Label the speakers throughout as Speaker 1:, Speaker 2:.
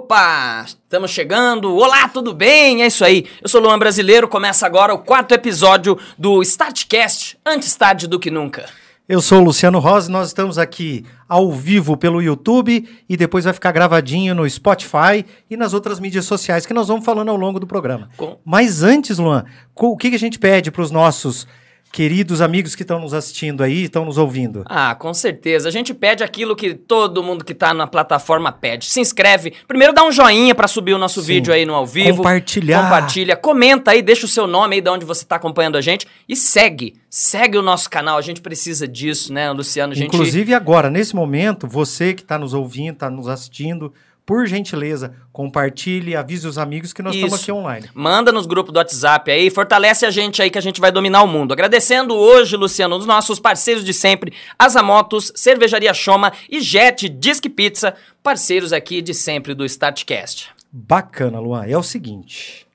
Speaker 1: Opa! Estamos chegando! Olá, tudo bem? É isso aí. Eu sou Luan Brasileiro, começa agora o quarto episódio do Statcast, antes tarde do que nunca.
Speaker 2: Eu sou o Luciano Rosa e nós estamos aqui ao vivo pelo YouTube e depois vai ficar gravadinho no Spotify e nas outras mídias sociais que nós vamos falando ao longo do programa.
Speaker 1: Com-
Speaker 2: Mas antes, Luan, co- o que que a gente pede para os nossos queridos amigos que estão nos assistindo aí, estão nos ouvindo?
Speaker 1: Ah, com certeza. A gente pede aquilo que todo mundo que tá na plataforma pede. Se inscreve. Primeiro dá um joinha pra subir o nosso
Speaker 2: Sim.
Speaker 1: vídeo aí no ao vivo.
Speaker 2: Compartilhar.
Speaker 1: Compartilha, comenta aí, deixa o seu nome aí de onde você tá acompanhando a gente e segue. Segue o nosso canal. A gente precisa disso, né, Luciano? A gente
Speaker 2: Inclusive agora, nesse momento, você que está nos ouvindo, está nos assistindo, por gentileza, compartilhe, avise os amigos que nós estamos
Speaker 1: Isso.
Speaker 2: aqui online.
Speaker 1: Manda nos grupos do WhatsApp aí, fortalece a gente aí que a gente vai dominar o mundo. Agradecendo hoje, Luciano, os nossos parceiros de sempre, Azamotos, Cervejaria Choma e Jet Disque Pizza, parceiros aqui de sempre do Startcast.
Speaker 2: Bacana, Luan. É o seguinte.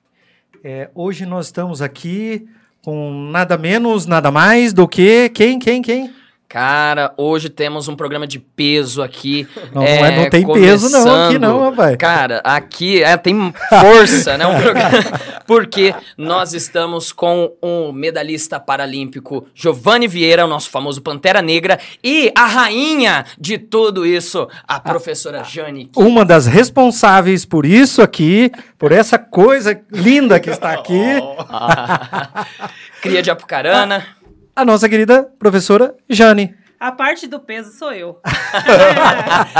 Speaker 2: é, hoje nós estamos aqui com nada menos, nada mais do que quem, quem, quem?
Speaker 1: Cara, hoje temos um programa de peso aqui.
Speaker 2: Não, não é- não tem peso não aqui não,
Speaker 1: começando.
Speaker 2: rapaz.
Speaker 1: Cara, aqui é, tem força, né? Um programa- porque nós estamos com o medalhista paralímpico Giovanni Vieira, o nosso famoso Pantera Negra, e a rainha de tudo isso, a professora Jane.
Speaker 2: Uma das responsáveis por isso aqui, por essa coisa linda que está aqui,
Speaker 1: Cria de Apucarana.
Speaker 2: a nossa querida professora Jane.
Speaker 3: A parte do peso sou eu.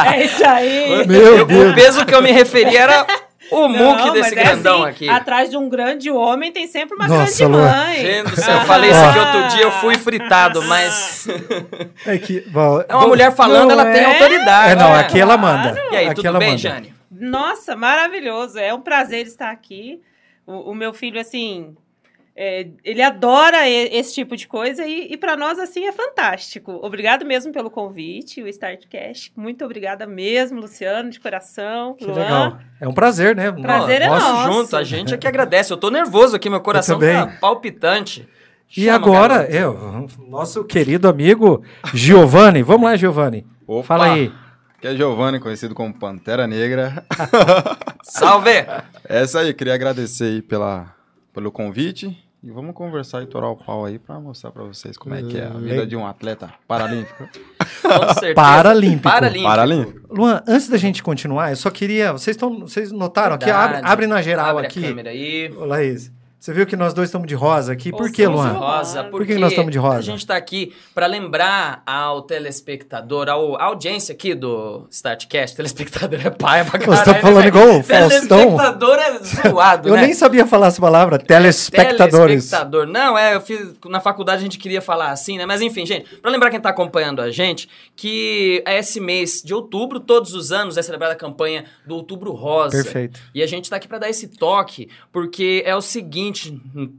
Speaker 3: é, é isso aí.
Speaker 2: Meu
Speaker 1: O
Speaker 2: Deus.
Speaker 1: peso que eu me referi era o muque
Speaker 3: Não,
Speaker 1: desse
Speaker 3: mas é
Speaker 1: grandão
Speaker 3: assim,
Speaker 1: aqui.
Speaker 3: Atrás de um grande homem tem sempre uma
Speaker 2: Nossa,
Speaker 3: grande
Speaker 2: Luan.
Speaker 3: mãe. Ah.
Speaker 1: Gente do céu, eu falei isso aqui outro dia, eu fui fritado, mas
Speaker 2: É, que, bom,
Speaker 1: é uma mulher falando, ela tem
Speaker 3: é.
Speaker 1: autoridade.
Speaker 2: É, não,
Speaker 1: né?
Speaker 2: aqui ela manda.
Speaker 1: E aí,
Speaker 2: aqui
Speaker 1: tudo
Speaker 2: ela
Speaker 1: bem,
Speaker 2: manda.
Speaker 1: Jane?
Speaker 3: Nossa, maravilhoso. É um prazer estar aqui. O, o meu filho, assim, é, ele adora e- esse tipo de coisa e, e para nós, assim, é fantástico. Obrigado mesmo pelo convite, o Startcast. Muito obrigada mesmo, Luciano, de coração.
Speaker 2: Que
Speaker 3: Luan.
Speaker 2: legal. É um prazer, né?
Speaker 3: Prazer é
Speaker 1: nós
Speaker 3: nosso.
Speaker 1: juntos, a gente é que agradece. Eu tô nervoso aqui, meu coração
Speaker 2: também.
Speaker 1: tá palpitante.
Speaker 2: E
Speaker 1: Chama,
Speaker 2: agora,
Speaker 1: garoto.
Speaker 2: é, o nosso querido amigo Giovanni. Vamos lá, Giovanni.
Speaker 4: Opa,
Speaker 2: Fala aí.
Speaker 4: Que é Giovanni, conhecido como Pantera Negra.
Speaker 1: Salve!
Speaker 4: é isso aí, queria agradecer aí pela, pelo convite. E vamos conversar e torar o pau aí pra mostrar pra vocês como é que é a vida de um atleta paralímpico.
Speaker 1: Com certeza.
Speaker 2: Paralímpico.
Speaker 1: Paralímpico.
Speaker 4: paralímpico.
Speaker 2: Luan, antes da gente continuar, eu só queria. Vocês, estão, vocês notaram aqui?
Speaker 1: Verdade.
Speaker 2: Abre, abre na geral
Speaker 1: Abre
Speaker 2: aqui.
Speaker 1: a câmera aí.
Speaker 2: Ô, Laís, você viu que nós dois estamos de rosa aqui? Por
Speaker 3: Ou
Speaker 2: que,
Speaker 3: somos
Speaker 2: Luan?
Speaker 3: rosa.
Speaker 1: Por
Speaker 2: que que nós estamos de rosa?
Speaker 1: A gente está aqui para lembrar ao telespectador, ao, à audiência aqui do Startcast, telespectador é paia pra caralho.
Speaker 2: Você tá falando
Speaker 1: né?
Speaker 2: igual o Faustão?
Speaker 1: Telespectador é zoado,
Speaker 2: Eu
Speaker 1: né?
Speaker 2: nem sabia falar essa palavra. Telespectadores.
Speaker 1: Telespectador. Não, é, eu fiz. Na faculdade a gente queria falar assim, né? Mas enfim, gente, pra lembrar quem tá acompanhando a gente, que é esse mês de outubro, todos os anos, é celebrada a campanha do Outubro Rosa.
Speaker 2: Perfeito.
Speaker 1: E a gente tá aqui pra dar esse toque, porque é o seguinte,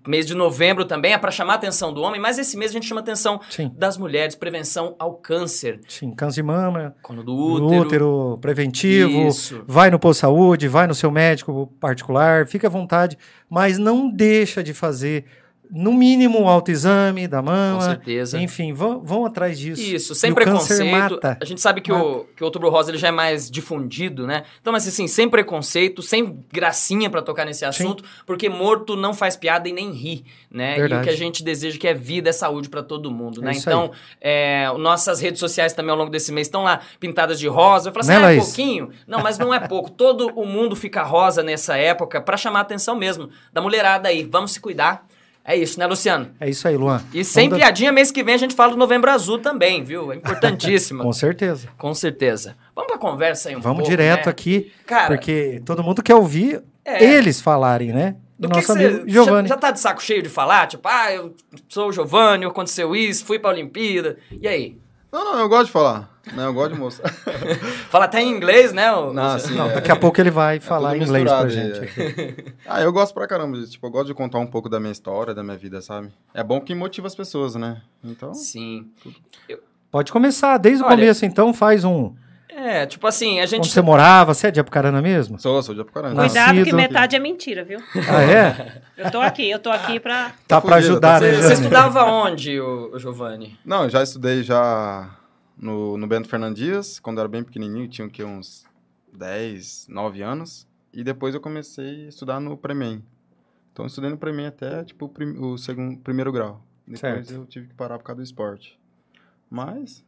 Speaker 1: mês de novembro também é pra chamar a atenção do homem, mas esse mês a gente chama a atenção
Speaker 2: Sim,
Speaker 1: das mulheres, prevenção ao câncer,
Speaker 2: sim. Câncer de mama,
Speaker 1: quando do
Speaker 2: útero,
Speaker 1: útero.
Speaker 2: preventivo.
Speaker 1: Isso.
Speaker 2: Vai no posto de saúde, vai no seu médico particular, fica à vontade, mas não deixa de fazer, no mínimo, o autoexame da
Speaker 1: Com
Speaker 2: mama.
Speaker 1: certeza.
Speaker 2: Enfim, vão, vão atrás disso.
Speaker 1: Isso, sem
Speaker 2: E o câncer
Speaker 1: preconceito.
Speaker 2: mata.
Speaker 1: A gente sabe que o, que o Outubro Rosa ele já é mais difundido, né? Então, mas assim, sem preconceito, sem gracinha pra tocar nesse assunto, porque morto não faz piada e nem ri, né? E o
Speaker 2: Verdade.
Speaker 1: que a gente deseja que é vida, é saúde pra todo mundo,
Speaker 2: É
Speaker 1: né?
Speaker 2: isso
Speaker 1: Então, é, o- nossas redes sociais também ao longo desse mês estão lá pintadas de rosa. Eu falo assim,
Speaker 2: Né,
Speaker 1: ah, é
Speaker 2: Laís?
Speaker 1: pouquinho? Não, mas não é pouco. Todo o mundo fica rosa nessa época pra chamar a atenção mesmo da mulherada aí. Vamos se cuidar. É isso, né, Luciano?
Speaker 2: É isso aí, Luan.
Speaker 1: E sem
Speaker 2: Vamos dar-
Speaker 1: piadinha, mês que vem a gente fala do Novembro Azul também, viu? É importantíssimo.
Speaker 2: Com certeza.
Speaker 1: Com certeza. Vamos pra conversa aí um
Speaker 2: Vamos
Speaker 1: pouco,
Speaker 2: direto
Speaker 1: né?
Speaker 2: aqui,
Speaker 1: Cara,
Speaker 2: porque todo mundo quer ouvir
Speaker 1: é,
Speaker 2: eles falarem, né?
Speaker 1: do
Speaker 2: Do
Speaker 1: que
Speaker 2: nosso
Speaker 1: que
Speaker 2: amigo
Speaker 1: cê-
Speaker 2: Giovanni.
Speaker 1: Já, já tá de saco cheio de falar? Tipo, ah, eu sou o Giovanni, aconteceu isso, fui pra Olimpíada. E aí?
Speaker 4: Não, não, eu gosto de falar. Não, eu gosto de mostrar.
Speaker 1: Fala até em inglês, né? ô-
Speaker 4: Não, assim,
Speaker 2: Não,
Speaker 4: é-
Speaker 2: daqui a pouco ele vai falar
Speaker 4: tudo
Speaker 2: inglês pra
Speaker 4: misturado,
Speaker 2: gente.
Speaker 1: é.
Speaker 2: aqui.
Speaker 4: Ah, eu gosto pra caramba disso. Tipo, eu gosto de contar um pouco da minha história, da minha vida, sabe? É bom que motiva as pessoas, né? Então,
Speaker 1: Sim.
Speaker 2: Pode começar, desde o
Speaker 1: Olha-
Speaker 2: começo, então, faz um.
Speaker 1: É, tipo assim, a gente...
Speaker 2: Onde você morava, você é de Apucarana mesmo?
Speaker 4: sou, sou de Apucarana.
Speaker 2: Cuidado.
Speaker 3: Cuidado que
Speaker 2: Nascido.
Speaker 3: metade é mentira, viu?
Speaker 2: Ah, é?
Speaker 3: Eu tô aqui, eu tô aqui pra.
Speaker 2: Tá pra
Speaker 4: fugindo, tá
Speaker 2: ajudar, né,
Speaker 1: Você, você
Speaker 4: fugindo.
Speaker 2: Jane?
Speaker 1: estudava onde, ô, ô Giovanni?
Speaker 4: Não, eu já estudei já no, no Bento Fernandes, quando eu era bem pequenininho, tinha o quê, uns 10, 9 anos. E depois eu comecei a estudar no Premen. Então eu estudei no Premen até tipo o prim- o segundo, primeiro grau. Depois
Speaker 2: Certo.
Speaker 4: eu tive que parar por causa do esporte. Mas,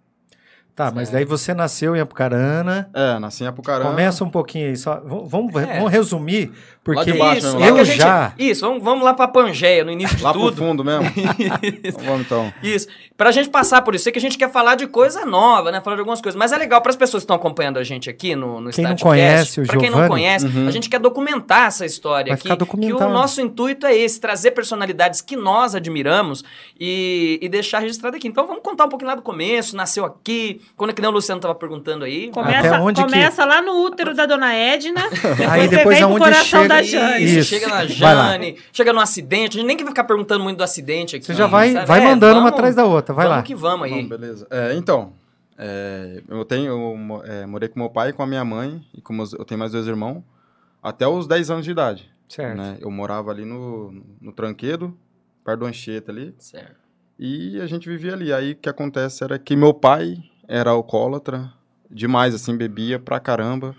Speaker 2: Tá, mas
Speaker 1: Certo.
Speaker 2: daí você nasceu em Apucarana.
Speaker 4: é, nasci em Apucarana.
Speaker 2: Começa um pouquinho aí, só. v- Vamos,
Speaker 1: É.
Speaker 2: vamos resumir,
Speaker 4: Lá
Speaker 2: porque
Speaker 4: de baixo,
Speaker 1: isso, lá
Speaker 4: mesmo, lá
Speaker 2: eu
Speaker 1: que a gente-
Speaker 2: já.
Speaker 1: Isso, vamos, vamos lá pra Pangeia, no início de
Speaker 4: Lá
Speaker 1: tudo.
Speaker 4: pro fundo mesmo. Então Vamos então.
Speaker 1: Isso. Pra gente passar por isso, é que a gente quer falar de coisa nova, né? Falar de algumas coisas. Mas é legal para as pessoas que estão acompanhando a gente aqui no, no
Speaker 2: Quem não
Speaker 1: Statcast,
Speaker 2: conhece o
Speaker 1: pra quem não
Speaker 2: Giovanni,
Speaker 1: conhece,
Speaker 4: uhum.
Speaker 1: a gente quer documentar essa história
Speaker 2: Vai
Speaker 1: aqui.
Speaker 2: ficar
Speaker 1: que o
Speaker 2: documentado.
Speaker 1: nosso intuito é esse, trazer personalidades que nós admiramos e, e deixar registrado aqui. Então vamos contar um pouquinho lá do começo, nasceu aqui, quando é que nem o Luciano tava perguntando aí.
Speaker 3: Começa,
Speaker 2: Até onde que-
Speaker 3: começa lá no útero da dona Edna.
Speaker 2: Aí
Speaker 3: você
Speaker 2: depois
Speaker 3: vem pro
Speaker 2: aonde
Speaker 3: coração
Speaker 2: chega-
Speaker 3: da
Speaker 1: Isso,
Speaker 3: Jane.
Speaker 2: Isso,
Speaker 1: chega na
Speaker 2: vai lá.
Speaker 1: Jane, chega no acidente, a gente nem quer ficar perguntando muito do acidente aqui.
Speaker 2: Você já vai,
Speaker 1: sabe?
Speaker 2: vai
Speaker 1: É,
Speaker 2: mandando uma
Speaker 1: vamos-
Speaker 2: atrás da outra, vai
Speaker 1: vamos
Speaker 2: lá.
Speaker 1: que vamos aí.
Speaker 4: Bom, beleza. É, então, é, eu tenho, eu mo- é, morei com meu pai, com a minha mãe e com meus, eu tenho mais dois irmãos até os 10 anos de idade.
Speaker 2: Certo.
Speaker 4: né? Eu morava ali no, no Tranquedo, perto do Anchieta ali,
Speaker 1: Certo.
Speaker 4: e a gente vivia ali. Aí o que acontece era que meu pai era alcoólatra, demais assim, bebia pra caramba,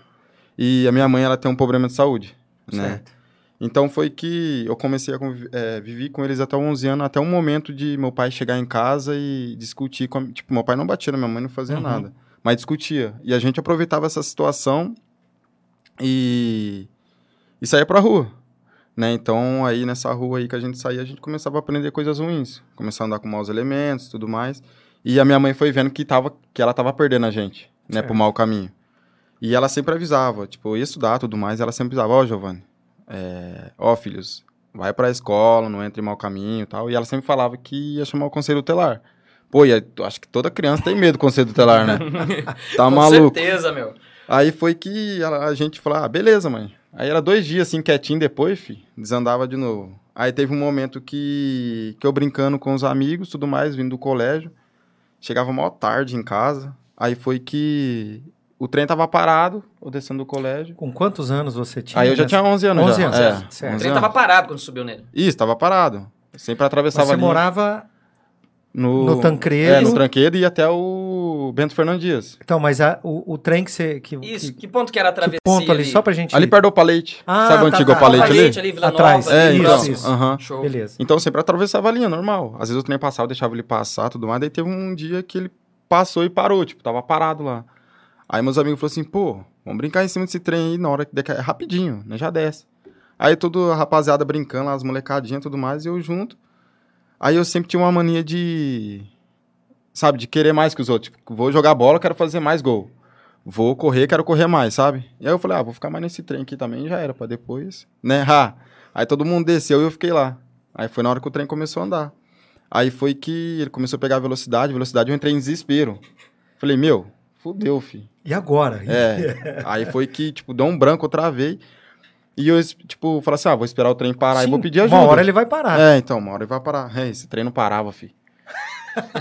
Speaker 4: e a minha mãe ela tem um problema de saúde, né?
Speaker 2: Certo.
Speaker 4: Então foi que eu comecei a conviv- eh, viver com eles até 11 anos, até o momento de meu pai chegar em casa e discutir com a, tipo, meu pai não batia na minha mãe, não fazia
Speaker 2: Uhum.
Speaker 4: nada, mas discutia. E a gente aproveitava essa situação e e saía pra rua, né? Então aí nessa rua aí que a gente saía, a gente começava a aprender coisas ruins, começava a andar com maus elementos, tudo mais. E a minha mãe foi vendo que tava que ela tava perdendo a gente, né, pro
Speaker 2: Certo.
Speaker 4: mau caminho. E ela sempre avisava, tipo, eu ia estudar, tudo mais, ela sempre avisava, ó, Giovanni, é, ó, filhos, vai pra escola, não entre em mau caminho e tal. E ela sempre falava que ia chamar o conselho tutelar. Pô, e aí, eu acho que toda criança tem medo do conselho tutelar, né? Tá
Speaker 1: Com
Speaker 4: maluco.
Speaker 1: certeza, meu.
Speaker 4: Aí foi que ela- a gente falou, ah, beleza, mãe. Aí era dois dias, assim, quietinho depois, fi, desandava de novo. Aí teve um momento que, que eu brincando com os amigos, tudo mais, vindo do colégio. Chegava mó tarde em casa. Aí foi que o trem tava parado, eu descendo do colégio.
Speaker 2: Com quantos anos você tinha?
Speaker 4: Aí eu já
Speaker 2: nessa-
Speaker 4: tinha 11 anos
Speaker 2: 11
Speaker 4: já.
Speaker 2: anos,
Speaker 4: é,
Speaker 2: certo, certo.
Speaker 1: O
Speaker 4: 11
Speaker 1: trem
Speaker 4: anos.
Speaker 1: tava parado quando subiu nele.
Speaker 4: Isso, tava parado. Sempre atravessava
Speaker 2: Você
Speaker 4: ali
Speaker 2: morava
Speaker 4: no,
Speaker 2: no Tancredo.
Speaker 4: É, no Tranquedo e até o Bento Fernandes Dias.
Speaker 2: Então, mas a- o, o trem que você. Que,
Speaker 1: Isso,
Speaker 2: que-
Speaker 1: que ponto que era a
Speaker 2: que
Speaker 1: travessia
Speaker 2: ponto ali, só pra gente.
Speaker 4: Ali perto do Palete.
Speaker 2: Ah,
Speaker 4: Sabe o
Speaker 2: tá,
Speaker 4: antigo
Speaker 2: tá.
Speaker 4: Palete ali?
Speaker 1: Valente, ali, Vila
Speaker 2: Atrás,
Speaker 1: Nova.
Speaker 4: É,
Speaker 1: ali,
Speaker 4: então.
Speaker 1: próximo.
Speaker 2: isso.
Speaker 4: aham.
Speaker 1: Show.
Speaker 2: Beleza.
Speaker 4: Então sempre atravessava a linha, normal. Às vezes o trem passava, eu deixava ele passar, tudo mais. Daí teve um dia que ele passou e parou, tipo, tava parado lá. Aí meus amigos falaram assim, pô, vamos brincar em cima desse trem aí na hora que der, é rapidinho, né? Já desce. Aí toda a rapaziada brincando, lá, as molecadinhas e tudo mais, e eu junto. Aí eu sempre tinha uma mania de. Sabe, de querer mais que os outros. Tipo, vou jogar bola, quero fazer mais gol. Vou correr, quero correr mais, sabe? E aí eu falei, ah, vou ficar mais nesse trem aqui também, já era, pra depois. Né? Ha! Aí todo mundo desceu e eu fiquei lá. Aí foi na hora que o trem começou a andar. Aí foi que ele começou a pegar velocidade, velocidade, eu entrei em desespero. Falei, meu, fudeu, fi.
Speaker 2: E agora?
Speaker 4: É. Aí foi que, tipo, deu um branco, eu travei. E eu, tipo, falei assim, ah, vou esperar o trem parar e
Speaker 2: Sim,
Speaker 4: vou pedir ajuda.
Speaker 2: Uma hora ele vai parar.
Speaker 4: É, então, uma hora ele vai parar. É, esse trem não parava, fi.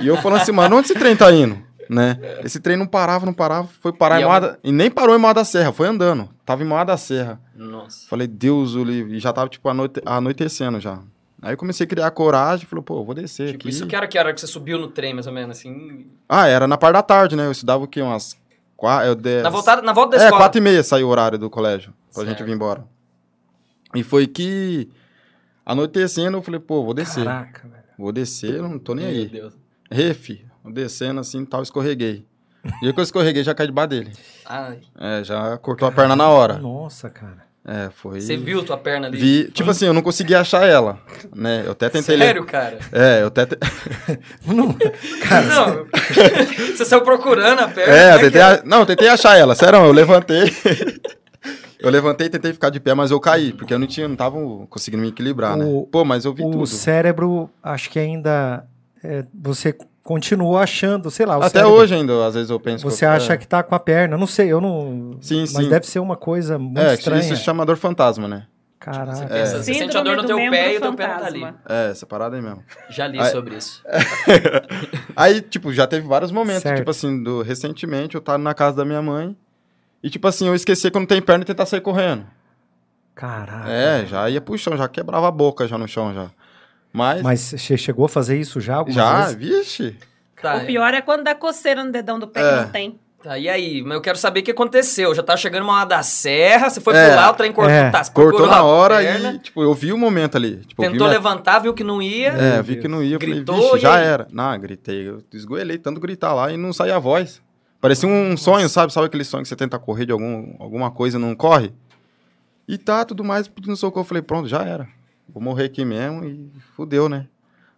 Speaker 4: e eu falando assim, mano, onde esse trem tá indo? Né? Esse trem não parava, não parava, foi parar
Speaker 1: E
Speaker 4: em
Speaker 1: é
Speaker 4: Moada... E nem parou em Moada da Serra, foi andando. Tava em Moada da Serra.
Speaker 1: Nossa.
Speaker 4: Falei, Deus o livre. E já tava, tipo, anoite- anoitecendo já. Aí eu comecei a criar coragem, falei, pô, eu vou descer
Speaker 1: Tipo,
Speaker 4: aqui.
Speaker 1: isso que era que era que você subiu no trem, mais ou menos, assim.
Speaker 4: Ah, era na parte da tarde, né? Eu estudava o quê? Umas quatro... Eu de...
Speaker 1: Na, voltada, na volta da
Speaker 4: É,
Speaker 1: escola.
Speaker 4: quatro e meia saiu o horário do colégio, pra gente
Speaker 1: Certo.
Speaker 4: vir embora. E foi que, anoitecendo, eu falei, pô, vou descer.
Speaker 2: Caraca, velho.
Speaker 4: Vou descer, eu não tô nem
Speaker 1: Meu
Speaker 4: aí.
Speaker 1: Deus.
Speaker 4: Refi, descendo assim, tal, escorreguei. E aí que eu escorreguei, já caí debaixo dele.
Speaker 1: Ai,
Speaker 4: É, já cortou a perna na hora.
Speaker 2: Nossa, cara.
Speaker 4: É, foi...
Speaker 1: você viu tua perna ali?
Speaker 4: Vi, tipo assim, eu não consegui achar ela, né? Eu até tentei... le-
Speaker 1: Sério, cara?
Speaker 4: É, eu até. te-
Speaker 2: Não, cara,
Speaker 1: Não. você saiu procurando a perna.
Speaker 4: É, eu
Speaker 1: né,
Speaker 4: tentei.
Speaker 1: cara?
Speaker 4: a- Não, eu tentei achar ela, sério, eu levantei. Eu levantei e tentei ficar de pé, mas eu caí, porque eu não tinha, não tava conseguindo me
Speaker 2: O-
Speaker 4: equilibrar, né? Pô, mas eu vi
Speaker 2: o
Speaker 4: tudo.
Speaker 2: cérebro, acho que ainda. é, você continuou achando, sei lá. o
Speaker 4: Até
Speaker 2: cérebro-
Speaker 4: hoje ainda, às vezes eu é. penso.
Speaker 2: Você acha que tá com a perna. Não sei, eu não.
Speaker 4: Sim,
Speaker 2: mas
Speaker 4: sim.
Speaker 2: deve ser uma coisa muito
Speaker 4: É,
Speaker 2: estranha.
Speaker 4: isso se chama dor fantasma, né?
Speaker 1: Você,
Speaker 2: Caraca.
Speaker 1: pensa, você
Speaker 3: Síndrome
Speaker 1: sente a dor no
Speaker 3: do
Speaker 1: teu
Speaker 3: membro
Speaker 1: pé e o teu pé não tá ali.
Speaker 3: fantasma.
Speaker 4: É, essa parada aí mesmo.
Speaker 1: Já li
Speaker 4: Ai.
Speaker 1: sobre isso.
Speaker 4: Aí, tipo, já teve vários momentos.
Speaker 2: Certo.
Speaker 4: Tipo assim, do, recentemente eu tava na casa da minha mãe. E, tipo assim, eu esqueci que eu não tenho perna e tentar sair correndo.
Speaker 2: Caraca.
Speaker 4: é, já ia pro chão, já quebrava a boca já no chão já. Mas.
Speaker 2: Mas você chegou a fazer isso já algumas
Speaker 4: já,
Speaker 2: vezes?
Speaker 4: vixe.
Speaker 1: Tá,
Speaker 3: O pior é quando dá coceira no dedão do pé
Speaker 4: É.
Speaker 3: que não tem.
Speaker 1: Tá, e aí? Mas eu quero saber o que aconteceu. Já tá chegando uma hora da serra, você foi
Speaker 4: É.
Speaker 1: pular, o trem cortou,
Speaker 2: É.
Speaker 1: tá, você
Speaker 4: Cortou
Speaker 1: pegou a
Speaker 4: na hora
Speaker 1: perna,
Speaker 4: e, tipo, eu vi o momento ali. Tipo, eu vi
Speaker 1: Tentou
Speaker 4: minha-
Speaker 1: levantar, viu que não ia.
Speaker 4: É, eu vi que não ia. eu
Speaker 1: Gritou,
Speaker 4: falei, vixe,
Speaker 1: e
Speaker 4: já
Speaker 1: aí?
Speaker 4: era. Não, gritei. Eu esgoelei tanto gritar lá e não saía a voz. Parecia um sonho, sabe? Sabe aquele sonho que você tenta correr de algum, alguma coisa e não corre? E tá, tudo mais, pedindo socorro. Eu falei, pronto, já era. Vou morrer aqui mesmo e fudeu, né?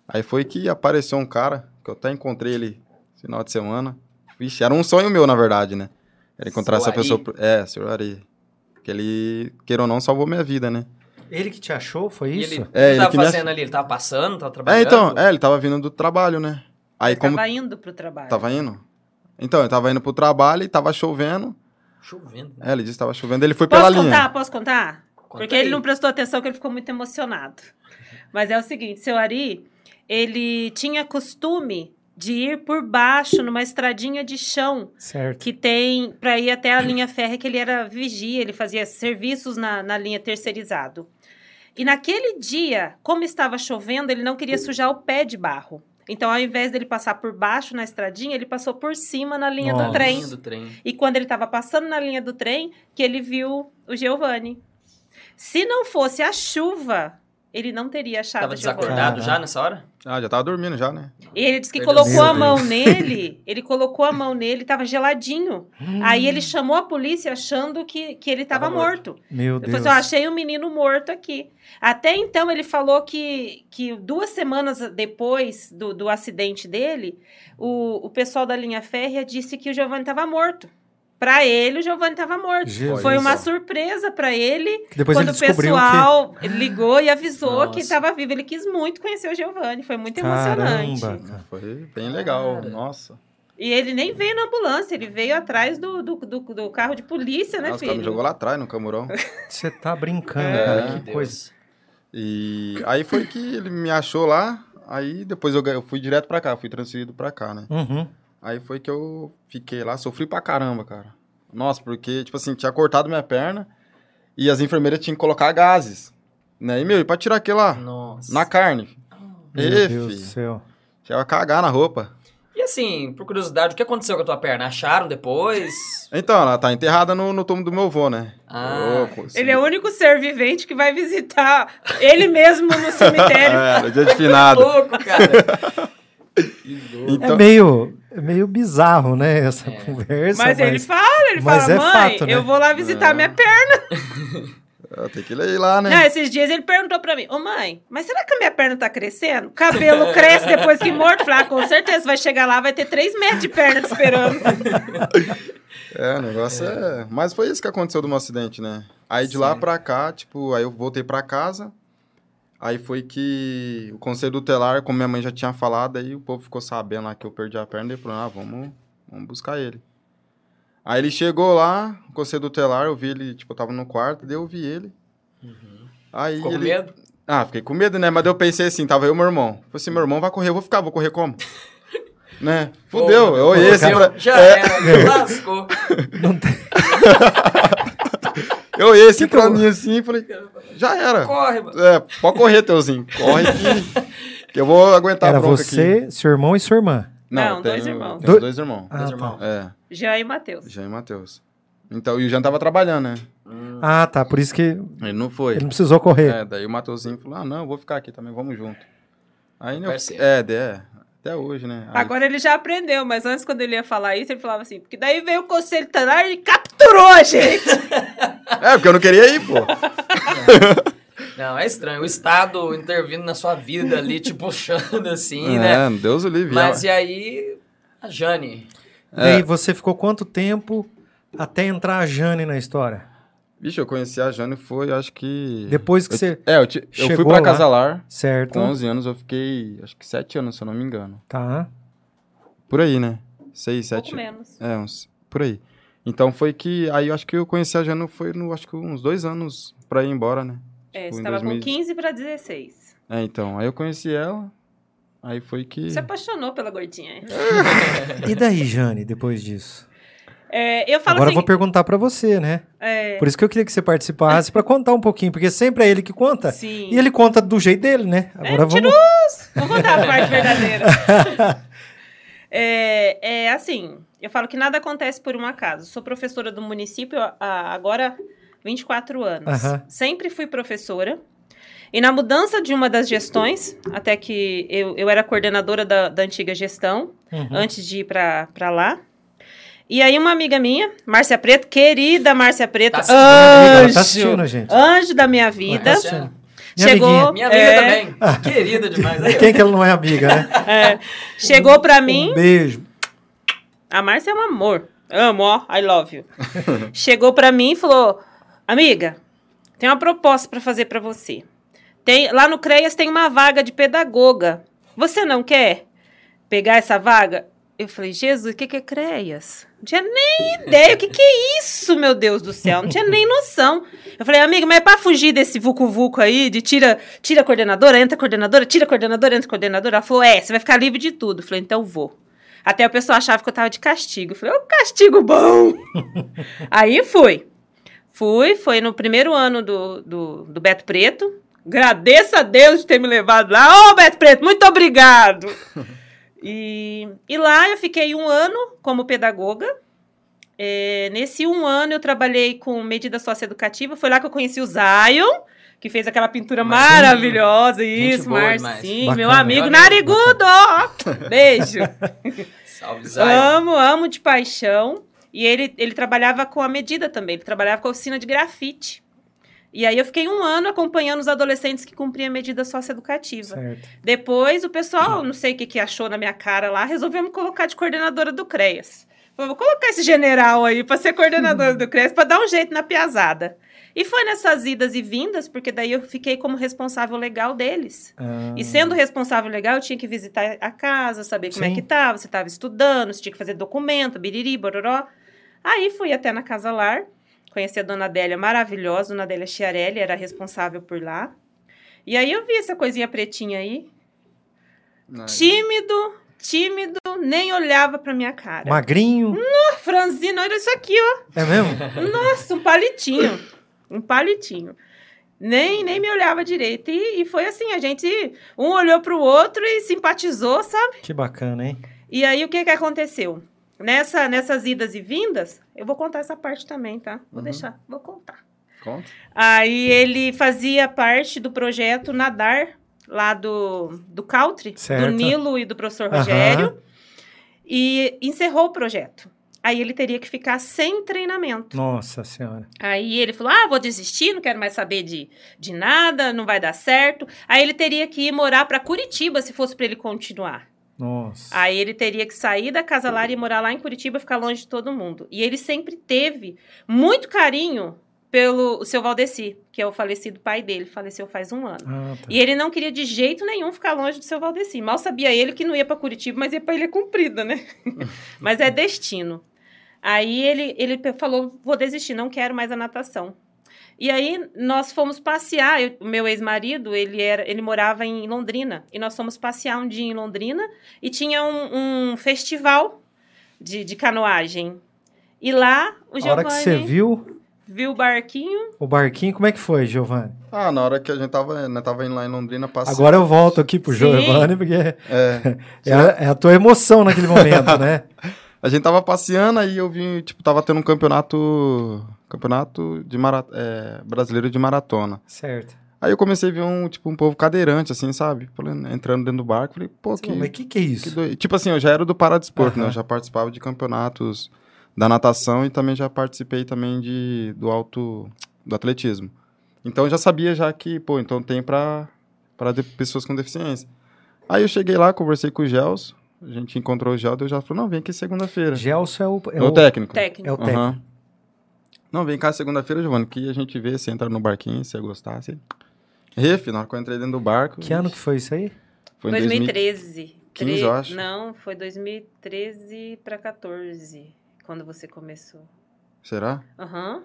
Speaker 4: Aí foi que apareceu um cara, que eu até encontrei ele esse final de semana. Vixe, era um sonho meu, na verdade, né? Era encontrar
Speaker 1: Seu
Speaker 4: essa
Speaker 1: Ari?
Speaker 4: pessoa. pro- É, senhor Ari. Que ele, queira ou não, salvou minha vida, né?
Speaker 2: Ele que te achou, foi
Speaker 1: E
Speaker 2: isso?
Speaker 1: ele, o que
Speaker 4: É, ele
Speaker 1: tava
Speaker 4: que me
Speaker 1: fazendo
Speaker 4: ach-
Speaker 1: ali? Ele tava passando, tava trabalhando?
Speaker 4: É, então, é, ele tava vindo do trabalho, né?
Speaker 2: É
Speaker 4: Aí, como
Speaker 3: Tava indo pro trabalho.
Speaker 4: Tava indo? Então, eu tava indo pro trabalho e tava chovendo.
Speaker 1: Chovendo. né?
Speaker 4: É, ele disse que tava chovendo, ele foi
Speaker 3: Posso
Speaker 4: pela
Speaker 3: contar?
Speaker 4: linha.
Speaker 3: Posso contar?
Speaker 1: Conta
Speaker 3: Porque
Speaker 1: aí.
Speaker 3: ele não prestou atenção que ele ficou muito emocionado. Mas é o seguinte, seu Ari, ele tinha costume de ir por baixo numa estradinha de chão
Speaker 2: Certo.
Speaker 3: que tem para ir até a linha férrea que ele era vigia, ele fazia serviços na, na linha terceirizado. E naquele dia, como estava chovendo, ele não queria sujar o pé de barro. Então, ao invés dele passar por baixo na estradinha, ele passou por cima na linha
Speaker 2: Nossa.
Speaker 3: do
Speaker 1: Na
Speaker 3: trem.
Speaker 1: linha do trem.
Speaker 3: E quando ele estava passando na linha do trem, que ele viu o Giovanni. Se não fosse a chuva, ele não teria achado
Speaker 1: Tava
Speaker 3: o Giovanni.
Speaker 1: desacordado
Speaker 2: Caraca.
Speaker 1: já nessa hora?
Speaker 4: Ah, já tava dormindo já, né?
Speaker 3: E ele disse que
Speaker 1: Perdeu.
Speaker 3: colocou
Speaker 2: Meu
Speaker 3: a mão
Speaker 2: Deus.
Speaker 3: nele, ele colocou a mão nele, tava geladinho.
Speaker 2: Hum,
Speaker 3: Aí ele chamou a polícia achando que, que ele tava
Speaker 1: Tava
Speaker 3: morto.
Speaker 2: Meu
Speaker 3: Ele falou
Speaker 2: Deus.
Speaker 3: assim, eu achei um menino morto aqui. Até então ele falou que, que duas semanas depois do, do acidente dele, o, o pessoal da linha férrea disse que o Giovanni estava morto. Para ele, o Giovanni estava morto.
Speaker 2: Jesus.
Speaker 3: Foi uma
Speaker 4: Isso.
Speaker 3: surpresa para ele
Speaker 2: Que Depois
Speaker 3: quando
Speaker 2: ele
Speaker 3: o
Speaker 2: descobriu
Speaker 3: pessoal ligou e avisou
Speaker 1: Nossa.
Speaker 3: que estava vivo. Ele quis muito conhecer o Giovanni, foi muito
Speaker 2: que... Caramba.
Speaker 3: emocionante.
Speaker 2: cara.
Speaker 4: É, Foi bem legal,
Speaker 1: Cara.
Speaker 4: nossa.
Speaker 3: E ele nem veio na ambulância, ele veio atrás do, do, do- do carro de polícia, né,
Speaker 4: Nossa, o cara me
Speaker 3: filho?
Speaker 4: jogou lá atrás no camurão.
Speaker 2: Você tá brincando,
Speaker 3: É.
Speaker 2: cara.
Speaker 1: Meu
Speaker 2: Que
Speaker 1: Deus.
Speaker 2: coisa.
Speaker 4: E aí foi que ele me achou lá, aí depois eu, ga- eu fui direto pra cá, fui transferido pra cá, né?
Speaker 2: Uhum.
Speaker 4: Aí foi que eu fiquei lá, sofri pra caramba, cara. Nossa, porque, tipo assim, tinha cortado minha perna e as enfermeiras tinham que colocar gases, né? E, meu, e pra tirar aquilo lá?
Speaker 1: Nossa.
Speaker 4: Na carne.
Speaker 2: Meu
Speaker 4: Ê,
Speaker 2: Deus do
Speaker 4: fi.
Speaker 2: céu.
Speaker 4: Chegava a cagar na roupa.
Speaker 1: E assim, por curiosidade, o que aconteceu com a tua perna? Acharam depois?
Speaker 4: Então, ela tá enterrada no, no túmulo do meu avô, né?
Speaker 1: Ah.
Speaker 4: Ô, co-
Speaker 3: Ele é o único ser vivente que vai visitar ele mesmo no cemitério.
Speaker 4: É, no dia de
Speaker 1: Tá
Speaker 4: finado.
Speaker 1: louco, cara. Que louco.
Speaker 4: Então-
Speaker 2: É meio, é meio bizarro, né, essa
Speaker 1: É.
Speaker 2: conversa.
Speaker 3: Mas ele fala, ele
Speaker 2: mas
Speaker 3: fala,
Speaker 2: é
Speaker 3: mãe,
Speaker 2: fato, né?"
Speaker 3: eu vou lá visitar
Speaker 4: É.
Speaker 3: minha perna.
Speaker 4: Ah, Tem que ir lá,
Speaker 3: Não,
Speaker 4: né?
Speaker 3: esses dias ele perguntou pra mim, ô mãe, mas será que a minha perna tá crescendo? Cabelo cresce depois que morto? Eu Falei, ah, com certeza, vai chegar lá, vai ter três metros de perna te esperando.
Speaker 4: É, o negócio é. Mas foi isso que aconteceu do meu acidente, né? Aí de lá
Speaker 1: Certo.
Speaker 4: pra cá, tipo, aí eu voltei pra casa. Aí foi que o conselho tutelar, como minha mãe já tinha falado, aí o povo ficou sabendo lá que eu perdi a perna e falou, ah, vamos, vamos buscar ele. Aí ele chegou lá, o conselho tutelar, eu vi ele, tipo, eu tava no quarto, daí eu vi ele.
Speaker 1: Uhum.
Speaker 4: Aí
Speaker 1: Ficou com
Speaker 4: ele...
Speaker 1: medo?
Speaker 4: Ah, fiquei com medo, né? Mas daí eu pensei assim, tava eu e meu irmão. Falei assim, meu irmão vai correr, eu vou ficar, vou correr como? né? Fudeu, eu olhei assim pra...
Speaker 1: Fudeu. Já
Speaker 4: é,
Speaker 1: era, lascou.
Speaker 4: eu olhei assim pra mim assim e falei, já era.
Speaker 1: Corre, mano.
Speaker 4: É, pode correr, Teuzinho, corre que, que eu vou aguentar
Speaker 2: Era
Speaker 4: a tá bronca aqui.
Speaker 2: você, seu irmão e sua irmã.
Speaker 3: Não,
Speaker 4: eu
Speaker 3: dois
Speaker 4: tenho-
Speaker 3: irmãos.
Speaker 4: tenho
Speaker 2: Do-
Speaker 4: Dois irmãos.
Speaker 2: Ah,
Speaker 1: irmãos.
Speaker 2: tá.
Speaker 4: É,
Speaker 3: Jean e Matheus.
Speaker 4: Jean e Matheus. Então, e o Jean tava trabalhando, né?
Speaker 1: Hum.
Speaker 2: Ah, tá. Por isso que ele
Speaker 4: Ele não foi.
Speaker 2: não precisou correr.
Speaker 4: É, daí o Matheusinho falou, ah, não, eu vou ficar aqui também, vamos junto. Aí, né, eu-
Speaker 1: Parceiro.
Speaker 4: é, daí é, até hoje, né? Aí-
Speaker 3: Agora ele já aprendeu, mas antes quando ele ia falar isso, ele falava assim, porque daí veio o conselho tutelar e capturou a gente.
Speaker 4: É, porque eu não queria ir, pô.
Speaker 1: Não, é estranho. O Estado intervindo na sua vida ali, te puxando assim, né?
Speaker 4: É, Deus o livre.
Speaker 1: Mas e aí, a Jane?
Speaker 2: E
Speaker 4: É.
Speaker 2: aí você ficou quanto tempo até entrar a Jane na história?
Speaker 4: Vixe, eu conheci a Jane foi, acho que.
Speaker 2: Depois que você.
Speaker 4: É, eu, ti- eu fui
Speaker 2: Chegou
Speaker 4: pra
Speaker 2: lá.
Speaker 4: Casalar.
Speaker 2: Certo.
Speaker 4: Com 11 anos eu fiquei, acho que 7 anos, se eu não me engano.
Speaker 2: Tá.
Speaker 4: Por aí, né? 6,
Speaker 3: Pouco
Speaker 4: 7.
Speaker 3: menos.
Speaker 2: Tipo,
Speaker 4: É, uns. Por aí. Então foi que. Aí eu acho que eu conheci a Jane foi, no, acho que uns dois anos pra ir embora, né?
Speaker 3: É,
Speaker 4: Tipo,
Speaker 3: você
Speaker 4: em
Speaker 3: tava com
Speaker 4: 2000.
Speaker 3: 15 para 16.
Speaker 4: É, então. Aí eu conheci ela. Aí foi que.
Speaker 3: Se apaixonou pela gordinha.
Speaker 2: E daí, Jane, depois disso?
Speaker 3: É, eu falo
Speaker 2: Agora eu
Speaker 3: assim,
Speaker 2: vou perguntar pra você, né?
Speaker 3: é,
Speaker 2: Por isso que eu queria que você participasse, pra contar um pouquinho, porque sempre é ele que conta.
Speaker 3: sim.
Speaker 2: E ele conta do jeito dele, né? Agora vamos.
Speaker 3: Vou contar a parte verdadeira. É, é assim, Eu falo que nada acontece por um acaso. Sou professora do município há agora 24 anos.
Speaker 2: Aham.
Speaker 3: Sempre fui professora. E na mudança de uma das gestões, até que eu, eu era coordenadora da, da antiga gestão,
Speaker 2: Uhum.
Speaker 3: antes de ir para lá. E aí uma amiga minha, Márcia Preto, querida Márcia Preto,
Speaker 1: Tá assistindo,
Speaker 2: Ela
Speaker 1: amiga,
Speaker 3: anjo,
Speaker 2: tá assistindo, gente. tá
Speaker 3: anjo da minha vida,
Speaker 1: Ué, Minha
Speaker 2: Minha
Speaker 3: chegou,
Speaker 1: Minha amiga
Speaker 3: é,
Speaker 1: também. Querida demais. Aí, ó.
Speaker 2: Quem que ela não é amiga, né?
Speaker 3: é, chegou para mim
Speaker 2: Um beijo.
Speaker 3: A Márcia é um amor. Amo, ó. I love you. Chegou pra mim e falou: Amiga, tem uma proposta pra fazer pra você. Tem, lá no CREAS tem uma vaga de pedagoga. Você não quer pegar essa vaga? Eu falei, Jesus, o que, que é CREAS? Não tinha nem ideia. O que, que é isso, meu Deus do céu? Não tinha nem noção. Eu falei, amiga, mas é pra fugir desse vucu-vucu aí, de tira, tira a coordenadora, entra a coordenadora, tira a coordenadora, entra a coordenadora. Ela falou, é, você vai ficar livre de tudo. Eu falei, então vou. Até o pessoal achava que eu tava de castigo. Eu falei, ô, castigo bom! Aí fui. Fui, foi no primeiro ano do, do, do Beto Preto. Agradeço a Deus de ter me levado lá. Ô, Beto Preto, muito obrigado! E, e lá eu fiquei um ano como pedagoga. É, nesse um ano eu trabalhei com medida socioeducativa. Foi lá que eu conheci o Zion, que fez aquela pintura
Speaker 1: Marcinho.
Speaker 3: maravilhosa.
Speaker 1: Gente
Speaker 3: Isso,
Speaker 1: boa demais.
Speaker 3: Marcinho,
Speaker 2: Bacana.
Speaker 3: meu amigo
Speaker 1: Meu amigo.
Speaker 3: narigudo! ó. Beijo!
Speaker 1: Salve,
Speaker 2: Ah.
Speaker 1: Zion.
Speaker 3: Amo, amo de paixão. E ele, ele trabalhava com a medida também, ele trabalhava com a oficina de grafite. E aí eu fiquei um ano acompanhando os adolescentes que cumpriam a medida socioeducativa.
Speaker 2: Certo.
Speaker 3: Depois o pessoal, não sei o que, que achou na minha cara lá, resolveu me colocar de coordenadora do CREAS. Falei, vou colocar esse general aí para ser coordenadora do CREAS, para dar um jeito na piazada. E foi nessas idas e vindas, porque daí eu fiquei como responsável legal deles.
Speaker 2: Ah,
Speaker 3: E sendo responsável legal, eu tinha que visitar a casa, saber como
Speaker 2: Sim.
Speaker 3: é que tava, se tava estudando, se tinha que fazer documento, biriri, bororó. Aí fui até na Casa Lar, conheci a Dona Adélia maravilhosa, Dona Adélia Chiarelli, era responsável por lá. E aí eu vi essa coisinha pretinha aí,
Speaker 4: Não,
Speaker 3: tímido, tímido, nem olhava pra minha cara.
Speaker 2: Magrinho.
Speaker 3: Ah, Franzino, olha isso aqui, ó.
Speaker 2: É mesmo?
Speaker 3: Nossa, um palitinho. Um palitinho. Nem, nem me olhava direito. E, e foi assim, a gente, um olhou pro outro e simpatizou, sabe?
Speaker 2: Que bacana, hein?
Speaker 3: E aí, o que que aconteceu? Nessa, nessas idas e vindas, eu vou contar essa parte também, tá? Vou
Speaker 4: Uhum.
Speaker 3: deixar, vou contar.
Speaker 4: Conta.
Speaker 3: Aí ele fazia parte do projeto Nadar, lá do, do Caltri,
Speaker 2: Certo.
Speaker 3: do Nilo e do professor
Speaker 2: Aham.
Speaker 3: Rogério, e encerrou o projeto. Aí ele teria que ficar sem treinamento.
Speaker 2: Nossa senhora.
Speaker 3: Aí ele falou: Ah, vou desistir, não quero mais saber de, de nada, não vai dar certo. Aí ele teria que ir morar para Curitiba se fosse para ele continuar.
Speaker 2: Nossa.
Speaker 3: Aí ele teria que sair da casa lá e morar lá em Curitiba, ficar longe de todo mundo. E ele sempre teve muito carinho pelo seu Valdeci, que é o falecido pai dele, faleceu faz um ano.
Speaker 2: Ah, tá.
Speaker 3: E ele não queria de jeito nenhum ficar longe do seu Valdeci. Mal sabia ele que não ia para Curitiba, mas ia para Ilha Cumprida, né? mas é destino. Aí ele, ele pe- falou: vou desistir, não quero mais a natação. E aí nós fomos passear. eu- O meu ex-marido, ele, era- ele morava em Londrina. E nós fomos passear um dia em Londrina e tinha um, um festival de, de canoagem. E lá o
Speaker 2: A hora que você
Speaker 3: Giovanni
Speaker 2: viu
Speaker 3: viu o barquinho.
Speaker 2: o barquinho, como é que foi, Giovanni?
Speaker 4: Ah, na hora que a gente tava, né, tava indo lá em Londrina passando.
Speaker 2: Agora eu volto aqui pro
Speaker 3: Sim.
Speaker 2: Giovanni, porque
Speaker 4: É,
Speaker 2: é a, é a tua emoção naquele momento, né?
Speaker 4: a gente tava passeando aí eu vi, tipo, tava tendo um campeonato. Campeonato de mara, é, brasileiro de maratona.
Speaker 2: Certo.
Speaker 4: Aí eu comecei a ver um, tipo, um povo cadeirante, assim, sabe? Falando- Entrando dentro do barco. Falei, pô, que,
Speaker 2: Pô, mas o que, que é
Speaker 4: que
Speaker 2: isso?
Speaker 4: doido. Tipo assim, eu já era do Paradesporto, né?
Speaker 2: Aham.
Speaker 4: Eu já participava de campeonatos da natação e também já participei também de, do alto... do atletismo. Então eu já sabia já que, pô, então tem pra, pra de- pessoas com deficiência. Aí eu cheguei lá, conversei com o Gels, a gente encontrou o Gelson, eu já falou, não, vem aqui segunda-feira.
Speaker 2: Gelson é o. É
Speaker 4: É o técnico.
Speaker 3: Técnico.
Speaker 2: É o técnico.
Speaker 4: Aham. Não, vem cá segunda-feira, Giovanni, que a gente vê se entra no barquinho, se ia gostar, se... Ref, na hora que eu entrei dentro do barco...
Speaker 2: Que ano que foi isso aí?
Speaker 4: foi? em 2013.
Speaker 3: 2013.
Speaker 4: 2015, eu acho.
Speaker 3: Não, foi 2013 para 14, quando você começou.
Speaker 4: Será?
Speaker 3: Aham.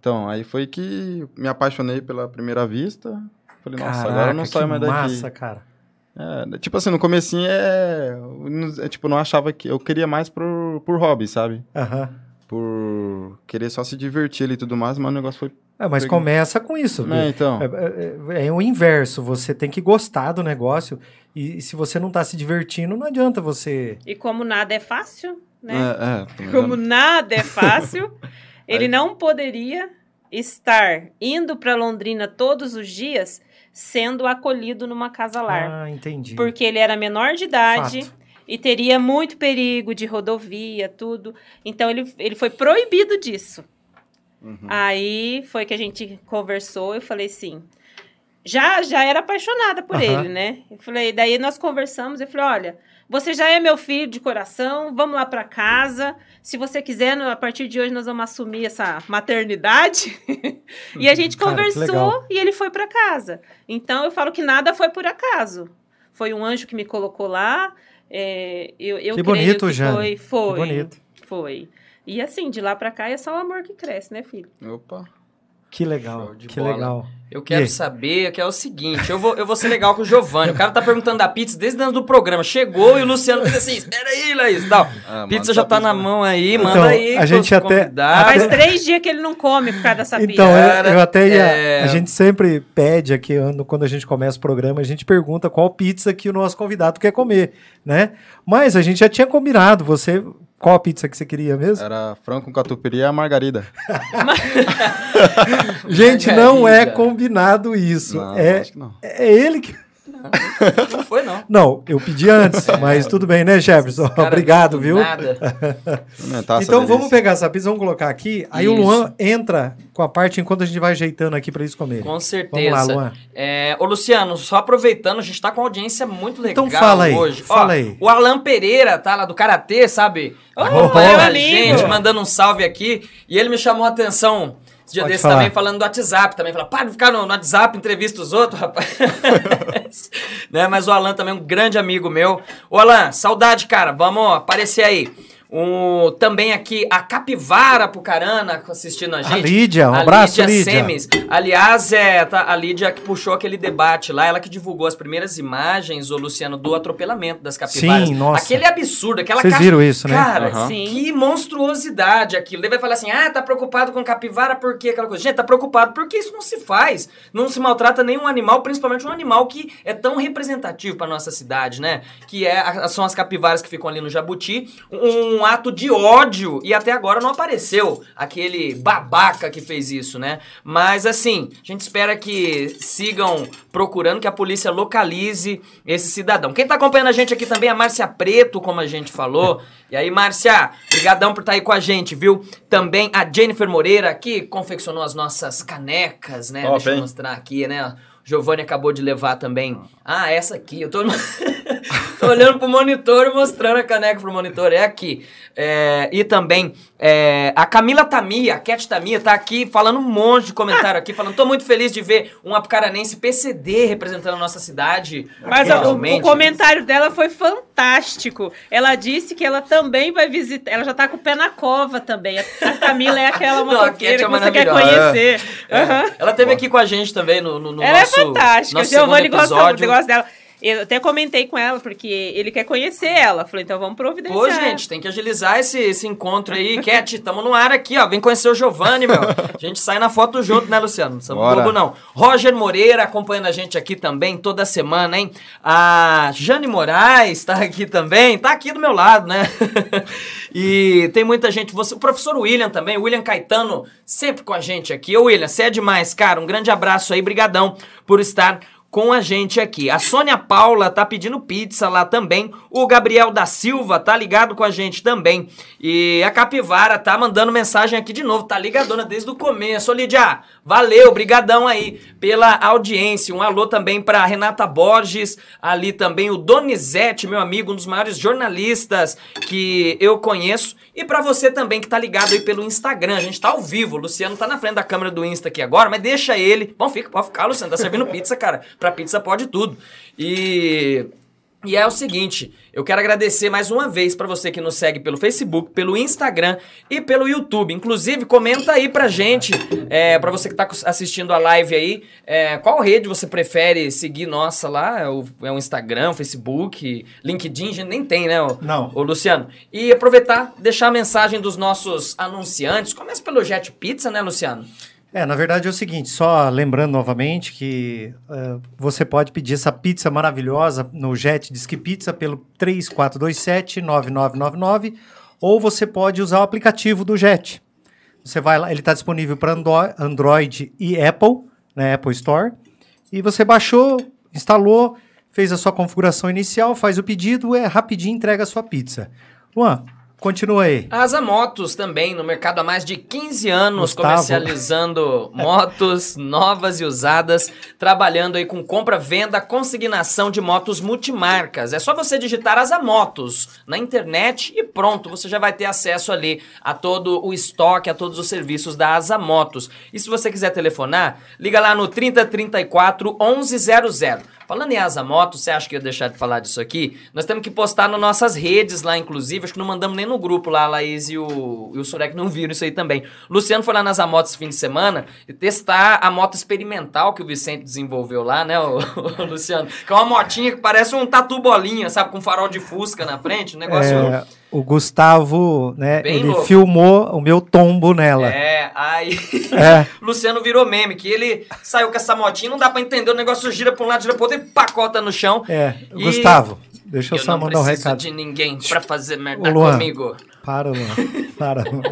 Speaker 4: Então, aí foi que me apaixonei pela primeira vista. Falei, nossa,
Speaker 2: Caraca,
Speaker 4: agora eu não saio
Speaker 2: que
Speaker 4: mais
Speaker 2: massa,
Speaker 4: daqui.
Speaker 2: cara.
Speaker 4: É, tipo assim, no comecinho é, eu não- é, Tipo, não achava que. Eu queria mais por, por hobby, sabe?
Speaker 2: Aham.
Speaker 4: Por querer só se divertir ali e tudo mais, mas o negócio foi.
Speaker 2: É, mas
Speaker 4: Porque-
Speaker 2: começa com isso,
Speaker 4: É,
Speaker 2: né?
Speaker 4: então.
Speaker 2: É, é- é o inverso, você tem que gostar do negócio e, e se você não tá se divertindo, não adianta você.
Speaker 3: E como nada é fácil, né?
Speaker 4: É, é, também
Speaker 3: Como
Speaker 4: não.
Speaker 3: nada é fácil, ele não poderia estar indo para Londrina todos os dias sendo acolhido numa casa lar.
Speaker 2: Ah, entendi.
Speaker 3: Porque ele era menor de idade
Speaker 2: Fato.
Speaker 3: e teria muito perigo de rodovia, tudo. Então ele, ele foi proibido disso.
Speaker 4: Uhum.
Speaker 3: Aí foi que a gente conversou, eu falei sim. Já, já era apaixonada por
Speaker 2: Aham.
Speaker 3: ele, né? Eu falei, daí nós conversamos, eu falei, olha, você já é meu filho de coração, vamos lá pra casa. Se você quiser, no- a partir de hoje nós vamos assumir essa maternidade. e a gente
Speaker 2: Uhum. Cara, que
Speaker 3: conversou
Speaker 2: legal.
Speaker 3: e ele foi pra casa. Então eu falo que nada foi por acaso. Foi um anjo que me colocou lá. é, eu, eu
Speaker 2: Que
Speaker 3: creio
Speaker 2: bonito,
Speaker 3: que
Speaker 2: Jane.
Speaker 3: Foi,
Speaker 2: Que
Speaker 3: foi.
Speaker 2: bonito.
Speaker 3: Foi. E assim, de lá pra cá é só o amor que cresce, né, filho?
Speaker 4: Opa.
Speaker 2: Que legal,
Speaker 4: Show de
Speaker 2: que
Speaker 4: bola.
Speaker 2: legal.
Speaker 1: Eu
Speaker 2: E
Speaker 1: quero
Speaker 2: aí?
Speaker 1: saber que é o seguinte, eu vou, eu vou ser legal com o Giovanni. O cara tá perguntando da pizza desde dentro do programa. Chegou e o Luciano fez assim: espera aí, Laís. Não,
Speaker 4: Ah,
Speaker 1: pizza
Speaker 4: manda
Speaker 1: já
Speaker 4: sua
Speaker 1: tá
Speaker 4: pizza
Speaker 1: na
Speaker 4: pra-
Speaker 1: mão aí,
Speaker 2: Então,
Speaker 1: manda aí.
Speaker 2: a
Speaker 1: pros
Speaker 2: gente até-
Speaker 1: convidados.
Speaker 3: Faz três dias que ele não come por causa dessa pizza.
Speaker 2: Ah, né? Então, eu-
Speaker 1: Cara,
Speaker 2: eu até ia.
Speaker 1: é.
Speaker 2: A gente sempre pede aqui, ano- quando a gente começa o programa, a gente pergunta qual pizza que o nosso convidado quer comer, né? Mas a gente já tinha combinado, você. Qual a pizza que você queria mesmo?
Speaker 4: Era frango com catupiry e a margarida.
Speaker 2: Gente, não é
Speaker 1: Margarida.
Speaker 2: combinado isso.
Speaker 4: Não,
Speaker 2: é,
Speaker 4: acho que não.
Speaker 2: é ele que.
Speaker 1: Não foi, não.
Speaker 2: Não, eu pedi antes, mas tudo bem, né, Jefferson?
Speaker 1: Cara,
Speaker 2: Obrigado,
Speaker 1: do
Speaker 2: viu?
Speaker 1: Nada.
Speaker 4: Experimentar essa
Speaker 2: então vamos
Speaker 4: é delícia.
Speaker 2: pegar essa pizza, vamos colocar aqui. Aí o
Speaker 1: Isso.
Speaker 2: Luan entra com a parte enquanto a gente vai ajeitando aqui pra eles comerem.
Speaker 1: Com
Speaker 2: Vamos lá,
Speaker 1: certeza.
Speaker 2: Luan.
Speaker 1: É, ô, Luciano, só aproveitando, a gente tá com uma audiência muito legal
Speaker 2: Então fala aí,
Speaker 1: hoje.
Speaker 2: fala
Speaker 1: Ó,
Speaker 2: aí.
Speaker 1: O Alan Pereira, tá lá do Karatê, sabe?
Speaker 3: Oh,
Speaker 1: Acompanhando
Speaker 3: meu
Speaker 1: a
Speaker 3: amigo.
Speaker 1: gente, mandando um salve aqui. E ele me chamou a atenção. Esse dia
Speaker 2: Pode
Speaker 1: desse
Speaker 2: falar.
Speaker 1: também falando do WhatsApp também. Fala, para de ficar no, no WhatsApp, entrevista os outros, rapaz. né? Mas o Alan também é um grande amigo meu. Ô, Alan, saudade, cara. Vamos aparecer aí. Um, também aqui a Capivara Pucarana assistindo a
Speaker 2: A
Speaker 1: gente.
Speaker 2: Lídia, um
Speaker 1: A
Speaker 2: abraço,
Speaker 1: Lídia
Speaker 2: Lídia.
Speaker 1: Semes. Aliás, é, tá, a Lídia que puxou aquele debate lá, ela que divulgou as primeiras imagens, o Luciano, do atropelamento das capivaras.
Speaker 2: Sim, nossa.
Speaker 1: Aquele absurdo, aquela
Speaker 2: Vocês
Speaker 1: caixa-
Speaker 2: viram isso, né?
Speaker 1: Cara,
Speaker 4: Aham.
Speaker 3: Sim.
Speaker 1: que monstruosidade aquilo. Ele vai falar assim: ah, tá preocupado com capivara, por quê? Aquela coisa. Gente, tá preocupado porque isso não se faz. Não se maltrata nenhum animal, principalmente um animal que é tão representativo pra nossa cidade, né? Que é, a- são as capivaras que ficam ali no Jabuti. Um, ato de ódio e até agora não apareceu aquele babaca que fez isso, né? Mas assim, a gente espera que sigam procurando que a polícia localize esse cidadão. Quem tá acompanhando a gente aqui também é a Márcia Preto, como a gente falou. E aí, Márcia, brigadão por estar aí com a gente, viu? Também a Jennifer Moreira, que confeccionou as nossas canecas, né?
Speaker 4: Ó,
Speaker 1: Deixa eu
Speaker 4: bem.
Speaker 1: mostrar aqui, né? Giovanni acabou de levar também. Ah, essa aqui. Eu tô, tô olhando pro monitor e mostrando a caneca pro monitor. É aqui. É, e também é, a Camila Tamia, a Cat Tamia, tá aqui falando um monte de comentário aqui, falando: tô muito feliz de ver um apucaranense PCD representando a nossa cidade.
Speaker 3: Mas o- o,
Speaker 1: realmente."
Speaker 3: comentário dela foi fantástico. Ela disse que ela também vai visitar. Ela já tá com o pé na cova também. A Camila é aquela
Speaker 1: Não, a Cat
Speaker 3: motoqueira
Speaker 1: é
Speaker 3: que você quer
Speaker 1: maravilhosa.
Speaker 3: conhecer.
Speaker 1: É.
Speaker 3: Aham.
Speaker 1: Ela teve aqui com a gente também no, no, no
Speaker 3: Ela
Speaker 1: nosso.
Speaker 3: é fantástica. O
Speaker 1: nosso segundo
Speaker 3: Giovanni gosta muito,
Speaker 1: episódio.
Speaker 3: gosta dela. Eu até comentei com ela, porque ele quer conhecer ela. Falei, então vamos providenciar.
Speaker 1: Pô, gente, tem que agilizar esse, esse encontro aí. Cat, tamo no ar aqui, ó. Vem conhecer o Giovanni, meu. A gente sai na foto junto, né, Luciano? Não somos
Speaker 4: Bora.
Speaker 1: bobo, não. Roger Moreira acompanhando a gente aqui também, toda semana, hein? A Jane Moraes tá aqui também, tá aqui do meu lado, né? e tem muita gente. Você, o professor William também, o William Caetano, sempre com a gente aqui. Ô, William, você é demais, cara. Um grande abraço aí, brigadão por estar com a gente aqui. A Sônia Paula tá pedindo pizza lá também. O Gabriel da Silva tá ligado com a gente também. E a Capivara tá mandando mensagem aqui de novo, tá ligadona desde o começo. Ô Lidia, valeu, brigadão aí pela audiência. Um alô também pra Renata Borges, ali também o Donizete, meu amigo, um dos maiores jornalistas que eu conheço. E pra você também que tá ligado aí pelo Instagram, a gente tá ao vivo. O Luciano tá na frente da câmera do Insta aqui agora, mas deixa ele. Bom, fica, pode ficar, Luciano, tá servindo pizza, cara. Pra pizza pode tudo. E e é o seguinte, eu quero agradecer mais uma vez pra você que nos segue pelo Facebook, pelo Instagram e pelo YouTube. Inclusive, comenta aí pra gente, é, para você que tá cos- assistindo a live aí, é, qual rede você prefere seguir nossa lá? É o, é o Instagram, o Facebook, LinkedIn, a gente nem tem, né? ô-
Speaker 2: Não.
Speaker 1: Ô, Luciano. E aproveitar, deixar a mensagem dos nossos anunciantes. Começa pelo Jet Pizza, né, Luciano?
Speaker 2: É, na verdade é o seguinte, só lembrando novamente que eh, você pode pedir essa pizza maravilhosa no Jet Disque Pizza pelo 3427-9999 Ou você pode usar o aplicativo do Jet. Você vai lá, ele está disponível para Android e Apple, na Apple Store. E você baixou, instalou, fez a sua configuração inicial, faz o pedido, é rapidinho entrega a sua pisa. Luan, continua aí.
Speaker 1: A Asa Motos também, no mercado há mais de 15 anos,
Speaker 2: Gustavo.
Speaker 1: comercializando motos novas e usadas, trabalhando aí com compra, venda, consignação de motos multimarcas. É só você digitar Asa Motos na internet e pronto, você já vai ter acesso ali a todo o estoque, a todos os serviços da Asa Motos. E se você quiser telefonar, liga lá no 3034 1100. Falando em Asa Moto, você acha que eu ia deixar de falar disso aqui? Nós temos que postar nas nossas redes lá, inclusive. Acho que não mandamos nem no grupo lá, a Laís e o, e o Sorek não viram isso aí também. Luciano foi lá nas Amoto esse fim de semana e testar a moto experimental que o Vicente desenvolveu lá, né, o, o Luciano? Que é uma motinha que parece um tatu bolinha, sabe? Com farol de fusca na frente, um negócio...
Speaker 2: É, o Gustavo, né,
Speaker 1: Bem
Speaker 2: ele
Speaker 1: louco.
Speaker 2: filmou o meu tombo nela.
Speaker 1: É, aí.
Speaker 2: É.
Speaker 1: Luciano virou meme, que ele saiu com essa motinha, não dá pra entender, o negócio gira pra um lado, gira pro outro e pacota no chão.
Speaker 2: É,
Speaker 1: E-
Speaker 2: Gustavo, deixa eu, só
Speaker 1: não
Speaker 2: mandar um
Speaker 1: preciso
Speaker 2: recado.
Speaker 1: de ninguém pra fazer merda
Speaker 2: Ô, Luan.
Speaker 1: comigo.
Speaker 2: Para, Luan. Para, Luan.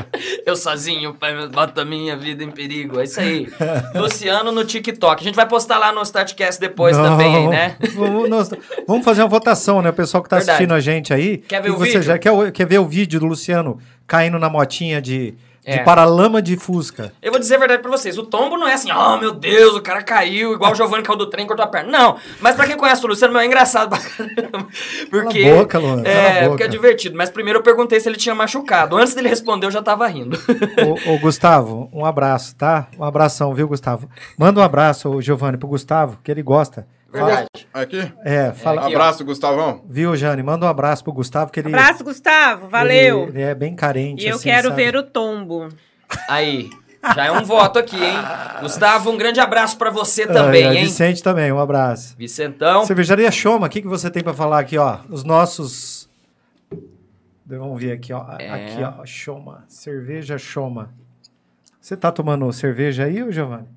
Speaker 1: Eu sozinho pai, boto a minha vida em perigo. É isso aí. Luciano no TikTok. A gente vai postar lá no Startcast depois
Speaker 2: Não,
Speaker 1: também, né?
Speaker 2: Vamos, nós- vamos fazer uma votação, né? O pessoal que tá
Speaker 1: Verdade.
Speaker 2: assistindo a gente aí.
Speaker 1: Quer ver
Speaker 2: e
Speaker 1: o
Speaker 2: você
Speaker 1: vídeo?
Speaker 2: já quer, o- quer ver o vídeo do Luciano caindo na motinha de, de
Speaker 1: É.
Speaker 2: paralama de Fusca?
Speaker 1: Eu vou dizer a verdade pra vocês. O tombo não é assim, oh meu Deus, o cara caiu, igual o Giovanni caiu do trem, cortou a perna. Não. Mas pra quem conhece o Luciano, meu, é engraçado pra caramba. Porque.
Speaker 2: Cala a boca, Luan, cala a
Speaker 1: é,
Speaker 2: boca.
Speaker 1: porque é divertido. Mas primeiro eu perguntei se ele tinha machucado. Antes dele responder, eu já tava rindo.
Speaker 2: ô, ô, Gustavo, um abraço, tá? Um abração, viu, Gustavo? Manda um abraço, ô, Giovanni, pro Gustavo, que ele gosta. Fala-
Speaker 1: Verdade.
Speaker 4: Aqui?
Speaker 2: é, fala.
Speaker 1: aqui, ó.
Speaker 4: Abraço, Gustavão.
Speaker 2: Viu, Jane? Manda um abraço pro Gustavo, que ele.
Speaker 3: Abraço, Gustavo. Valeu.
Speaker 2: Ele, ele é bem carente.
Speaker 3: E eu
Speaker 2: assim,
Speaker 3: quero
Speaker 2: sabe?
Speaker 3: ver o tombo.
Speaker 1: Aí. Já é um voto aqui, hein? Gustavo, um grande abraço pra você
Speaker 2: Ah,
Speaker 1: também,
Speaker 2: é,
Speaker 1: hein? Então-
Speaker 2: Vicente também, um abraço.
Speaker 1: Vicentão.
Speaker 2: Cervejaria Choma, o que, que você tem para falar aqui, ó? Os nossos. Vamos ver aqui, ó. A-
Speaker 1: É.
Speaker 2: Aqui, ó. Choma. Cerveja Choma. Você tá tomando cerveja aí, ô Giovanni?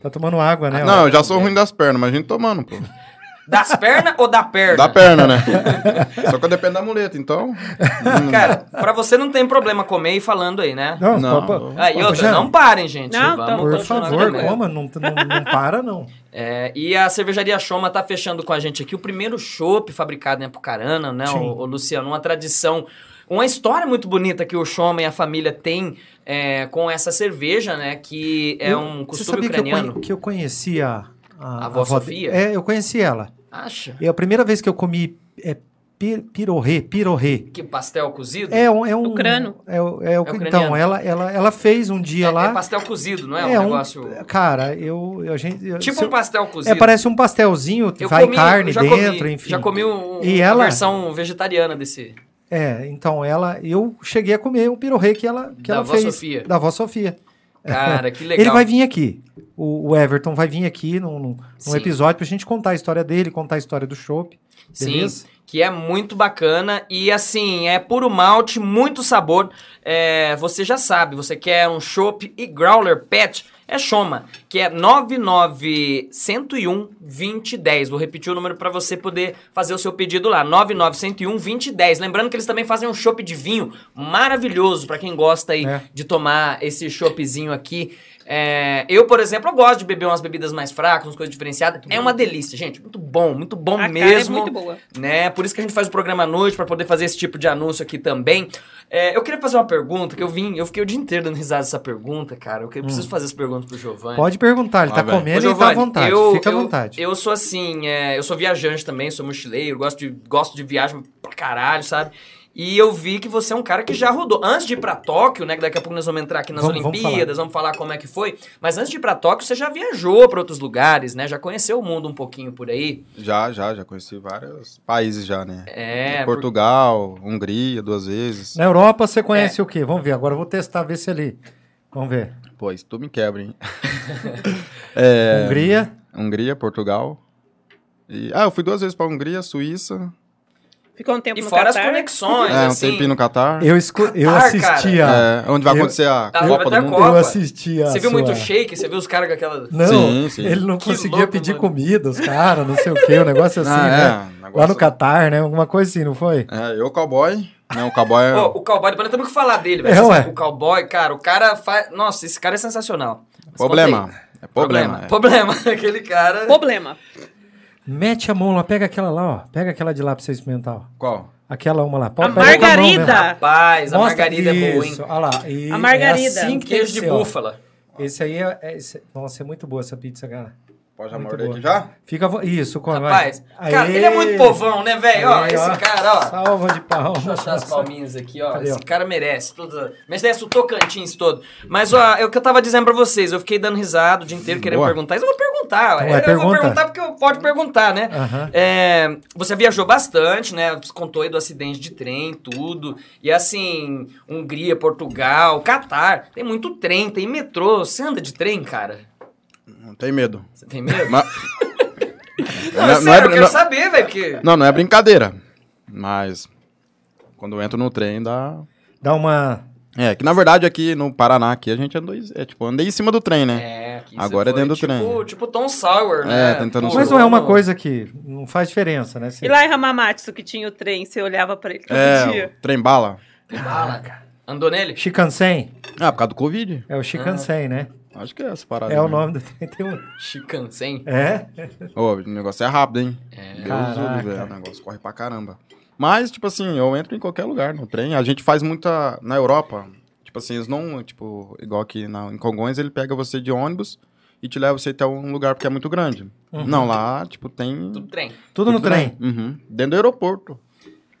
Speaker 2: Tá tomando água, né?
Speaker 4: Hum, Não,
Speaker 2: ó?
Speaker 4: eu já sou ruim das pernas, mas a gente tomando, pô.
Speaker 1: Das pernas ou da perna?
Speaker 4: Da perna, né? Só que eu dependo da muleta, então.
Speaker 1: Hum. Cara, pra você não tem problema comer e falando aí, né?
Speaker 2: Não,
Speaker 4: Não.
Speaker 2: pa- pa-
Speaker 1: Aí,
Speaker 2: pa-
Speaker 1: outra,
Speaker 2: Jane,
Speaker 1: não parem, gente.
Speaker 3: Não,
Speaker 1: Vamos
Speaker 3: tá bom.
Speaker 2: Por
Speaker 1: continuar
Speaker 2: favor,
Speaker 1: comendo.
Speaker 2: coma, não, não, não para, não.
Speaker 1: É, e a cervejaria Choma tá fechando com a gente aqui o primeiro chopp fabricado em Apucarana, né,
Speaker 2: Sim.
Speaker 1: o, o Luciano? Uma tradição, uma história muito bonita que o Choma e a família têm é, com essa cerveja, né? Que é
Speaker 2: Eu-
Speaker 1: um
Speaker 2: Você
Speaker 1: costume
Speaker 2: sabia que eu conhe-
Speaker 1: ucraniano.
Speaker 2: Que eu conhecia a, a,
Speaker 1: A vó
Speaker 2: de-
Speaker 1: Sofia?
Speaker 2: É, eu conheci ela.
Speaker 1: Acha?
Speaker 2: É a primeira vez que eu comi é, pir, pirorê, pirorê.
Speaker 1: Que pastel cozido?
Speaker 2: É um. É um
Speaker 3: Ucrano.
Speaker 2: É, o- é o-
Speaker 1: É ucraniano.
Speaker 2: então, ela, ela, ela fez um
Speaker 1: É-
Speaker 2: dia lá.
Speaker 1: é pastel cozido, não é,
Speaker 2: É
Speaker 1: um
Speaker 2: um-
Speaker 1: negócio...
Speaker 2: Cara, eu. eu, a gente, eu-
Speaker 1: Tipo
Speaker 2: se
Speaker 1: um pastel
Speaker 2: eu-
Speaker 1: cozido.
Speaker 2: É, parece um pastelzinho,
Speaker 1: Eu
Speaker 2: vai
Speaker 1: comi- um-
Speaker 2: carne
Speaker 1: já comi-
Speaker 2: dentro, enfim.
Speaker 1: Já comi um,
Speaker 2: E
Speaker 1: uma
Speaker 2: ela-
Speaker 1: versão vegetariana desse,
Speaker 2: É, então ela. Eu cheguei a comer um pirorê que ela, que
Speaker 1: da
Speaker 2: ela
Speaker 1: avó
Speaker 2: fez.
Speaker 1: Sofia.
Speaker 2: Da avó Sofia.
Speaker 1: Cara, que legal.
Speaker 2: Ele vai vir aqui. O, o Everton vai vir aqui num, num- num
Speaker 1: Sim.
Speaker 2: episódio pra gente contar a história dele, contar a história do chopp.
Speaker 1: Sim,
Speaker 2: Beleza?
Speaker 1: que é muito bacana e assim, é puro malte, muito sabor. É, você já sabe, você quer um chopp e growler pet, é Choma, que é 99101 2010. Vou repetir o número para você poder fazer o seu pedido lá, 99101 2010. Lembrando que eles também fazem um chopp de vinho maravilhoso para quem gosta aí
Speaker 2: É.
Speaker 1: de tomar esse choppzinho aqui. É, eu, por exemplo, eu gosto de beber umas bebidas mais fracas, umas coisas diferenciadas. É uma delícia, gente. Muito bom, muito bom
Speaker 3: A cara é
Speaker 1: mesmo
Speaker 3: muito boa.
Speaker 1: né? Por isso que a gente faz o programa à noite, pra poder fazer esse tipo de anúncio aqui também. É, eu queria fazer uma pergunta, que eu vim, eu fiquei o dia inteiro dando risada dessa pergunta, cara. Eu que- eu preciso fazer essa pergunta pro Giovanni.
Speaker 2: Hum. Pode perguntar, ele
Speaker 4: Ah,
Speaker 2: tá
Speaker 4: velho.
Speaker 1: Ô,
Speaker 2: comendo e tá à
Speaker 1: Giovanni,
Speaker 2: vontade.
Speaker 1: eu-
Speaker 2: Fica à
Speaker 1: eu-
Speaker 2: vontade.
Speaker 1: Eu sou assim, é, eu sou viajante também, sou mochileiro, gosto de, gosto de viagem pra caralho, sabe? E eu vi que você é um cara que já rodou. Antes de ir pra Tóquio, né? Que daqui a pouco nós vamos entrar aqui nas
Speaker 2: Vamos- vamos
Speaker 1: Olimpíadas, vamos falar. como é que foi. Mas antes de ir pra Tóquio, você já viajou pra outros lugares, né? Já conheceu o mundo um pouquinho por aí.
Speaker 4: Já, já, já conheci vários países já, né?
Speaker 1: É, por-
Speaker 4: Portugal, Hungria, duas vezes.
Speaker 2: Na Europa você conhece
Speaker 1: É.
Speaker 2: o quê? Vamos ver. Agora eu vou testar, ver se ele. Vamos ver.
Speaker 4: Pô, isso tu me quebra, hein?
Speaker 2: Hungria.
Speaker 4: É. Hungria, Portugal. E... Ah, eu fui duas vezes pra Hungria, Suíça.
Speaker 3: Ficou um tempo
Speaker 1: E
Speaker 3: no
Speaker 1: fora as
Speaker 3: Catar.
Speaker 1: conexões,
Speaker 4: É, um
Speaker 1: assim.
Speaker 4: tempinho no Catar.
Speaker 2: Eu, escu- eu
Speaker 1: Catar,
Speaker 2: assisti a.
Speaker 4: É, onde vai
Speaker 2: Eu-
Speaker 4: acontecer a
Speaker 1: Ah, vai
Speaker 4: Copa
Speaker 1: ter a
Speaker 4: do Mundo.
Speaker 1: Copa.
Speaker 2: Eu assisti a.
Speaker 1: Você viu muito
Speaker 2: sua-
Speaker 1: shake? Você viu os caras com aquela...
Speaker 2: Não,
Speaker 4: Sim, sim.
Speaker 2: ele não
Speaker 1: Que
Speaker 2: conseguia
Speaker 1: louco,
Speaker 2: pedir
Speaker 1: mano.
Speaker 2: comida, os caras, não sei o que, o negócio assim,
Speaker 4: Ah,
Speaker 2: né?
Speaker 4: é, negócio-
Speaker 2: Lá no Catar, né? Alguma coisa assim, não foi?
Speaker 4: É, eu, cowboy. Não, o cowboy é.
Speaker 1: Ó, o cowboy, depois nós temos que falar dele, velho.
Speaker 2: É, ué.
Speaker 1: o cowboy, cara, o cara faz... Nossa, esse cara é sensacional. Mas
Speaker 4: problema.
Speaker 1: conta aí.
Speaker 4: É problema.
Speaker 1: Problema. Aquele cara...
Speaker 3: Problema.
Speaker 2: Mete a mão lá, pega aquela lá, ó. Pega aquela de lá pra você experimentar, ó.
Speaker 4: é. Qual?
Speaker 2: Aquela uma lá.
Speaker 3: A
Speaker 2: pega com mão mesmo.
Speaker 3: margarida.
Speaker 1: Rapaz, a
Speaker 2: Mostra-
Speaker 1: margarida é boa, hein?
Speaker 2: isso, Olha lá. e
Speaker 3: A margarida.
Speaker 2: É assim
Speaker 1: Um
Speaker 2: que tem que
Speaker 1: queijo de
Speaker 2: ser, ó.
Speaker 1: búfala.
Speaker 2: Esse aí é, é- esse- Nossa, é muito boa essa pizza, cara.
Speaker 4: Pode já
Speaker 2: Muito
Speaker 4: morder
Speaker 2: boa.
Speaker 4: aqui já?
Speaker 2: Fica. à vo- Isso, come. vai.
Speaker 1: Rapaz, cara,
Speaker 2: Aê!
Speaker 1: ele é muito povão, né, velho? Ó,
Speaker 2: Aê, ó.
Speaker 1: esse cara, ó.
Speaker 2: Salva de pau.
Speaker 1: Deixa eu achar as palminhas aqui, ó.
Speaker 2: Cadê,
Speaker 1: Esse
Speaker 2: ó?
Speaker 1: cara merece. Todas... Merece o Tocantins todo. Mas, ó, é o que eu tava dizendo pra vocês. Eu fiquei dando risada o dia inteiro querendo
Speaker 4: Boa.
Speaker 1: perguntar. Mas eu vou perguntar.
Speaker 2: Vai,
Speaker 1: eu vou
Speaker 2: pergunta.
Speaker 1: perguntar porque eu pode perguntar, né?
Speaker 2: Aham.
Speaker 1: É, você viajou bastante, né? Você Contou aí do acidente de trem, tudo. E assim, Hungria, Portugal, Catar. Tem muito trem, tem metrô. Você anda de trem, cara?
Speaker 4: Não tem medo.
Speaker 1: Você tem medo?
Speaker 4: Mas-
Speaker 1: Não,
Speaker 4: não,
Speaker 1: sério,
Speaker 4: não é,
Speaker 1: eu quero
Speaker 4: não-
Speaker 1: saber, velho, porque...
Speaker 4: não, não é brincadeira. Mas. Quando eu entro no trem, dá.
Speaker 2: Dá uma.
Speaker 4: É, que na verdade aqui no Paraná, aqui a gente andou. em- É, tipo, andei em cima do trem, né?
Speaker 1: É, aqui
Speaker 4: Agora
Speaker 1: você
Speaker 4: é dentro
Speaker 1: foi
Speaker 4: do
Speaker 1: tipo,
Speaker 4: trem.
Speaker 1: Tipo Tom Sauer, né?
Speaker 4: É, tentando
Speaker 1: Pô,
Speaker 4: Mas
Speaker 2: Mas não é uma
Speaker 1: no-
Speaker 2: coisa que não faz diferença, né? Você-
Speaker 3: E lá em Hamamatsu, que tinha o trem, você olhava pra ele todo
Speaker 4: É,
Speaker 3: dia.
Speaker 4: o trem bala.
Speaker 1: Bala, cara. Andou nele?
Speaker 2: Shikansen?
Speaker 4: Ah, por causa do Covid.
Speaker 2: É o
Speaker 1: Ah.
Speaker 2: Shikansen, né?
Speaker 4: Acho que é essa parada.
Speaker 2: É o
Speaker 4: mesmo.
Speaker 2: nome do trem. Tem um-
Speaker 1: Chicansen.
Speaker 2: É?
Speaker 4: Ô, o negócio é rápido, hein?
Speaker 1: É.
Speaker 4: Deus
Speaker 2: Caraca.
Speaker 4: ouve, velho. O negócio corre pra caramba. Mas, tipo assim, eu entro em qualquer lugar no trem. A gente faz muita. Na Europa, tipo assim, eles não. Tipo, igual aqui na, em Congonhas, ele pega você de ônibus e te leva você até um lugar porque é muito grande.
Speaker 2: Uhum.
Speaker 4: Não, lá, tipo, tem.
Speaker 1: Tudo trem.
Speaker 2: Tudo no trem.
Speaker 4: Uhum. Dentro do aeroporto.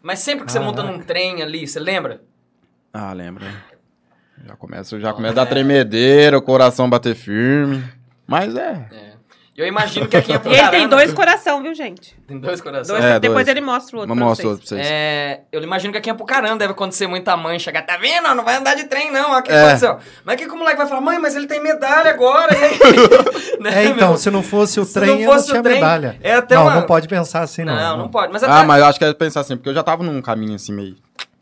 Speaker 1: Mas sempre que você monta num trem ali, você lembra?
Speaker 4: Ah, lembra. Já começa, já começa a dar tremedeira, o coração bater firme. Mas é.
Speaker 1: É. Eu imagino que aqui em
Speaker 3: E ele
Speaker 1: Apucarana...
Speaker 3: tem dois coração, viu, gente?
Speaker 1: Tem dois corações.
Speaker 3: Dois-
Speaker 4: É,
Speaker 3: depois
Speaker 4: dois.
Speaker 3: ele mostra o outro.
Speaker 4: Vamos
Speaker 3: pra
Speaker 4: mostrar
Speaker 3: vocês.
Speaker 4: pra vocês.
Speaker 1: É, eu imagino que aqui em Apucarana deve acontecer muita mãe chegar, tá vendo? Não vai andar de trem, não. Ó, o que
Speaker 4: É.
Speaker 1: aconteceu? Mas que que o moleque vai falar, mãe, mas ele tem medalha agora. E aí?
Speaker 2: É,
Speaker 1: Né,
Speaker 2: então,
Speaker 1: meu?
Speaker 2: se não fosse o
Speaker 1: Se
Speaker 2: trem,
Speaker 1: não
Speaker 2: eu não
Speaker 1: fosse o
Speaker 2: tinha
Speaker 1: trem,
Speaker 2: medalha.
Speaker 1: é até
Speaker 2: não,
Speaker 1: uma-
Speaker 2: não pode pensar assim, não.
Speaker 1: Não, não, pode. Mas até,
Speaker 4: Ah, mas eu acho que é pensar assim, porque eu já tava num caminho assim, meio,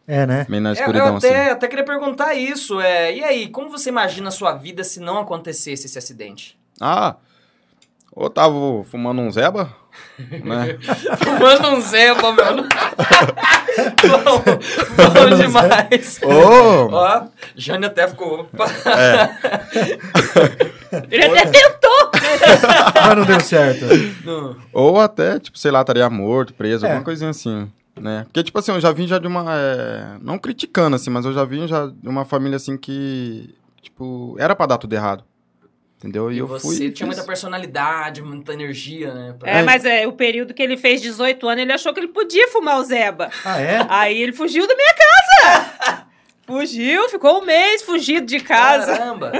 Speaker 2: É, né?
Speaker 4: meio na
Speaker 1: É, eu
Speaker 4: escuridão, assim.
Speaker 1: até, até queria perguntar isso. É, e aí, como você imagina a sua vida se não acontecesse esse acidente?
Speaker 4: Ah, ou tava fumando um zeba, né?
Speaker 1: Manda um Zé, pô, meu. bom, bom demais.
Speaker 4: ou,
Speaker 1: Ó, Jane até ficou. opa.
Speaker 4: É.
Speaker 3: Ele até tentou!
Speaker 2: Mas não deu certo.
Speaker 1: Não.
Speaker 4: ou até, tipo, sei lá, estaria morto, preso,
Speaker 2: É.
Speaker 4: alguma coisinha assim, né? Porque, tipo assim, eu já vim já de uma... é, Não criticando, assim, mas eu já vim já de uma família, assim, que, tipo, era pra dar tudo errado, entendeu? E,
Speaker 1: E
Speaker 4: eu
Speaker 1: você
Speaker 4: fui... e
Speaker 1: tinha
Speaker 4: fiz.
Speaker 1: muita personalidade, muita energia, né? pra-
Speaker 3: É, mas é, o período que ele fez 18 anos, ele achou que ele podia fumar o Zeba.
Speaker 2: Ah, é?
Speaker 3: Aí ele fugiu da minha casa! Fugiu, ficou um mês fugido de casa.
Speaker 1: Caramba!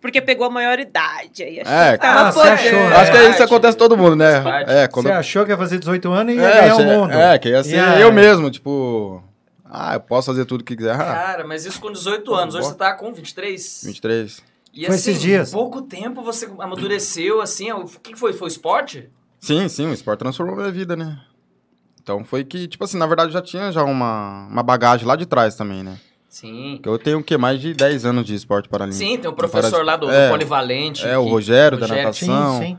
Speaker 3: Porque pegou a maioridade. Aí achou
Speaker 4: É,
Speaker 3: que tava
Speaker 2: ah, você
Speaker 3: podendo.
Speaker 2: achou,
Speaker 4: Eu Acho que
Speaker 1: É,
Speaker 4: isso acontece com todo mundo, né?
Speaker 1: Faz parte.
Speaker 4: É, quando...
Speaker 2: Você achou que ia fazer 18 anos e ia
Speaker 4: é,
Speaker 2: ganhar o
Speaker 4: cê-
Speaker 2: mundo.
Speaker 4: é, que ia ser
Speaker 2: Ia-
Speaker 4: eu mesmo, tipo... Ah, eu posso fazer tudo que quiser. Ah,
Speaker 1: Cara, mas isso com 18 anos. Hoje você tá com 23.
Speaker 4: 23.
Speaker 1: E
Speaker 2: Foi
Speaker 1: assim,
Speaker 2: esses dias.
Speaker 1: em pouco tempo você amadureceu, assim. O que que foi? Foi o esporte?
Speaker 4: Sim, sim, o esporte transformou minha vida, né? Então foi que, tipo assim, na verdade eu já tinha já uma, uma bagagem lá de trás também, né?
Speaker 1: Sim.
Speaker 4: Porque eu tenho o quê? Mais de 10 anos de esporte paralímpico.
Speaker 1: Sim, tem o professor lá do, do
Speaker 4: É.
Speaker 1: Polivalente.
Speaker 4: É, o
Speaker 1: que-
Speaker 4: Rogério, da
Speaker 1: Rogério.
Speaker 4: natação.
Speaker 2: Sim, sim.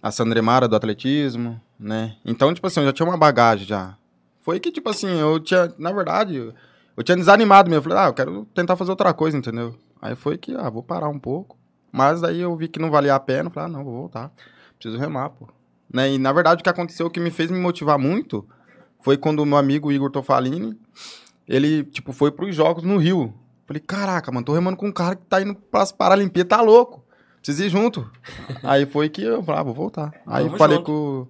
Speaker 4: A Sandremara do atletismo, né? Então, tipo assim, eu já tinha uma bagagem já. Foi que, tipo assim, eu tinha, na verdade, eu, eu tinha desanimado mesmo. Eu falei, ah, eu quero tentar fazer outra coisa, entendeu? Aí foi que, ah, vou parar um pouco. Mas daí eu vi que não valia a pena, eu falei, ah, não, vou voltar. Preciso remar, pô. Né? E, na verdade, o que aconteceu, o que me fez me motivar muito, foi quando o meu amigo Igor Tofalini, ele, tipo, foi pros Jogos no Rio. Falei, caraca, mano, tô remando com um cara que tá indo pras Paralimpíadas, tá louco. Preciso ir junto. Aí foi que eu falei, ah, vou voltar. Aí
Speaker 1: Vamos
Speaker 4: falei
Speaker 1: junto.
Speaker 4: com,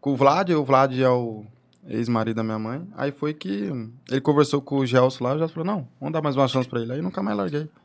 Speaker 4: com o Vlad, o Vlad é o ex-marido da minha mãe. Aí foi que ele conversou com o Gelson lá, o Gelson falou, não, vamos dar mais uma chance pra ele. Aí nunca mais larguei. Aí o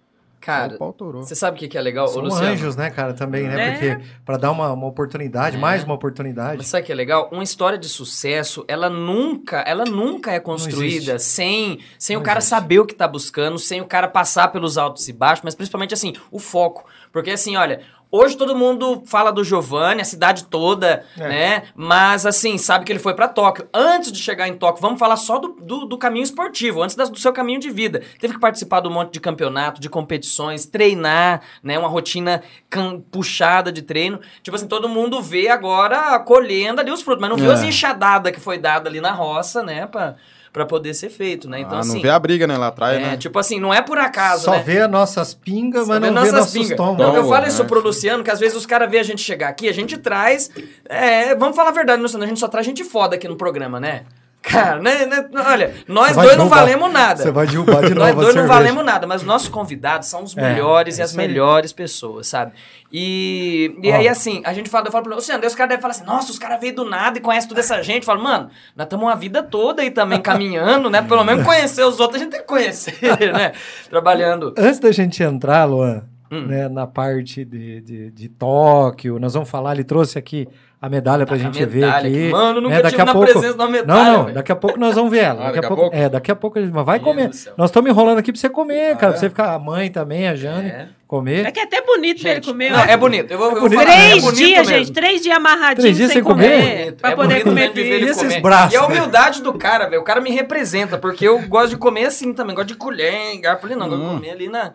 Speaker 1: Cara,
Speaker 4: pau torou.
Speaker 1: você sabe o que que é legal, ô
Speaker 2: São
Speaker 1: Luciano?
Speaker 2: anjos, né, cara, também, né?
Speaker 3: É.
Speaker 2: Porque pra dar uma, uma oportunidade,
Speaker 1: É.
Speaker 2: mais uma oportunidade.
Speaker 1: Mas sabe o que é legal? Uma história de sucesso, ela nunca, ela nunca é construída sem, sem
Speaker 2: Não
Speaker 1: o cara
Speaker 2: existe.
Speaker 1: saber o que tá buscando, sem o cara passar pelos altos e baixos, mas principalmente assim, o foco. Porque assim, olha, Hoje todo mundo fala do Giovanni, a cidade toda,
Speaker 2: É.
Speaker 1: né? Mas, assim, sabe que ele foi pra Tóquio. Antes de chegar em Tóquio, vamos falar só do, do, do caminho esportivo, antes das- do seu caminho de vida. Teve que participar de um monte de campeonato, de competições, treinar, né? Uma rotina can- puxada de treino. Tipo assim, todo mundo vê agora colhendo ali os frutos, mas não viu
Speaker 4: É.
Speaker 1: as enxadadas que foi dada ali na roça, né? Pra, pra poder ser feito, né?
Speaker 4: Ah,
Speaker 1: Então,
Speaker 4: não
Speaker 1: assim...
Speaker 4: vê a briga, né, lá atrás,
Speaker 1: é,
Speaker 4: né?
Speaker 1: tipo assim, não é por acaso,
Speaker 2: Só
Speaker 1: né?
Speaker 2: vê as nossas pingas, mas
Speaker 1: Tá
Speaker 2: não
Speaker 1: vendo
Speaker 2: vê
Speaker 1: nossas
Speaker 2: nossos
Speaker 1: pingas. Então,
Speaker 2: tombos.
Speaker 1: Não, eu
Speaker 4: Tombo,
Speaker 1: falo isso
Speaker 4: né?
Speaker 1: pro Luciano, que às vezes os caras veem a gente chegar aqui, a gente traz. é, vamos falar a verdade, Luciano, a gente só traz gente foda aqui no programa, né? Cara, né, né, olha, nós
Speaker 2: Você vai
Speaker 1: dois não
Speaker 2: derrubar.
Speaker 1: valemos nada.
Speaker 2: Você vai derrubar de novo
Speaker 1: Nós
Speaker 2: a
Speaker 1: dois não
Speaker 2: cerveja.
Speaker 1: valemos nada, mas os nossos convidados são os
Speaker 2: É,
Speaker 1: melhores
Speaker 2: é
Speaker 1: e as
Speaker 2: isso aí.
Speaker 1: melhores pessoas, sabe? E, e
Speaker 2: Ó.
Speaker 1: aí, assim, a gente fala, eu falo pro Luciano, daí os caras devem falar assim, nossa, os caras veio do nada e conhecem toda essa gente. Eu falo, mano, nós estamos a vida toda aí também caminhando, né? Pelo menos conhecer os outros, a gente tem que conhecer, né? Trabalhando.
Speaker 2: Antes da gente entrar, Luan,
Speaker 1: Hum.
Speaker 2: né, na parte de, de, de Tóquio, nós vamos falar, ele trouxe aqui a medalha pra
Speaker 1: A
Speaker 2: gente ver
Speaker 1: medalha,
Speaker 2: aqui.
Speaker 1: que- Mano, eu nunca
Speaker 2: né,
Speaker 1: tive na presença da medalha.
Speaker 2: Não, não,
Speaker 1: velho.
Speaker 2: daqui a pouco nós vamos ver ela.
Speaker 4: Ah,
Speaker 2: daqui, a
Speaker 4: daqui a
Speaker 2: pouco,
Speaker 4: pouco?
Speaker 2: É, daqui a pouco a gente vai
Speaker 1: Meu
Speaker 2: comer.
Speaker 1: Deus do céu.
Speaker 2: Nós estamos enrolando aqui pra você comer,
Speaker 4: Ah,
Speaker 2: cara, pra
Speaker 4: é?
Speaker 2: você ficar a mãe também, a Jane.
Speaker 1: É.
Speaker 2: Comer.
Speaker 3: É que é até bonito pra ele
Speaker 1: Gente,
Speaker 3: comer.
Speaker 1: não,
Speaker 3: né?
Speaker 1: é bonito. Eu vou, eu vou
Speaker 2: bonito.
Speaker 1: falar, é
Speaker 3: Três
Speaker 1: bonito
Speaker 3: dias,
Speaker 1: mesmo.
Speaker 3: gente, três dias amarradinho
Speaker 2: Três dias sem
Speaker 3: sem
Speaker 1: É
Speaker 3: comer.
Speaker 1: bonito,
Speaker 3: Pra
Speaker 1: é
Speaker 3: poder
Speaker 1: bonito
Speaker 3: comer
Speaker 1: mesmo de ver ele
Speaker 2: E esses
Speaker 1: comer.
Speaker 2: braços,
Speaker 1: E a
Speaker 2: né?
Speaker 1: humildade do cara, velho. O cara me representa, porque eu gosto de comer assim também. Gosto de colher, em garfo. Falei, não,
Speaker 2: Hum.
Speaker 1: gosto de comer ali na,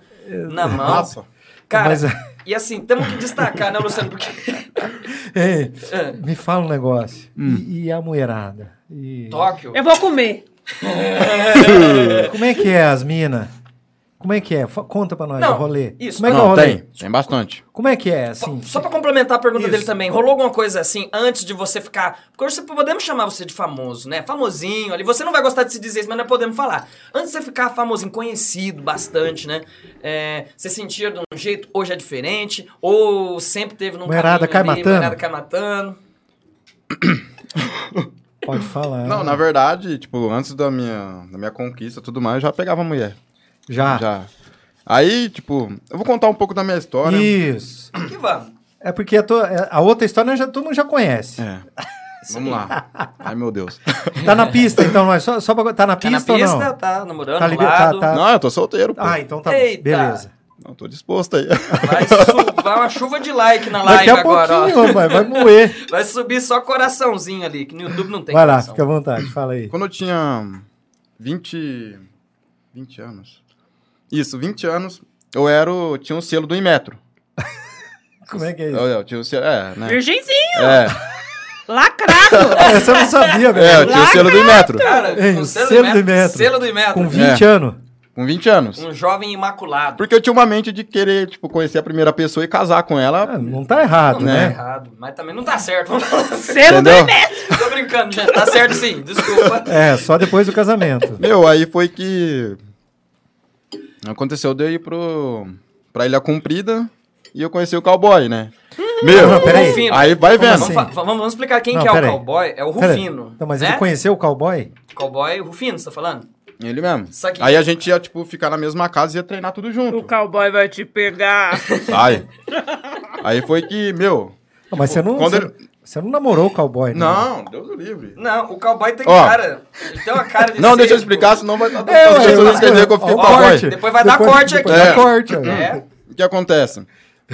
Speaker 1: na mão.
Speaker 4: Nossa.
Speaker 1: Cara,
Speaker 2: Mas, é.
Speaker 1: e assim, temos que destacar, né, Luciano? Porque...
Speaker 2: ei,
Speaker 1: É,
Speaker 2: me fala um negócio. E, e a mulherada? E-
Speaker 1: Tóquio.
Speaker 3: Eu vou comer.
Speaker 2: Como é que é as minas? Como é que é? Fa- Conta pra nós
Speaker 1: Não,
Speaker 2: o rolê.
Speaker 1: isso.
Speaker 2: Como é que é o
Speaker 4: não,
Speaker 2: rolê?
Speaker 4: tem. Tem bastante.
Speaker 2: Como é que é, assim?
Speaker 1: Só- Só pra complementar a pergunta
Speaker 2: Isso.
Speaker 1: dele também, rolou alguma coisa assim antes de você ficar. Porque hoje você- podemos chamar você de famoso, né? Famosinho ali. Você não vai gostar de se dizer isso, mas nós podemos falar. Antes de você ficar famosinho, conhecido bastante, né? É, você sentia de um jeito, hoje é diferente? Ou sempre teve num
Speaker 2: Mulherada
Speaker 1: caminho
Speaker 2: cai
Speaker 1: ali,
Speaker 2: matando?
Speaker 1: mulherada cai matando?
Speaker 2: Pode falar.
Speaker 4: Não, na verdade, tipo, antes da minha, da minha conquista e tudo mais, eu já pegava mulher.
Speaker 1: Ah.
Speaker 2: Já.
Speaker 4: Já. Aí, tipo, eu vou contar um pouco da minha história.
Speaker 2: Isso.
Speaker 1: Que vamos.
Speaker 2: É porque a, tua- é- a outra história já, todo mundo já conhece.
Speaker 4: É. Vamos lá. Ai, meu Deus.
Speaker 2: Tá na pista, então, nós. Só, só pra, tá na
Speaker 1: Tá
Speaker 2: pista
Speaker 1: na
Speaker 2: ou
Speaker 1: pista,
Speaker 2: não?
Speaker 1: tá namorando,
Speaker 2: Tá
Speaker 1: tá
Speaker 2: liber- tá-
Speaker 1: lado.
Speaker 2: tá-
Speaker 4: Não, eu tô solteiro, pô.
Speaker 2: Ah, então tá
Speaker 1: Eita.
Speaker 2: bom. Beleza.
Speaker 4: Não, tô disposto aí.
Speaker 1: Vai suvar uma chuva de like na live
Speaker 2: Daqui a
Speaker 1: agora, ó.
Speaker 2: pouquinho, vai, vai moer.
Speaker 1: Vai subir só coraçãozinho ali, que no YouTube não tem
Speaker 2: vai lá,
Speaker 1: coração.
Speaker 2: fica à vontade, fala aí.
Speaker 4: Quando eu tinha 20. 20 anos. Isso, 20 anos, eu era. o- Tinha um selo do Inmetro.
Speaker 2: Como é que é
Speaker 4: Eu,
Speaker 2: isso?
Speaker 4: eu tinha o selo. É, né?
Speaker 3: Virgenzinho,
Speaker 4: É,
Speaker 3: lacrado.
Speaker 2: Ah, Essa eu não sabia,
Speaker 4: é, eu
Speaker 2: velho.
Speaker 4: tinha o selo do Inmetro.
Speaker 1: Cara,
Speaker 2: Ei,
Speaker 1: com selo,
Speaker 2: é selo
Speaker 1: do
Speaker 2: de
Speaker 1: Imetro,
Speaker 2: metro.
Speaker 1: Selo do Imetro.
Speaker 2: Com 20 anos.
Speaker 4: Com 20 anos.
Speaker 1: Um jovem imaculado.
Speaker 4: Porque eu tinha uma mente de querer, tipo, conhecer a primeira pessoa e casar com
Speaker 2: Ah,
Speaker 4: ela.
Speaker 2: não tá errado,
Speaker 1: Não, tá
Speaker 2: né?
Speaker 1: errado. Mas também não tá certo. Vamos falar assim.
Speaker 3: Selo do
Speaker 4: Entendeu?
Speaker 3: Imetro.
Speaker 1: Tô brincando, gente. Tá certo sim. Desculpa.
Speaker 2: É, só depois do casamento.
Speaker 4: Meu, aí foi que. Aconteceu de eu ir pro. pra Ilha Comprida e eu conheci o cowboy, né? Meu,
Speaker 2: Não, peraí.
Speaker 1: Rufino.
Speaker 4: aí vai
Speaker 2: Como
Speaker 4: vendo.
Speaker 1: Vamos, fa- vamos- vamos explicar quem
Speaker 2: Não,
Speaker 1: que é o
Speaker 2: peraí.
Speaker 1: cowboy. É o
Speaker 2: Pera-
Speaker 1: Rufino.
Speaker 2: Não, mas
Speaker 1: né?
Speaker 2: ele conheceu o cowboy?
Speaker 1: Cowboy Rufino, você tá falando?
Speaker 4: Ele mesmo.
Speaker 1: Saquei.
Speaker 4: Aí a gente ia, tipo, ficar na mesma casa e ia treinar tudo junto.
Speaker 3: cowboy vai te pegar.
Speaker 4: Ai. Aí foi que, meu.
Speaker 2: Não, mas você não,
Speaker 4: Quando
Speaker 2: você,
Speaker 4: ele-
Speaker 2: você não namorou o cowboy, né?
Speaker 4: Não, Deus o livre.
Speaker 1: Não, o cowboy tem
Speaker 4: Ó.
Speaker 1: cara. Ele tem uma cara de
Speaker 4: Não,
Speaker 1: ser,
Speaker 4: deixa eu
Speaker 1: tipo,
Speaker 4: explicar, senão vai dar.
Speaker 2: É,
Speaker 4: as
Speaker 2: ué,
Speaker 4: pessoas vão
Speaker 2: mas-
Speaker 4: entender que eu fiquei
Speaker 2: ó,
Speaker 4: com
Speaker 1: o
Speaker 4: cowboy.
Speaker 1: corte. Depois vai dar corte
Speaker 2: depois
Speaker 1: aqui.
Speaker 2: dá
Speaker 4: É.
Speaker 2: corte, ó.
Speaker 1: É.
Speaker 4: O que acontece?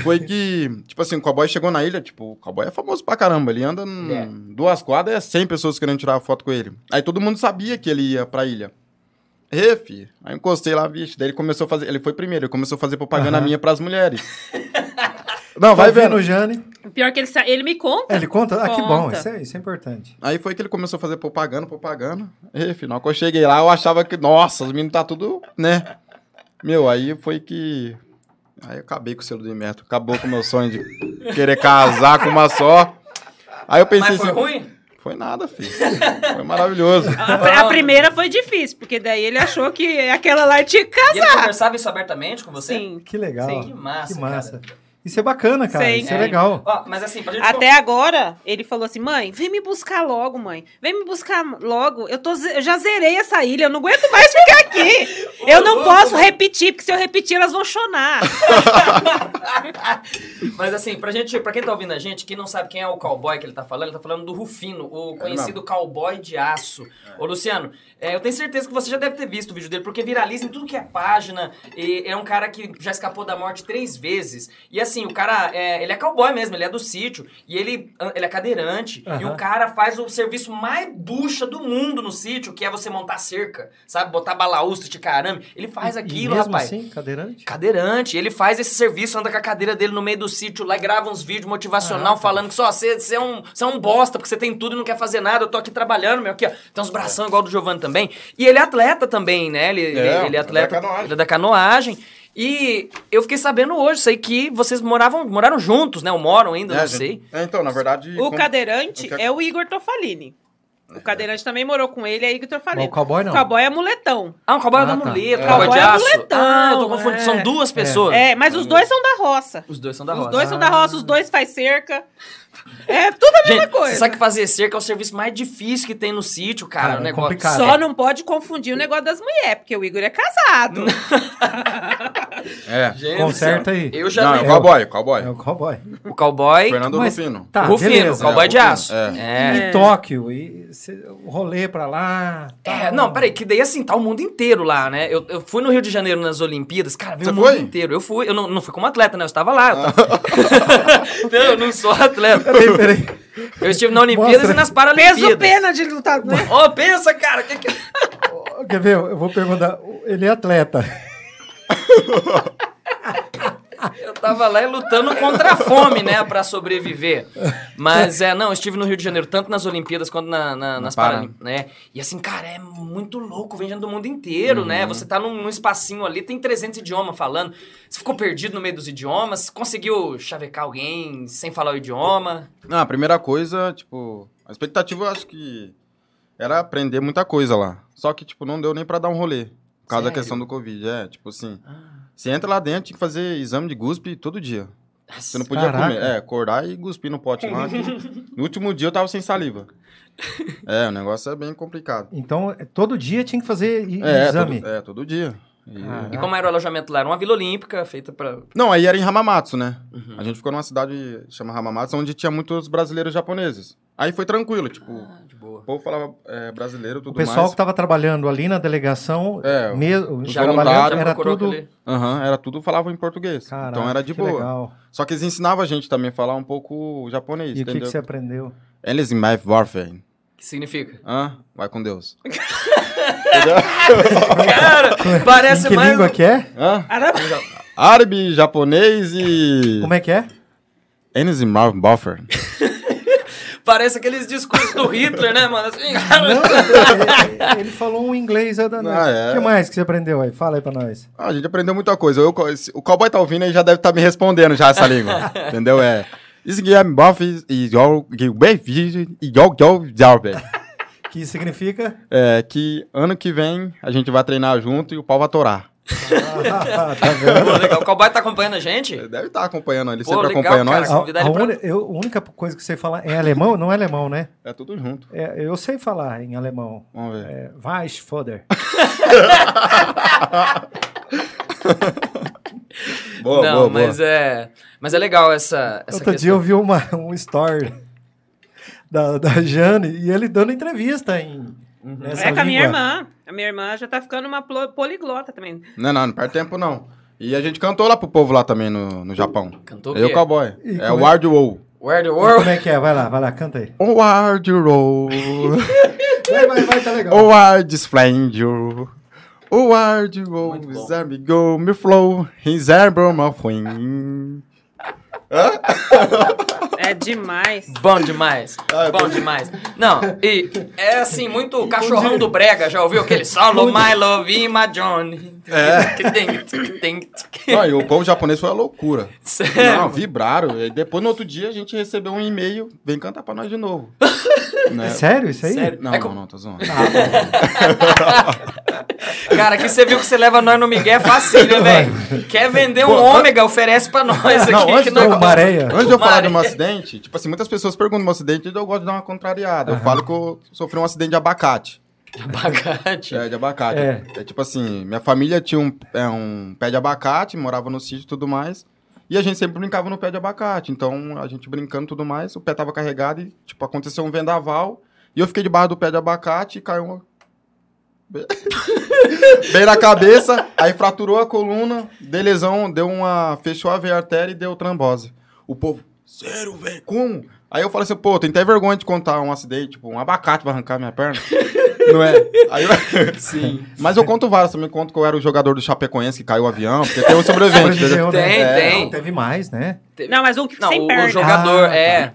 Speaker 4: Foi que, tipo assim, o cowboy chegou na ilha, tipo, o cowboy é famoso pra caramba, ele anda em
Speaker 1: É.
Speaker 4: duas quadras, é 100 pessoas querendo tirar foto com ele. Aí todo mundo sabia que ele ia pra ilha. Ê, fi. Aí eu encostei lá, bicho, daí ele começou a fazer, ele foi primeiro, ele começou a fazer propaganda
Speaker 2: Aham.
Speaker 4: minha pras mulheres. Não,
Speaker 2: Vai
Speaker 4: vai
Speaker 2: vendo Tá o
Speaker 4: vendo.
Speaker 2: Jane.
Speaker 3: O pior é que ele, sa- ele me conta.
Speaker 2: É, ele conta? Ah, que bom,
Speaker 3: Conta.
Speaker 2: isso é, isso é importante.
Speaker 4: Aí foi que ele começou a fazer propaganda, propaganda. E final, que eu cheguei lá, eu achava que, nossa, os meninos tá tudo, né? Meu, aí foi que. Aí eu acabei com o selo do Imetro. Acabou com o meu sonho de querer casar com uma só. Aí eu pensei
Speaker 1: Mas foi
Speaker 4: assim.
Speaker 1: ruim?
Speaker 4: Foi nada, filho. Foi maravilhoso.
Speaker 3: A, pr- a primeira foi difícil, porque daí ele achou que aquela lá tinha que
Speaker 1: E ele conversava isso abertamente com você?
Speaker 3: Sim.
Speaker 2: Que legal.
Speaker 1: Que massa,
Speaker 2: que massa. Isso é bacana, cara.
Speaker 3: Sim,
Speaker 2: isso é
Speaker 1: é.
Speaker 2: legal.
Speaker 1: Cara. Ó, mas assim, pra gente...
Speaker 3: Até agora, ele falou assim: mãe, vem me buscar logo, mãe. Vem me buscar logo. Eu, tô, ze- eu já zerei essa ilha, eu não aguento mais ficar aqui. Eu não posso repetir, porque se eu repetir, elas vão chorar.
Speaker 1: Mas assim, pra gente, pra quem tá ouvindo a gente, quem não sabe quem é o cowboy que ele tá falando, ele tá falando do Rufino,
Speaker 2: É,
Speaker 1: o conhecido cowboy de aço. Ô, Luciano, é, eu tenho certeza que você já deve ter visto o vídeo dele, porque viraliza em tudo que é página. E é um cara que já escapou da morte três vezes. E assim, o cara, é, ele é cowboy mesmo, ele é do sítio, e ele, ele é cadeirante, e
Speaker 2: Aham.
Speaker 1: o cara faz o serviço mais bucha do mundo no sítio, que é você montar cerca, sabe? Botar balaústre, esticar arame. Ele faz
Speaker 2: E- e
Speaker 1: aquilo,
Speaker 2: mesmo
Speaker 1: rapaz.
Speaker 2: assim, cadeirante?
Speaker 1: Cadeirante, ele faz esse serviço, anda com a cadeira dele no meio do sítio lá e grava uns vídeos motivacional
Speaker 2: Caraca.
Speaker 1: falando que só você você é, um, você é um bosta, porque você tem tudo e não quer fazer nada, eu tô aqui trabalhando, meu, aqui, ó. Tem uns bração igual do Giovanni também. E ele é atleta também, né? Ele ele-
Speaker 5: É,
Speaker 1: ele é atleta.
Speaker 5: da canoagem.
Speaker 1: Ele é da canoagem. E eu fiquei sabendo hoje, sei que vocês moravam, moraram juntos, né? Ou moram ainda,
Speaker 4: É,
Speaker 1: não
Speaker 4: gente.
Speaker 1: sei.
Speaker 4: É, então, na verdade.
Speaker 3: O
Speaker 4: com-
Speaker 3: cadeirante
Speaker 4: o ca-
Speaker 3: é o Igor Tofalini. O cadeirante também morou com ele, é Igor
Speaker 2: É. Mas o
Speaker 3: Tofalini.
Speaker 2: cowboy não.
Speaker 3: O cowboy é muletão.
Speaker 1: Ah, um cowboy
Speaker 2: Ah,
Speaker 1: da
Speaker 2: tá.
Speaker 1: muleta,
Speaker 4: É.
Speaker 1: um cowboy de
Speaker 3: Cowboy é
Speaker 1: aço.
Speaker 3: muletão,
Speaker 1: ah, eu tô confundindo,
Speaker 3: é.
Speaker 1: são duas pessoas.
Speaker 3: É, mas
Speaker 2: Hum.
Speaker 3: os dois são da roça.
Speaker 1: Os dois são da
Speaker 3: Os
Speaker 1: roça.
Speaker 3: dois são da roça, os dois faz cerca. É tudo a mesma
Speaker 1: Gente,
Speaker 3: coisa.
Speaker 1: você sabe que fazer cerca é o serviço mais difícil que tem no sítio, cara.
Speaker 2: Cara,
Speaker 1: o
Speaker 2: é
Speaker 1: negócio.
Speaker 2: complicado.
Speaker 3: Só não pode confundir o negócio das mulheres, porque o Igor é casado.
Speaker 4: É.
Speaker 1: Gente do céu.
Speaker 2: Conserta aí.
Speaker 1: Eu já
Speaker 4: Não, é o
Speaker 1: vi.
Speaker 4: cowboy, cowboy.
Speaker 2: É o cowboy.
Speaker 1: O cowboy.
Speaker 4: Fernando
Speaker 2: Mas-
Speaker 4: Rufino.
Speaker 2: Tá,
Speaker 1: Rufino,
Speaker 2: beleza.
Speaker 1: cowboy de
Speaker 4: É, Rufino,
Speaker 1: aço.
Speaker 2: E
Speaker 1: É.
Speaker 2: Tóquio, e cê- o rolê pra lá.
Speaker 1: É,
Speaker 2: tal.
Speaker 1: não, peraí, que daí assim, tá o mundo inteiro lá, né? Eu, eu fui no Rio de Janeiro nas Olimpíadas, cara, veio
Speaker 4: Você
Speaker 1: o mundo
Speaker 4: foi?
Speaker 1: inteiro. Eu fui, eu não, não fui como atleta, né? Eu estava lá. Eu, tava... não, eu não sou atleta.
Speaker 2: Peraí, peraí.
Speaker 1: Eu estive na Olimpíadas
Speaker 2: Mostra.
Speaker 1: e nas
Speaker 3: Peso
Speaker 1: Paralimpíadas.
Speaker 3: pena de lutar. Né?
Speaker 1: Ô, pensa, cara, que que...
Speaker 2: Ô, Quer ver? Eu vou perguntar. Ele é atleta.
Speaker 1: Eu tava lá e lutando contra a fome, né, Pra sobreviver. Mas é, não, eu estive no Rio de Janeiro, tanto nas Olimpíadas quanto na- na- nas
Speaker 4: Pará.
Speaker 1: Paralimpíadas, né? E assim, cara, é muito louco, vem gente do mundo inteiro,
Speaker 4: Uhum.
Speaker 1: né? Você tá num, num espacinho ali, tem 300 idiomas falando. Você ficou perdido no meio dos idiomas, conseguiu chavecar alguém sem falar o idioma.
Speaker 4: Não, a primeira coisa, tipo, a expectativa eu acho que era aprender muita coisa lá. Só que, tipo, não deu nem pra dar um rolê. Por causa da
Speaker 1: Sério?
Speaker 4: questão do Covid. É, tipo assim. Você entra lá dentro, tinha que fazer exame de guspe todo dia. Você não podia
Speaker 2: Caraca.
Speaker 4: comer. É, acordar e cuspir no pote lá. que no último dia eu tava sem saliva. É, o negócio é bem complicado.
Speaker 2: Então, é- todo dia tinha que fazer i-
Speaker 4: É,
Speaker 2: exame.
Speaker 4: Todo, é, todo dia. E-
Speaker 2: Caraca.
Speaker 1: E como era o alojamento lá? Era uma vila olímpica feita pra.
Speaker 4: Não, aí era em Hamamatsu, né?
Speaker 1: Uhum.
Speaker 4: A gente ficou numa cidade chamada Hamamatsu, onde tinha muitos brasileiros japoneses. Aí foi tranquilo, tipo,
Speaker 1: Ah, de boa.
Speaker 4: o povo falava é, brasileiro, tudo
Speaker 2: o pessoal
Speaker 4: mais.
Speaker 2: que tava trabalhando ali na delegação,
Speaker 4: É, o-
Speaker 2: mesmo,
Speaker 4: os
Speaker 2: já
Speaker 4: voluntários,
Speaker 2: trabalhando, era
Speaker 1: procurou
Speaker 2: tudo...
Speaker 1: aquele-
Speaker 4: Aham, era tudo falavam em português.
Speaker 2: Caraca,
Speaker 4: então era de
Speaker 2: que
Speaker 4: boa.
Speaker 2: legal.
Speaker 4: Só que eles ensinavam a gente também a falar um pouco japonês,
Speaker 2: E o que,
Speaker 4: entendeu?
Speaker 2: que você aprendeu?
Speaker 4: Eles em Math Warfare.
Speaker 1: Que significa?
Speaker 4: Hã? Vai com Deus.
Speaker 1: Cara,
Speaker 2: em
Speaker 1: parece
Speaker 2: que
Speaker 1: mais.
Speaker 3: um-
Speaker 2: língua que é?
Speaker 4: Hã?
Speaker 3: Árabe.
Speaker 4: Árabe, japonês e.
Speaker 2: Como é que é?
Speaker 4: Eles em Math Warfare.
Speaker 1: Parece aqueles discursos do Hitler, né, mano? Assim, cara,
Speaker 2: Não, ele- ele falou um inglês. eu-
Speaker 4: Ah, é.
Speaker 2: O que mais que você aprendeu aí? Fala aí pra nós.
Speaker 4: Ah, a gente aprendeu muita coisa. Eu, o cowboy tá ouvindo aí já deve estar me respondendo já essa língua. entendeu? É. Isso que é Buffy e Jol- que- bem, e Jol- Jol- Jalber.
Speaker 2: Que significa?
Speaker 4: É que ano que vem a gente vai treinar junto e o pau vai torar.
Speaker 2: Ah, tá vendo?
Speaker 1: Pô, legal. O cowboy tá acompanhando a gente?
Speaker 4: Ele Deve estar acompanhando, ele
Speaker 1: Pô,
Speaker 4: sempre
Speaker 1: legal,
Speaker 4: acompanha
Speaker 1: cara.
Speaker 4: nós.
Speaker 2: A,
Speaker 1: convidar
Speaker 2: a
Speaker 1: ele pra-
Speaker 2: uni- eu- a única coisa que você fala é alemão? Não é alemão, né?
Speaker 4: É tudo junto.
Speaker 2: É, eu sei falar em alemão.
Speaker 4: Vamos ver.
Speaker 2: É, Weiss foder.
Speaker 4: Boa,
Speaker 1: não,
Speaker 4: boa,
Speaker 1: mas é. Mas é legal essa. essa
Speaker 2: Outro dia eu vi uma, um story da, da Jane e ele dando entrevista em.
Speaker 1: Uhum.
Speaker 2: Nessa
Speaker 3: é com a minha
Speaker 2: língua.
Speaker 3: irmã. A minha irmã já tá ficando uma plo- poliglota também.
Speaker 4: boa. Não, não, não perde tempo não. E a gente cantou lá pro povo lá também no, no Japão.
Speaker 1: Cantou o
Speaker 4: Eu,
Speaker 1: quê?
Speaker 4: cowboy.
Speaker 2: E
Speaker 4: é
Speaker 2: como
Speaker 4: o
Speaker 2: é?
Speaker 4: Ward Wow.
Speaker 1: Where the
Speaker 2: Como
Speaker 1: world.
Speaker 2: é que é? Vai lá, vai lá, canta aí.
Speaker 4: O Ward Roll.
Speaker 2: Vai, vai, vai, tá legal.
Speaker 4: O Ward Splendor. O Ward Roll.
Speaker 1: Muito bom.
Speaker 4: Zamigo, me flow. His Abram of Wing.
Speaker 3: É demais.
Speaker 1: Bom demais.
Speaker 4: Ah,
Speaker 1: Bom demais. Não, e é assim, muito cachorrão do Brega, já ouviu aquele solo My Love e My Johnny? É. Que tem, que tem, que
Speaker 4: Não, e o povo japonês foi uma loucura.
Speaker 1: Sério?
Speaker 4: Não, vibraram. E depois, no outro dia, a gente recebeu um e-mail. Vem cantar pra nós de novo.
Speaker 2: É
Speaker 4: Né?
Speaker 2: sério Ah, isso aí?
Speaker 1: Sério?
Speaker 4: Não,
Speaker 1: É
Speaker 4: não,
Speaker 1: como-
Speaker 4: não, tô zoando.
Speaker 1: Cara, que você viu que você leva nós no Miguel é facinho, né, velho? Quer vender um ômega, oferece pra nós aqui.
Speaker 4: Não, antes
Speaker 1: que é
Speaker 4: do
Speaker 1: nós-
Speaker 2: Ô, Maréia.
Speaker 4: Antes de eu falar
Speaker 1: Mari.
Speaker 4: de um acidente, tipo assim, muitas pessoas perguntam meu acidente, eu gosto de dar uma contrariada. Eu falo que eu sofri um acidente de abacate.
Speaker 1: Abacate.
Speaker 4: É, de abacate.
Speaker 2: É.
Speaker 4: É, tipo assim, minha família tinha um, é, um pé de abacate, morava no sítio e tudo mais. E a gente sempre brincava no pé de abacate. Então, a gente brincando e tudo mais, o pé tava carregado e, tipo, aconteceu um vendaval. E eu fiquei debaixo do pé de abacate e caiu uma... Bem na cabeça, aí fraturou a coluna, deu lesão, deu uma. Fechou a veia artéria e deu trombose. O povo, sério, velho, como? Aí eu falei assim, pô, tem até vergonha de contar um acidente, tipo, um abacate vai arrancar minha perna. Não é? Aí eu-
Speaker 1: Sim.
Speaker 4: Mas eu conto vários também, conto que eu era o jogador do Chapecoense que caiu o avião, porque tem um sobrevivente. entendeu?
Speaker 2: Sobreviveu, né?
Speaker 1: Tem,
Speaker 2: É,
Speaker 1: tem.
Speaker 2: não, Teve mais, né?
Speaker 3: Não, mas um que
Speaker 1: Não,
Speaker 3: sem
Speaker 1: o,
Speaker 3: perna.
Speaker 1: o jogador
Speaker 2: Ah,
Speaker 1: é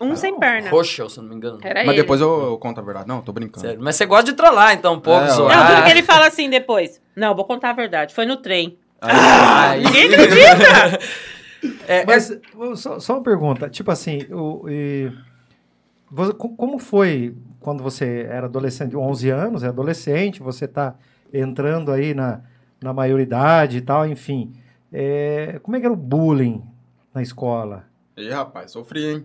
Speaker 3: Um sem perna.
Speaker 1: Rochel, se eu não me engano.
Speaker 3: Era
Speaker 4: Mas
Speaker 3: ele.
Speaker 4: depois eu, eu conto a verdade. Não, tô brincando.
Speaker 1: Sério. Mas você gosta de trollar, então, um pouco,
Speaker 4: É,
Speaker 1: zoar.
Speaker 3: Não, tudo que ele fala assim depois. Não, vou contar a verdade. Foi no trem.
Speaker 1: Aí-
Speaker 3: Ah, Ninguém acredita!
Speaker 2: Mas É, ô, só, só uma pergunta. Tipo assim, o, e, vo- co- como foi quando você era adolescente, 11 anos, é adolescente, você está entrando aí na, na maioridade e tal, enfim. É, como é que era o bullying na escola?
Speaker 4: E rapaz, sofri, hein?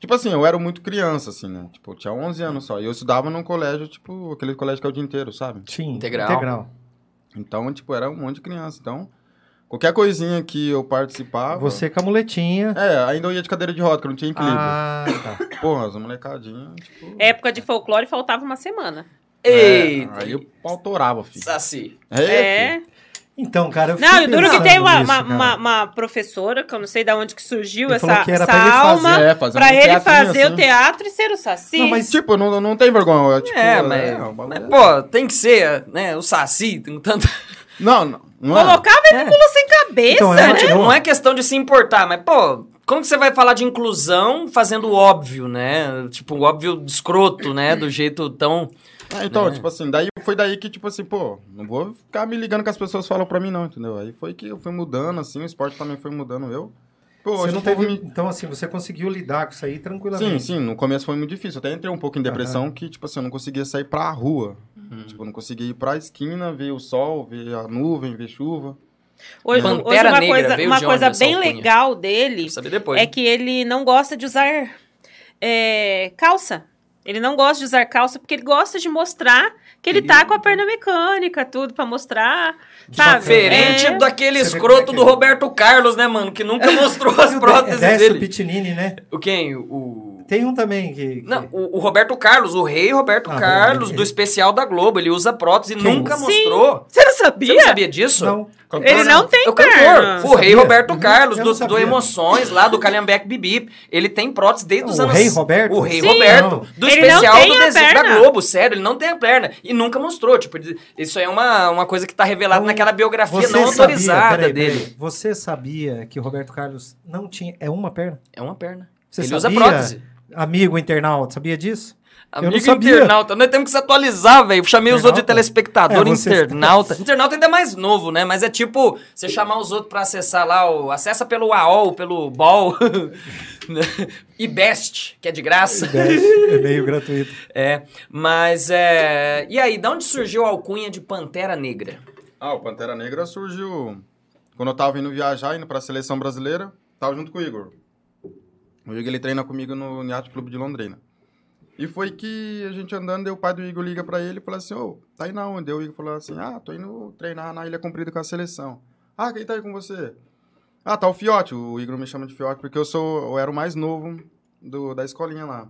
Speaker 4: Tipo assim, eu era muito criança, assim, né? Tipo, eu tinha 11 anos só. E eu estudava num colégio, tipo, aquele colégio que é o dia inteiro, sabe?
Speaker 2: Sim,
Speaker 1: Integral.
Speaker 4: Então, tipo, era um monte de criança. Então, qualquer coisinha que eu participava.
Speaker 2: Você com a muletinha.
Speaker 4: É, ainda eu ia de cadeira de roda, que eu não tinha equilíbrio.
Speaker 2: Ah, tá.
Speaker 4: Porra, as molecadinhas, tipo. é,
Speaker 3: Época de folclore faltava uma semana.
Speaker 1: Eita.
Speaker 4: aí eu pautorava, filho.
Speaker 1: Saci.
Speaker 4: É.
Speaker 3: É.
Speaker 2: Então, cara, eu fiquei
Speaker 3: Não, e o duro que
Speaker 2: pensando
Speaker 3: tem uma,
Speaker 2: nisso,
Speaker 3: uma,
Speaker 2: cara.
Speaker 3: uma- uma professora, que eu não sei de onde que surgiu
Speaker 2: Ele
Speaker 3: essa,
Speaker 2: falou que era
Speaker 3: essa
Speaker 2: pra ele fazer,
Speaker 3: alma,
Speaker 4: É, fazer
Speaker 3: pra
Speaker 4: um
Speaker 3: ele
Speaker 4: teatrinho,
Speaker 3: fazer
Speaker 4: assim.
Speaker 3: o teatro e ser o saci.
Speaker 2: Não, mas-
Speaker 4: Mas, tipo, não, não tem vergonha. eu, tipo,
Speaker 1: É, mas,
Speaker 4: um bagulho-
Speaker 1: mas, pô, tem que ser, né, o Saci, tem tanto...
Speaker 4: Não, não. não é.
Speaker 3: Colocava ele
Speaker 1: É.
Speaker 3: com Ah, pula sem cabeça,
Speaker 2: Então, é
Speaker 3: né?
Speaker 2: uma-
Speaker 1: Não é- Não é questão de se importar, mas, pô, como que você vai falar de inclusão fazendo o óbvio, né? Tipo, o óbvio escroto, né? Do jeito tão.
Speaker 4: Ah, então,
Speaker 2: É.
Speaker 4: tipo assim, daí foi daí que, tipo assim, pô, não vou ficar me ligando que as pessoas falam pra mim, não, entendeu? Aí foi que eu fui mudando, assim, o esporte também foi mudando eu. Pô,
Speaker 2: Você
Speaker 4: hoje
Speaker 2: não
Speaker 4: o povo
Speaker 2: teve... né?
Speaker 4: me-
Speaker 2: Então, assim, você conseguiu lidar com isso aí
Speaker 4: Sim,
Speaker 2: tranquilamente.
Speaker 4: sim, no começo foi muito difícil. Até entrei um pouco em depressão que, tipo assim, eu não conseguia sair pra rua.
Speaker 2: Uhum.
Speaker 4: Tipo, eu não conseguia ir pra esquina, ver o sol, ver a nuvem, ver chuva.
Speaker 3: Hoje,
Speaker 1: Pantera
Speaker 3: hoje uma
Speaker 1: Negra,
Speaker 3: coisa,
Speaker 1: veio
Speaker 3: uma
Speaker 1: de onde
Speaker 3: coisa
Speaker 1: essa
Speaker 3: bem
Speaker 1: alcunha?
Speaker 3: legal dele
Speaker 1: Quero saber depois.
Speaker 3: é que ele não gosta de usar é, calça. Ele não gosta de usar calça porque ele gosta de mostrar que
Speaker 1: Uhum.
Speaker 3: ele tá com a perna mecânica, tudo pra mostrar, sabe?
Speaker 1: Diferente
Speaker 3: É.
Speaker 1: daquele
Speaker 2: Você vê
Speaker 1: escroto
Speaker 2: como é
Speaker 1: do
Speaker 2: que é.
Speaker 1: Roberto Carlos, né, mano? Que nunca mostrou as próteses
Speaker 2: Desce o
Speaker 1: dele.
Speaker 2: É, Pitinini, né?
Speaker 1: O quem? O.
Speaker 2: Tem um também que... que-
Speaker 1: Não, o, o Roberto Carlos, o rei Roberto
Speaker 2: Ah,
Speaker 1: Carlos,
Speaker 2: ele-
Speaker 1: do especial da Globo. Ele usa prótese e
Speaker 2: Quem?
Speaker 1: nunca
Speaker 2: Sim.
Speaker 1: mostrou.
Speaker 3: Você não
Speaker 1: Você
Speaker 3: sabia?
Speaker 1: não sabia disso?
Speaker 2: Não.
Speaker 3: Ele não tem
Speaker 1: É o cantor.
Speaker 3: perna.
Speaker 1: O rei
Speaker 2: Sabia?
Speaker 1: Roberto
Speaker 2: Uhum,
Speaker 1: Carlos,
Speaker 2: eu não
Speaker 1: do, do
Speaker 2: sabia.
Speaker 1: Emoções, lá do Calhambeck Bibi. Ele tem prótese desde os
Speaker 2: O
Speaker 1: anos...
Speaker 2: rei Roberto?
Speaker 1: O rei
Speaker 2: Sim.
Speaker 1: Roberto.
Speaker 2: Não.
Speaker 1: Do
Speaker 3: Ele não
Speaker 1: especial
Speaker 3: tem
Speaker 1: do
Speaker 3: a
Speaker 1: desenho da
Speaker 3: perna.
Speaker 1: Globo, sério. Ele não tem a perna. E nunca mostrou. Tipo, ele- isso aí é uma, uma coisa que tá revelada
Speaker 2: Então,
Speaker 1: naquela biografia
Speaker 2: Você
Speaker 1: não
Speaker 2: sabia-
Speaker 1: autorizada
Speaker 2: peraí, peraí.
Speaker 1: dele.
Speaker 2: Você sabia que o Roberto Carlos não tinha... É uma perna?
Speaker 1: É uma perna.
Speaker 2: Você
Speaker 1: ele usa
Speaker 2: sabia?
Speaker 1: prótese.
Speaker 2: Amigo internauta, sabia disso? não
Speaker 1: Amigo
Speaker 2: sabia.
Speaker 1: internauta, nós temos que se atualizar, velho. Chamei os outros de
Speaker 2: Internauta?
Speaker 1: telespectador,
Speaker 2: É, você-
Speaker 1: internauta. Internauta ainda é mais novo, né? Mas é tipo, você chamar os outros pra acessar lá, o... acessa pelo AOL, pelo BOL, né? e Best, que é de graça.
Speaker 2: É meio gratuito.
Speaker 1: É, mas é... E aí, de onde surgiu a alcunha de Pantera Negra?
Speaker 4: Ah, o Pantera Negra surgiu quando eu tava indo viajar, indo pra seleção brasileira, tava junto com o Igor. O Igor ele treina comigo no Yacht Clube de Londrina. E foi que a gente andando, daí o pai do Igor liga pra ele e fala assim: Ô, tá indo aonde? Aí o Igor falou assim: Ah, tô indo treinar na Ilha Comprida com a seleção. Ah, quem tá aí com você? Ah, tá o Fiote. O Igor me chama de Fiote porque eu sou, eu era o mais novo do- da escolinha lá.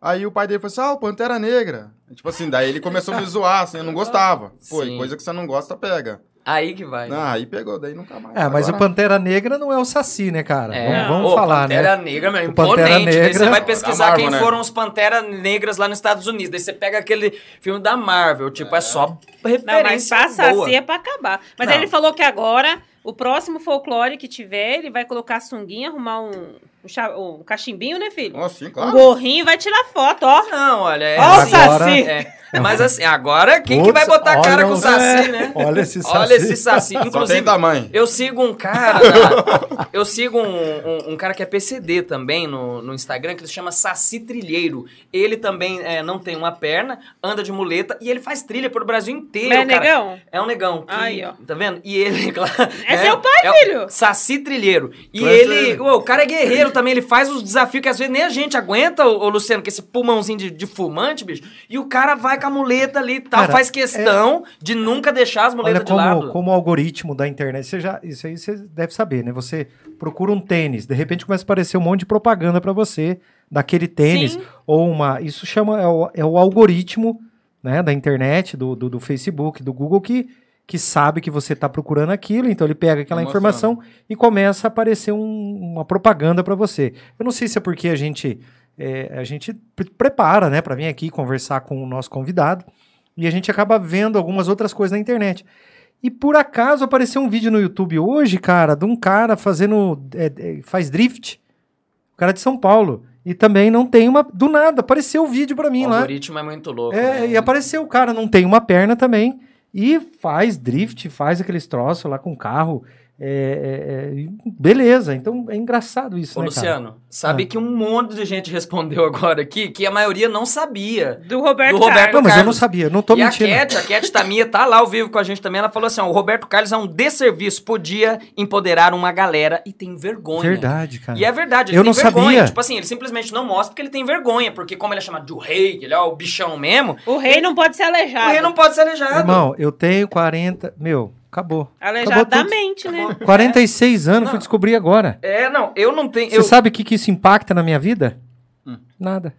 Speaker 4: Aí o pai dele falou assim: Ah, o Pantera Negra. E, tipo assim, daí ele começou a me zoar, assim, eu não gostava. Pô, e
Speaker 1: Sim.
Speaker 4: coisa que você não gosta, pega.
Speaker 1: Aí que vai.
Speaker 4: Ah, aí pegou, daí nunca mais.
Speaker 1: É,
Speaker 2: Ah, mas o Pantera Negra não é o Saci, né, cara? Vamos, vamos
Speaker 1: Ô,
Speaker 2: falar, né?
Speaker 1: Pantera Negra, meu,
Speaker 2: O Pantera
Speaker 1: imponente. Daí
Speaker 2: Negra-
Speaker 1: você vai
Speaker 4: Da
Speaker 1: pesquisar
Speaker 4: Marvel,
Speaker 1: quem
Speaker 4: né?
Speaker 1: foram os Pantera Negras lá nos Estados Unidos. Daí você pega aquele filme da Marvel, tipo, é, só referência
Speaker 3: Não, mas passa
Speaker 1: boa.
Speaker 3: a ser pra acabar. Mas
Speaker 1: Não.
Speaker 3: ele falou que agora, o próximo folclore que tiver, ele vai colocar a sunguinha, arrumar um, um, cha- um cachimbinho, né, filho?
Speaker 4: Nossa, sim,
Speaker 3: Um
Speaker 4: claro.
Speaker 3: gorrinho e vai tirar foto, ó.
Speaker 1: Não, olha. É,
Speaker 3: Ó o
Speaker 2: Agora-
Speaker 3: Saci!
Speaker 1: é. Mas assim, agora quem que vai
Speaker 2: Putz,
Speaker 1: botar a cara
Speaker 2: olha
Speaker 1: com o
Speaker 2: o-
Speaker 1: Saci, né?
Speaker 2: Olha esse Saci.
Speaker 1: Olha esse Saci.
Speaker 4: Só tem
Speaker 1: Inclusive,
Speaker 4: tamanho.
Speaker 1: eu sigo um cara. na- eu sigo um, um- um cara que é PCD também no, no Instagram, que ele se chama Saci Trilheiro. Ele também é, não tem uma perna, anda de muleta e ele faz trilha pro Brasil inteiro.
Speaker 3: Né,
Speaker 1: cara.
Speaker 3: negão?
Speaker 1: É um negão. que-
Speaker 3: Aí, ó.
Speaker 1: Tá vendo? E ele, claro.
Speaker 3: É
Speaker 1: né?
Speaker 3: seu pai,
Speaker 1: É o
Speaker 3: filho.
Speaker 1: Saci trilheiro. E
Speaker 4: Conhece
Speaker 1: ele.
Speaker 4: ele?
Speaker 1: Ué, o cara é guerreiro também, ele faz os desafios que às vezes nem a gente aguenta, ô, ô, Luciano, que esse pulmãozinho de, de fumante, bicho. E o cara vai com a muleta ali e tal.
Speaker 2: Cara, é-
Speaker 1: faz questão de nunca deixar as
Speaker 2: Olha
Speaker 1: muletas de
Speaker 2: como,
Speaker 1: lado.
Speaker 2: como o algoritmo da internet. Você já, isso aí você deve saber, né? Você procura um tênis, de repente começa a aparecer um monte de propaganda pra você daquele tênis
Speaker 3: Sim.
Speaker 2: ou uma. Isso chama é o, é o algoritmo né, da internet, do, do, do Facebook, do Google, que, que sabe que você está procurando aquilo, então ele pega aquela
Speaker 4: Mostrando.
Speaker 2: informação e começa a aparecer um- uma propaganda para você. Eu não sei se é porque a gente, é, a gente pre- prepara né, para vir aqui conversar com o nosso convidado e a gente acaba vendo algumas outras coisas na internet. E por acaso apareceu um vídeo no YouTube hoje, cara, de um cara fazendo. é, é, faz drift. O cara é de São Paulo. E também não tem uma. Do nada, apareceu o vídeo pra mim
Speaker 1: O
Speaker 2: lá.
Speaker 1: algoritmo é muito louco.
Speaker 2: É,
Speaker 1: né?
Speaker 2: e apareceu o cara, não tem uma perna também. E faz drift, faz aqueles troços lá com o carro. é, é, é, e beleza, então é engraçado isso,
Speaker 1: Ô,
Speaker 2: né, cara?
Speaker 1: Luciano, sabe que um monte de gente respondeu agora aqui que a maioria não sabia.
Speaker 3: Do
Speaker 1: Do
Speaker 3: Roberto,
Speaker 1: Roberto
Speaker 2: Não,
Speaker 3: Carlos.
Speaker 2: mas eu não
Speaker 1: Carlos.
Speaker 2: sabia, eu não tô
Speaker 1: e
Speaker 2: mentindo.
Speaker 1: a Cat, a Cat Tamia tá lá ao vivo com a gente também. Ela falou assim: ó, o Roberto Carlos é um desserviço, podia empoderar uma galera e tem vergonha.
Speaker 2: Verdade, cara.
Speaker 1: E é verdade, ele
Speaker 2: Tá. Eu
Speaker 1: tem
Speaker 2: não
Speaker 1: vergonha.
Speaker 2: sabia.
Speaker 1: Tipo assim, ele simplesmente não mostra porque ele tem vergonha. Porque como ele é chamado de o rei, ele é o bichão mesmo,
Speaker 3: O rei não pode ser aleijado.
Speaker 1: o rei não pode ser aleijado.
Speaker 2: Irmão, eu tenho 40. Meu, acabou.
Speaker 3: Aleijado
Speaker 2: Acabou
Speaker 3: da
Speaker 2: tudo.
Speaker 3: mente, né?
Speaker 2: 46 anos,
Speaker 1: Não.
Speaker 2: fui descobrir agora.
Speaker 1: É, não, eu não tenho.
Speaker 2: Você
Speaker 1: eu-
Speaker 2: sabe o que, que isso impacta na minha vida?
Speaker 4: Hum.
Speaker 2: Nada.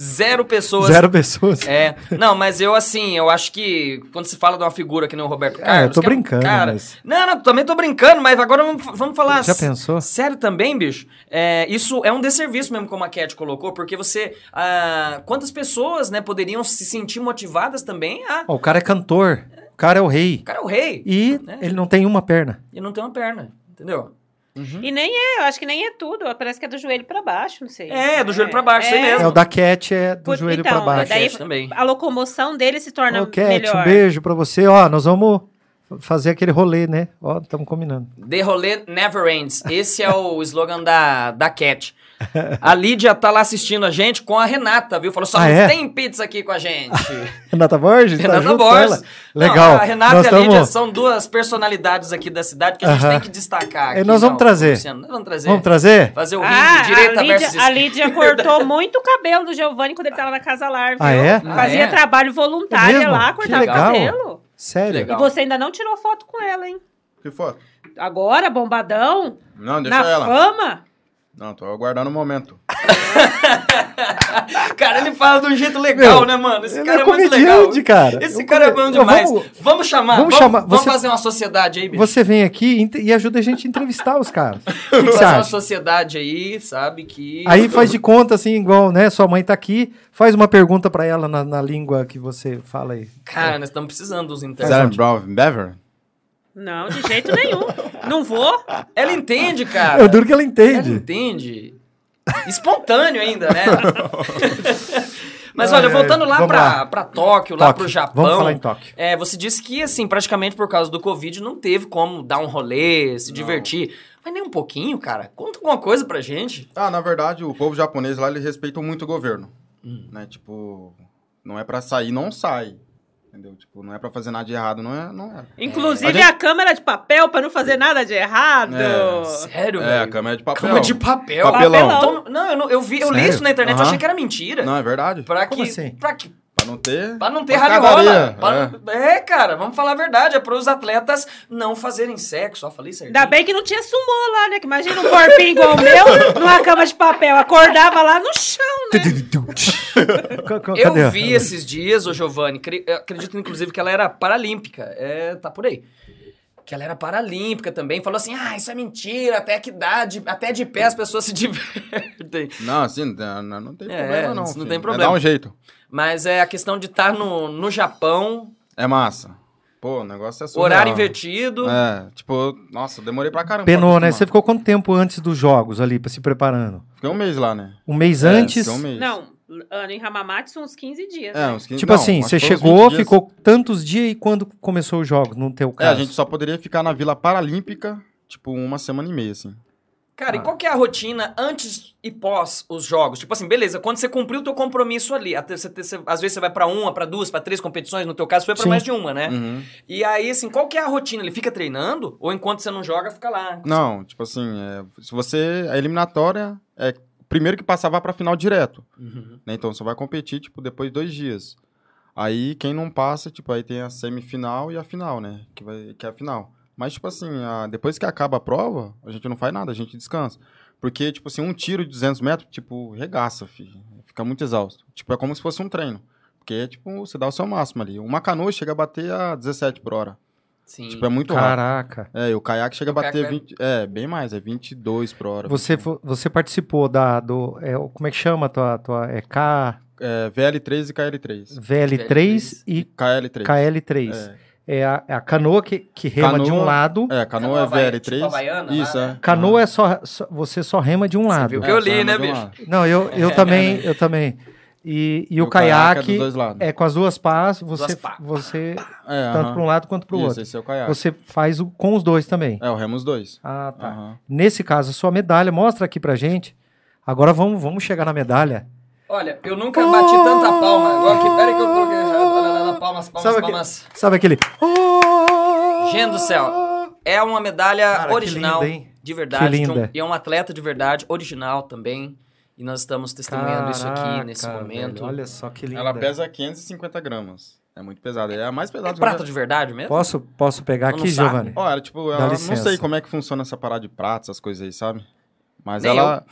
Speaker 1: Zero pessoas.
Speaker 2: Zero pessoas. Ah,
Speaker 1: É. Não, mas eu assim, eu acho que quando se fala de uma figura que nem o Roberto Carlos.
Speaker 2: Ah, eu tô
Speaker 1: que é um
Speaker 2: brincando,
Speaker 1: Cara,
Speaker 2: mas
Speaker 1: Não, não, também tô brincando, mas agora vamos, vamos falar.
Speaker 2: já pensou?
Speaker 1: Sério também, bicho? É, isso é um desserviço mesmo, como a Cat colocou, porque você. ah, quantas pessoas, né, poderiam se sentir motivadas também a.
Speaker 2: Ó, o cara é cantor, o cara é o rei.
Speaker 1: O cara é o rei
Speaker 2: E
Speaker 1: É.
Speaker 2: ele não tem uma perna.
Speaker 1: e não tem uma perna, entendeu?
Speaker 3: E nem é, eu acho que nem é tudo. Parece que é do joelho pra baixo, não sei.
Speaker 1: É, do joelho pra baixo, isso aí
Speaker 2: É,
Speaker 1: mesmo.
Speaker 2: o da Cat, é do
Speaker 3: Put-
Speaker 2: joelho
Speaker 3: então,
Speaker 2: pra
Speaker 1: A
Speaker 2: baixo.
Speaker 3: daí-
Speaker 1: Cat também.
Speaker 3: A locomoção dele se torna
Speaker 2: Ô, Cat,
Speaker 3: melhor.
Speaker 2: um beijo pra você. Ó, nós vamos fazer aquele rolê, né? Ó, estamos combinando.
Speaker 1: The rolê never ends. Esse é o slogan da, da Cat. A Lídia tá lá assistindo a gente com a Renata, viu? Falou só,
Speaker 2: Ah,
Speaker 1: não
Speaker 2: é?
Speaker 1: tem pizza aqui com a gente.
Speaker 2: Renata Borges? tá
Speaker 1: Renata
Speaker 2: junto com
Speaker 1: Borges.
Speaker 2: ela?
Speaker 1: Não,
Speaker 2: Legal.
Speaker 1: a Renata
Speaker 2: nós
Speaker 1: e a Lídia
Speaker 2: tamo-
Speaker 1: são duas personalidades aqui da cidade que a gente
Speaker 2: Aham.
Speaker 1: tem que destacar.
Speaker 2: É,
Speaker 1: Aqui,
Speaker 2: nós vamos
Speaker 1: não,
Speaker 2: trazer.
Speaker 1: Luciano, nós vamos trazer.
Speaker 2: Vamos trazer?
Speaker 1: Fazer o ringue,
Speaker 3: Ah,
Speaker 1: direita
Speaker 3: a Lídia,
Speaker 1: versus
Speaker 3: a
Speaker 1: esquerda.
Speaker 3: Lídia cortou muito o cabelo do Giovanni quando ele tava na Casa Lar, viu?
Speaker 2: Ah, é?
Speaker 3: Fazia
Speaker 1: Ah, é?
Speaker 3: trabalho
Speaker 2: É
Speaker 3: voluntário
Speaker 2: mesmo?
Speaker 3: lá,
Speaker 2: Que
Speaker 3: cortava o
Speaker 1: legal.
Speaker 3: cabelo.
Speaker 2: Sério?
Speaker 1: Legal.
Speaker 3: E você ainda não tirou foto com ela, hein?
Speaker 4: Que foto?
Speaker 3: Agora, bombadão,
Speaker 4: Não, deixa
Speaker 3: na
Speaker 4: ela.
Speaker 3: fama.
Speaker 4: Não, tô aguardando o momento.
Speaker 1: Cara, ele fala de um jeito legal,
Speaker 2: Meu,
Speaker 1: né, mano? Esse
Speaker 2: Ele
Speaker 1: cara é,
Speaker 2: é
Speaker 1: muito legal.
Speaker 2: comediante, cara.
Speaker 1: Esse
Speaker 2: Eu
Speaker 1: cara é
Speaker 2: come-
Speaker 1: bom
Speaker 2: Ó,
Speaker 1: demais.
Speaker 2: vamos-
Speaker 1: Vamos, chamar, vamos,
Speaker 2: vamos chamar-
Speaker 1: vamos
Speaker 2: você-
Speaker 1: fazer uma sociedade aí, bicho.
Speaker 2: Você vem aqui e inte- e ajuda a gente a entrevistar os caras. O que que
Speaker 1: Vamos
Speaker 2: você
Speaker 1: fazer uma
Speaker 2: acha?
Speaker 1: sociedade aí, sabe, que...
Speaker 2: Aí faz de conta, assim, igual, né? Sua mãe tá aqui, faz uma pergunta pra ela na, na língua que você fala aí.
Speaker 1: Cara, nós estamos precisando dos
Speaker 4: Sarah
Speaker 1: intérpretes.
Speaker 4: Brown Bever?
Speaker 3: Não, de jeito nenhum. não vou.
Speaker 4: Ah.
Speaker 1: Ela entende, cara.
Speaker 2: Eu duro que ela
Speaker 1: Ela
Speaker 2: entende.
Speaker 1: entende. Espontâneo ainda, né? Mas olha,
Speaker 2: Ai,
Speaker 1: voltando lá
Speaker 2: vamos
Speaker 1: pra,
Speaker 2: lá.
Speaker 1: pra Tóquio, lá
Speaker 2: Tóquio.
Speaker 1: pro
Speaker 2: Vamos
Speaker 1: Japão.
Speaker 2: falar em Tóquio.
Speaker 1: É, você disse que, assim, praticamente por causa do Covid, não teve como dar um rolê, se
Speaker 4: Não.
Speaker 1: divertir. Mas nem um pouquinho, cara. Conta alguma coisa pra gente.
Speaker 4: Ah, na verdade, o povo japonês lá, eles respeitam muito o governo.
Speaker 1: Hum.
Speaker 4: Né? Tipo, não é pra sair, não sai. Entendeu? Tipo, não é pra fazer nada de errado, não é. Não é.
Speaker 3: Inclusive
Speaker 4: A gente-
Speaker 3: a câmera de papel pra não fazer nada de errado.
Speaker 4: É.
Speaker 1: Sério,
Speaker 4: É, a
Speaker 1: velho?
Speaker 4: câmera de papel.
Speaker 1: Cama de papel.
Speaker 4: Papelão.
Speaker 1: Então, não, eu, não- eu vi, eu li
Speaker 2: Sério?
Speaker 1: isso na internet, eu
Speaker 4: Aham.
Speaker 1: achei que era mentira.
Speaker 4: Não, é verdade.
Speaker 1: Pra
Speaker 2: Como
Speaker 1: que,
Speaker 2: assim?
Speaker 1: pra que
Speaker 4: Pra não ter.
Speaker 1: Pra não ter
Speaker 4: Pancadaria,
Speaker 1: radiola. É. cara, vamos falar a verdade. É pros atletas não fazerem sexo. Ó, falei certinho.
Speaker 3: Ainda bem que não tinha sumô lá, né? Que imagina um corpinho igual o meu numa cama de papel. Acordava lá no chão.
Speaker 2: Ca- ca-
Speaker 1: né? Eu
Speaker 2: cadê ela?
Speaker 1: vi esses dias, o Giovanni, cre- eu acredito inclusive que ela era paralímpica. É, tá por aí. Que ela era paralímpica também. Falou assim: ah, isso é mentira, até que dá, de- até de pé as pessoas se divertem.
Speaker 4: Não, assim, não, não não tem
Speaker 1: É,
Speaker 4: problema, não.
Speaker 1: isso não
Speaker 4: filho.
Speaker 1: tem
Speaker 4: É
Speaker 1: problema.
Speaker 4: Dá um jeito.
Speaker 1: Mas é a questão de estar no, no Japão,
Speaker 4: É massa. Pô, o negócio é surreal.
Speaker 1: horário invertido.
Speaker 4: É, tipo, nossa, demorei pra caramba. pra
Speaker 2: Penou, né? Você
Speaker 4: acostumar.
Speaker 2: ficou quanto tempo antes dos jogos ali, pra se preparando?
Speaker 4: Fiquei um mês lá, né?
Speaker 2: Um mês
Speaker 4: É,
Speaker 2: antes?
Speaker 4: fiquei um mês.
Speaker 3: Não, Ana, em Hamamatsu uns 15 dias.
Speaker 4: É,
Speaker 3: né?
Speaker 4: uns 15
Speaker 2: Tipo
Speaker 4: não,
Speaker 2: assim,
Speaker 4: acho que
Speaker 2: você
Speaker 4: foi uns
Speaker 2: chegou,
Speaker 4: 20 dias.
Speaker 2: ficou tantos dias e quando começou os jogos, no teu
Speaker 4: É, a
Speaker 2: caso?
Speaker 4: gente só poderia ficar na Vila Paralímpica, tipo, uma semana e meia, assim.
Speaker 1: Cara, e
Speaker 4: Ah.
Speaker 1: qual que é a rotina antes e pós os jogos? Tipo assim, beleza, quando você cumpriu o teu compromisso ali, até você ter- você- às vezes você vai pra uma, pra duas, pra três competições, no teu caso foi pra
Speaker 2: Sim. Hum.
Speaker 1: mais de uma, né?
Speaker 4: Uhum.
Speaker 1: E aí, assim, qual que é a rotina? Ele fica treinando ou enquanto você não joga, fica lá?
Speaker 4: Não, tipo assim, é, se você. A eliminatória é o primeiro que passar vai pra final direto.
Speaker 1: Uhum.
Speaker 4: né? Então você vai competir, tipo, depois de dois dias. Aí quem não passa, tipo, aí tem a semifinal e a final, né? Que, vai, que é a final. Mas, tipo assim, a- depois que acaba a prova, a gente não faz nada, a gente descansa. Porque, tipo assim, um tiro de 200 metros, tipo, regaça, filho. Fica muito exausto. Tipo, é como se fosse um treino. Porque é tipo, você dá o seu máximo ali. Uma canoa chega a bater a 17 por hora.
Speaker 1: Sim.
Speaker 4: Tipo, é muito rápido.
Speaker 5: Caraca.
Speaker 4: É, e o caiaque chega a
Speaker 1: O caiaque
Speaker 4: bater
Speaker 1: vai-
Speaker 4: 20. É, bem mais, é 22 por hora.
Speaker 2: Você, fo- você participou da. Do, é, o- como é que chama a tua, tua. É K,
Speaker 4: É, VL3 e KL3.
Speaker 2: VL3 e
Speaker 4: KL3.
Speaker 2: KL3.
Speaker 4: É,
Speaker 2: É, a, é a canoa que, que rema de um
Speaker 4: Canoa-
Speaker 2: lado.
Speaker 4: É,
Speaker 1: Canoa
Speaker 4: canoa é
Speaker 1: havai-
Speaker 4: VL3.
Speaker 1: tipo havaiana lá,
Speaker 4: Isso,
Speaker 1: né?
Speaker 4: é.
Speaker 2: Canoa é só, só- Você só rema de um lado.
Speaker 1: viu? É o que É, né? eu li,
Speaker 4: só
Speaker 1: né,
Speaker 4: de um
Speaker 1: bicho?
Speaker 4: lado.
Speaker 2: Não, eu, eu também. Eu também. E, e o,
Speaker 4: caiaque
Speaker 2: caiaque
Speaker 4: é dos dois lados.
Speaker 2: é, com as duas pás, você,
Speaker 1: Duas pá.
Speaker 2: você
Speaker 4: É,
Speaker 2: tanto
Speaker 4: aham.
Speaker 2: para um lado quanto para o
Speaker 4: Isso,
Speaker 2: outro.
Speaker 4: esse é o caiaque.
Speaker 2: Você faz o, com os dois também.
Speaker 4: É, o remo os dois.
Speaker 2: Ah, tá.
Speaker 4: Aham.
Speaker 2: Nesse caso, a sua medalha, mostra aqui pra gente. Agora vamos, vamos chegar na medalha.
Speaker 1: Olha, eu nunca bati tanta palma. Agora que, peraí que eu coloquei errado. Olha lá, lá, Palmas, palmas,
Speaker 2: Sabe aquele-
Speaker 1: palmas.
Speaker 2: Sabe aquele.
Speaker 1: Gente do céu. É uma medalha
Speaker 2: Cara, que
Speaker 1: original,
Speaker 2: lindo, hein?
Speaker 1: de verdade.
Speaker 2: Que
Speaker 1: de um-
Speaker 2: linda.
Speaker 1: e é um atleta de verdade, original também. E nós estamos testemunhando isso aqui nesse
Speaker 2: Caraca,
Speaker 1: momento.
Speaker 2: velho, olha só que linda.
Speaker 4: Ela pesa 550 gramas. É muito pesada. É a mais pesada.
Speaker 1: É
Speaker 4: que eu
Speaker 1: prata
Speaker 4: já-
Speaker 1: de verdade mesmo?
Speaker 2: Posso, posso pegar
Speaker 1: Não
Speaker 2: aqui,
Speaker 1: sabe.
Speaker 2: Giovanni?
Speaker 4: Ó, era tipo,
Speaker 2: Dá
Speaker 4: ela não
Speaker 2: licença.
Speaker 4: sei como é que funciona essa parada de prata, essas coisas aí, sabe? Mas
Speaker 1: Nem
Speaker 4: ela.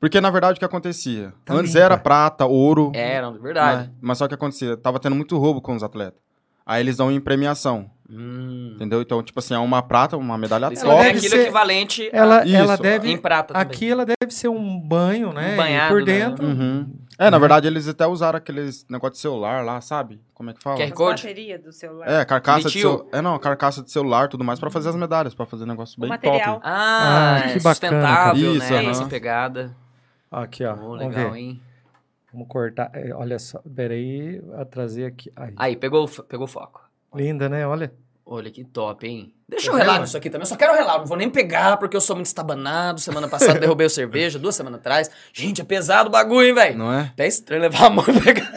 Speaker 4: Porque na verdade o que acontecia?
Speaker 2: Tá
Speaker 4: Antes
Speaker 2: limpa.
Speaker 4: era prata, ouro.
Speaker 1: É, não, de verdade.
Speaker 4: né? Mas só que acontecia, tava tendo muito roubo com os atletas. Aí eles dão em premiação,
Speaker 1: Hum.
Speaker 4: entendeu? Então, tipo assim, é uma prata, uma medalha
Speaker 1: Isso
Speaker 4: top.
Speaker 1: é
Speaker 2: deve
Speaker 1: aquilo
Speaker 2: ser-
Speaker 1: equivalente
Speaker 2: Ela,
Speaker 4: Isso,
Speaker 2: ela
Speaker 4: ó.
Speaker 1: a...
Speaker 2: deve.
Speaker 1: em prata também.
Speaker 2: Aqui ela deve ser um banho,
Speaker 1: Um
Speaker 2: né? E
Speaker 1: tá banhado,
Speaker 2: por
Speaker 1: né?
Speaker 2: dentro.
Speaker 4: Uhum. É,
Speaker 2: Né?
Speaker 4: na verdade, eles até usaram aqueles negócio de celular lá, sabe? Como é que fala?
Speaker 1: Que é-
Speaker 3: As
Speaker 1: Code.
Speaker 3: baterias do celular.
Speaker 4: É, carcaça de
Speaker 1: Litil.
Speaker 4: celular. É, não, carcaça de celular, tudo mais, pra fazer as medalhas, pra fazer um negócio
Speaker 3: O
Speaker 4: bem
Speaker 3: material.
Speaker 4: top.
Speaker 1: Ah,
Speaker 2: Ah, que
Speaker 1: é
Speaker 2: bacana,
Speaker 1: sustentável,
Speaker 4: cara. Isso,
Speaker 1: né?
Speaker 4: aham.
Speaker 1: Essa pegada.
Speaker 2: Aqui, ó.
Speaker 1: Oh,
Speaker 2: vamos
Speaker 1: legal,
Speaker 2: ver.
Speaker 1: hein?
Speaker 2: Vamos cortar. É, olha só. Peraí, a trazer aqui. Aí.
Speaker 1: Aí, pegou, o f- pegou o foco.
Speaker 2: Linda, né? Olha.
Speaker 1: Olha que top, hein? Deixa eu relar nisso aqui também. Eu só quero relar, não vou nem pegar, porque eu sou muito estabanado. Semana passada derrubei o cerveja, duas semanas atrás. Gente, é pesado o bagulho, hein, velho?
Speaker 4: Não é?
Speaker 1: Até estranho levar a mão e pegar.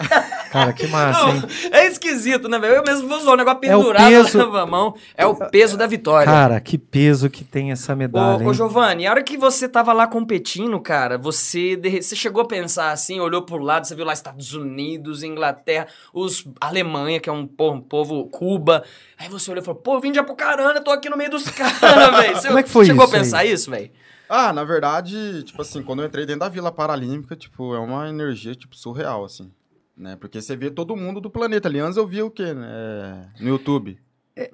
Speaker 2: Cara, que massa, hein?
Speaker 1: Não, é esquisito, né, velho? Eu mesmo vou usar o negócio
Speaker 2: Ah, É o
Speaker 1: pendurado,
Speaker 2: peso.
Speaker 1: leva a mão. É o peso da vitória.
Speaker 2: Cara, que peso que tem essa medalha.
Speaker 1: Ô, ô
Speaker 2: hein?
Speaker 1: Giovanni, a hora que você tava lá competindo, cara, você, de- você chegou a pensar assim, olhou pro lado, você viu lá Estados Unidos, Inglaterra, os Alemanha, que é um, po- um povo, Cuba. Aí você olhou e falou, pô, eu vim de Apucarana, tô aqui no meio dos caras, velho. Você
Speaker 2: Como é que foi
Speaker 1: Chegou
Speaker 2: isso
Speaker 1: a pensar
Speaker 2: aí?
Speaker 1: isso, velho?
Speaker 4: Ah, na verdade, tipo assim, quando eu entrei dentro da Vila Paralímpica, tipo, é uma energia, tipo, surreal, assim. Né? Porque você vê todo mundo do planeta ali. Antes eu via o quê? né? No YouTube.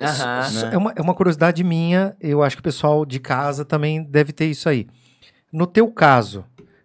Speaker 1: Aham.
Speaker 2: Isso
Speaker 4: né?
Speaker 2: É, uma, é uma curiosidade minha, eu acho que o pessoal de casa também deve ter isso aí. No teu caso,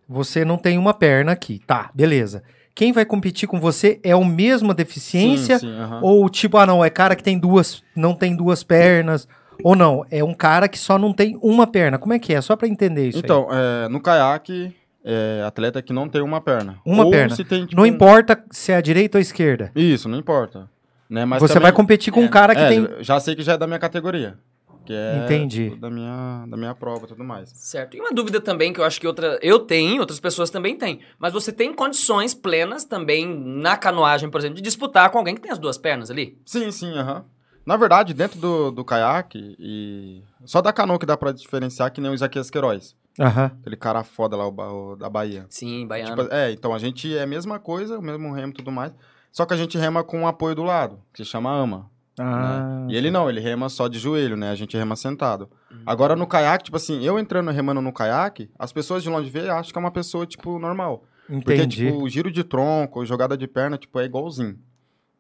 Speaker 2: você não tem uma perna aqui, tá, beleza. Quem vai competir com você é o mesmo deficiência?
Speaker 4: Sim, sim, aham.
Speaker 2: Ou tipo, ah não, é cara que tem duas, não tem duas pernas, ou não, é um cara que só não tem uma perna. Como é que é? Só pra entender isso aí.
Speaker 4: Então, é, no caiaque, é, atleta que não tem uma perna.
Speaker 2: Uma
Speaker 4: Ou
Speaker 2: perna.
Speaker 4: Se tem, tipo,
Speaker 2: Não
Speaker 4: um-
Speaker 2: importa se é a direita ou a esquerda.
Speaker 4: Isso, não importa. Né? Mas
Speaker 2: você
Speaker 4: também-
Speaker 2: vai competir com um cara que
Speaker 4: é,
Speaker 2: tem
Speaker 4: Já sei que já é da minha categoria. Que é
Speaker 2: Entendi.
Speaker 4: tipo, Da minha, da minha prova e tudo mais.
Speaker 1: Certo. E uma dúvida também que eu acho que outra, eu tenho, outras pessoas também têm. Mas você tem condições plenas também na canoagem, por exemplo, de disputar com alguém que tem as duas pernas ali?
Speaker 4: Sim, sim, aham. Na verdade, dentro do, do caiaque, e só da canoa que dá pra diferenciar que nem o Isaquias Queiroz.
Speaker 2: Aham.
Speaker 4: Aquele cara foda lá o, ba- o da Bahia.
Speaker 1: Sim, baiano.
Speaker 4: Tipo, é, então a gente é a mesma coisa, o mesmo remo e tudo mais. Só que a gente rema com o apoio do lado, que se chama ama. né?
Speaker 2: Ah,
Speaker 4: E é ele não, ele rema só de joelho, né? A gente rema sentado. Agora no caiaque, tipo assim, eu entrando remando no caiaque, as pessoas de longe veem acham que é uma pessoa, tipo, normal. Porque,
Speaker 2: entendi.
Speaker 4: tipo, o giro de tronco, jogada de perna, tipo, é igualzinho.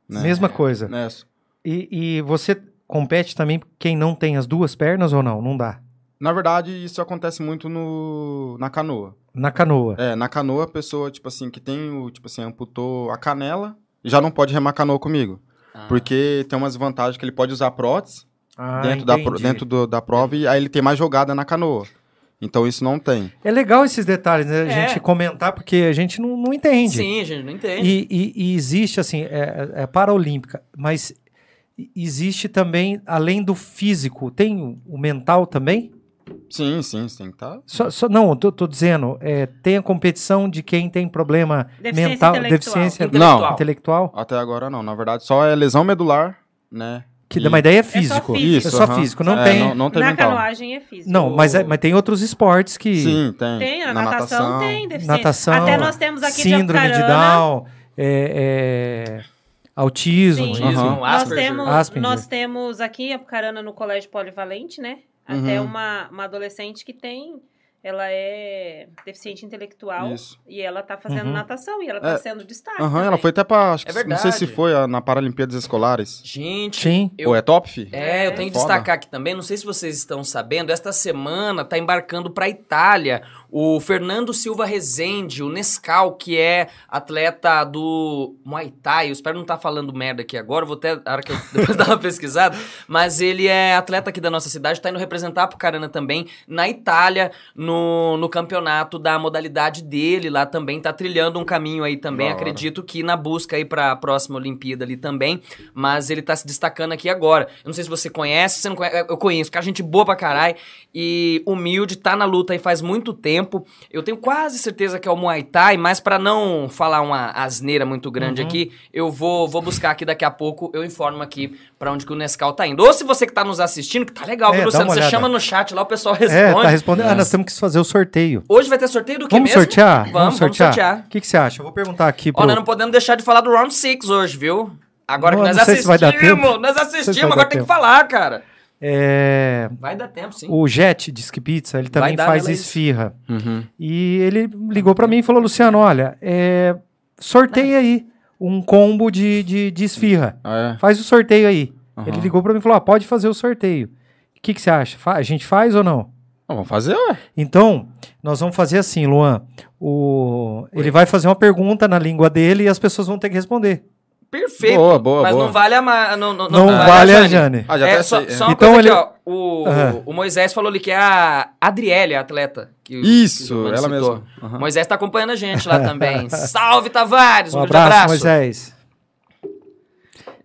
Speaker 4: Né?
Speaker 2: Mesma coisa.
Speaker 4: Né?
Speaker 2: E, e você compete também quem não tem as duas pernas ou não? Não dá.
Speaker 4: Na verdade, isso acontece muito no, na canoa.
Speaker 2: Na canoa.
Speaker 4: É, na canoa, a pessoa, tipo assim, que tem o, tipo assim, amputou a canela, já não pode remar canoa comigo.
Speaker 1: Ah.
Speaker 4: Porque tem umas vantagens que ele pode usar prótese
Speaker 2: Ah,
Speaker 4: dentro, da, pro-
Speaker 2: entendi.
Speaker 4: dentro do- da prova e aí ele tem mais jogada na canoa. Então isso não tem.
Speaker 2: É legal esses detalhes, né? A
Speaker 1: É.
Speaker 2: gente comentar, porque a gente não, não entende.
Speaker 1: Sim, a gente não entende.
Speaker 2: E, e- e existe, assim, é, é paraolímpica, mas e- existe também, além do físico, tem o- o mental também?
Speaker 4: Sim, sim, sim, tá.
Speaker 2: Só, só- não, eu tô, tô dizendo, é, tem a competição de quem tem problema
Speaker 3: Deficiência
Speaker 2: mental,
Speaker 3: intelectual.
Speaker 2: deficiência
Speaker 1: Intelectual.
Speaker 2: intelectual,
Speaker 4: Até agora não. Na verdade, só é lesão medular, né?
Speaker 2: que
Speaker 4: E-
Speaker 2: dá uma ideia é
Speaker 3: só
Speaker 2: físico.
Speaker 3: físico.
Speaker 2: É só
Speaker 4: aham.
Speaker 2: físico, não
Speaker 4: É,
Speaker 2: tem...
Speaker 4: Não, não tem
Speaker 3: Na
Speaker 4: mental.
Speaker 3: canoagem é físico.
Speaker 2: Não, mas, é- mas tem outros esportes que.
Speaker 4: Sim, tem.
Speaker 3: Tem, na, natação, tem deficiência.
Speaker 2: Natação,
Speaker 3: Até nós temos aqui
Speaker 2: síndrome de
Speaker 3: Apucarana,
Speaker 2: Down, é, é, autismo.
Speaker 3: Sim.
Speaker 1: Autismo,
Speaker 4: Aham.
Speaker 3: Nós
Speaker 1: Asperger.
Speaker 3: temos,
Speaker 2: Asperger.
Speaker 3: nós temos aqui em Apucarana no Colégio Polivalente, né?
Speaker 4: Uhum.
Speaker 3: Até uma, uma adolescente que tem ela é deficiente intelectual
Speaker 4: Isso.
Speaker 3: e ela tá fazendo
Speaker 2: Uhum.
Speaker 3: natação e ela tá
Speaker 4: É.
Speaker 3: sendo destaque.
Speaker 4: Aham, ela
Speaker 3: também.
Speaker 4: foi até pra. Acho
Speaker 1: É
Speaker 4: que, não sei se
Speaker 1: verdade.
Speaker 4: foi a- na Paralimpíadas Escolares.
Speaker 1: Gente,
Speaker 2: Sim.
Speaker 1: Eu-
Speaker 4: Pô, é top, fi?
Speaker 1: É, eu tenho que
Speaker 4: Foda.
Speaker 1: destacar aqui também, não sei se vocês estão sabendo, esta semana tá embarcando para Itália o Fernando Silva Rezende, o Nescau, que é atleta do Muay Thai, eu espero não estar falando merda aqui agora, vou até, a hora que eu depois dar uma pesquisada, mas ele é atleta aqui da nossa cidade, tá indo representar a Pucarana também na Itália, no, no campeonato da modalidade dele lá também, tá trilhando um caminho aí também,
Speaker 4: Da hora.
Speaker 1: acredito que na busca aí pra próxima Olimpíada ali também, mas ele tá se destacando aqui agora. Eu não sei se você conhece, se você não conhece, eu conheço, cara, gente boa pra caralho e humilde, tá na luta aí faz muito tempo. Eu tenho quase certeza que é o Muay Thai, mas pra não falar uma asneira muito grande
Speaker 2: Uhum.
Speaker 1: aqui, eu vou, vou buscar aqui daqui a pouco, eu informo aqui pra onde que o Nescau tá indo. Ou se você que tá nos assistindo, que tá legal,
Speaker 2: É,
Speaker 1: viu,
Speaker 2: dá
Speaker 1: Luciano,
Speaker 2: uma
Speaker 1: você
Speaker 2: olhada.
Speaker 1: chama no chat lá, o pessoal
Speaker 2: É, tá
Speaker 1: responde.
Speaker 2: respondendo. Ah, nós temos que fazer o sorteio.
Speaker 1: Hoje vai ter sorteio do que
Speaker 2: Vamos
Speaker 1: mesmo?
Speaker 2: sortear? Tipo,
Speaker 1: Vamos, vamos sortear.
Speaker 2: O que, que você acha? Eu vou perguntar aqui pro...
Speaker 1: Ó, nós não é podemos deixar de falar do Round 6 hoje, viu? Agora
Speaker 2: Não,
Speaker 1: que nós
Speaker 2: não sei se vai dar
Speaker 1: assistimos, nós
Speaker 2: tempo. Não sei se vai
Speaker 1: assistimos,
Speaker 2: dar
Speaker 1: agora tem que
Speaker 2: tempo.
Speaker 1: falar, cara.
Speaker 2: É,
Speaker 1: Vai dar tempo, sim.
Speaker 2: o Jet Disque Pizza, ele
Speaker 1: Vai
Speaker 2: também
Speaker 1: dar, né,
Speaker 2: faz
Speaker 1: Bela, isso.
Speaker 2: esfirra.
Speaker 4: Uhum.
Speaker 2: E ele ligou pra mim e falou, Luciano, olha, é, sorteia aí um combo de, de, de esfirra.
Speaker 4: Ah,
Speaker 2: Faz o sorteio aí.
Speaker 4: é. Aham.
Speaker 2: Ele ligou pra mim e falou, ah, pode fazer o sorteio. O que, que você acha? Fa- a gente faz ou não?
Speaker 4: Ah, vamos fazer, ué.
Speaker 2: Então, nós vamos fazer assim, Luan. O... Ele vai fazer uma pergunta na língua dele e as pessoas vão ter que responder.
Speaker 1: Perfeito.
Speaker 4: Boa, boa,
Speaker 1: mas
Speaker 4: boa.
Speaker 1: não vale a. Ma... Não, não,
Speaker 2: Não, vale a Jane.
Speaker 4: Ah, já
Speaker 1: É,
Speaker 4: até
Speaker 1: só,
Speaker 4: sei, é.
Speaker 1: só uma
Speaker 2: Então
Speaker 1: coisa
Speaker 2: ele-
Speaker 1: aqui, ó. O,
Speaker 2: Aham.
Speaker 1: o Moisés falou ali que é a Adriele, a atleta. que o- que o
Speaker 4: Isso,
Speaker 1: Giovanni
Speaker 4: ela
Speaker 1: citou.
Speaker 4: mesma. Aham. é
Speaker 1: Moisés tá acompanhando a gente lá também. Salve, Tavares! Um,
Speaker 2: Um
Speaker 1: grande abraço.
Speaker 2: abraço, Moisés.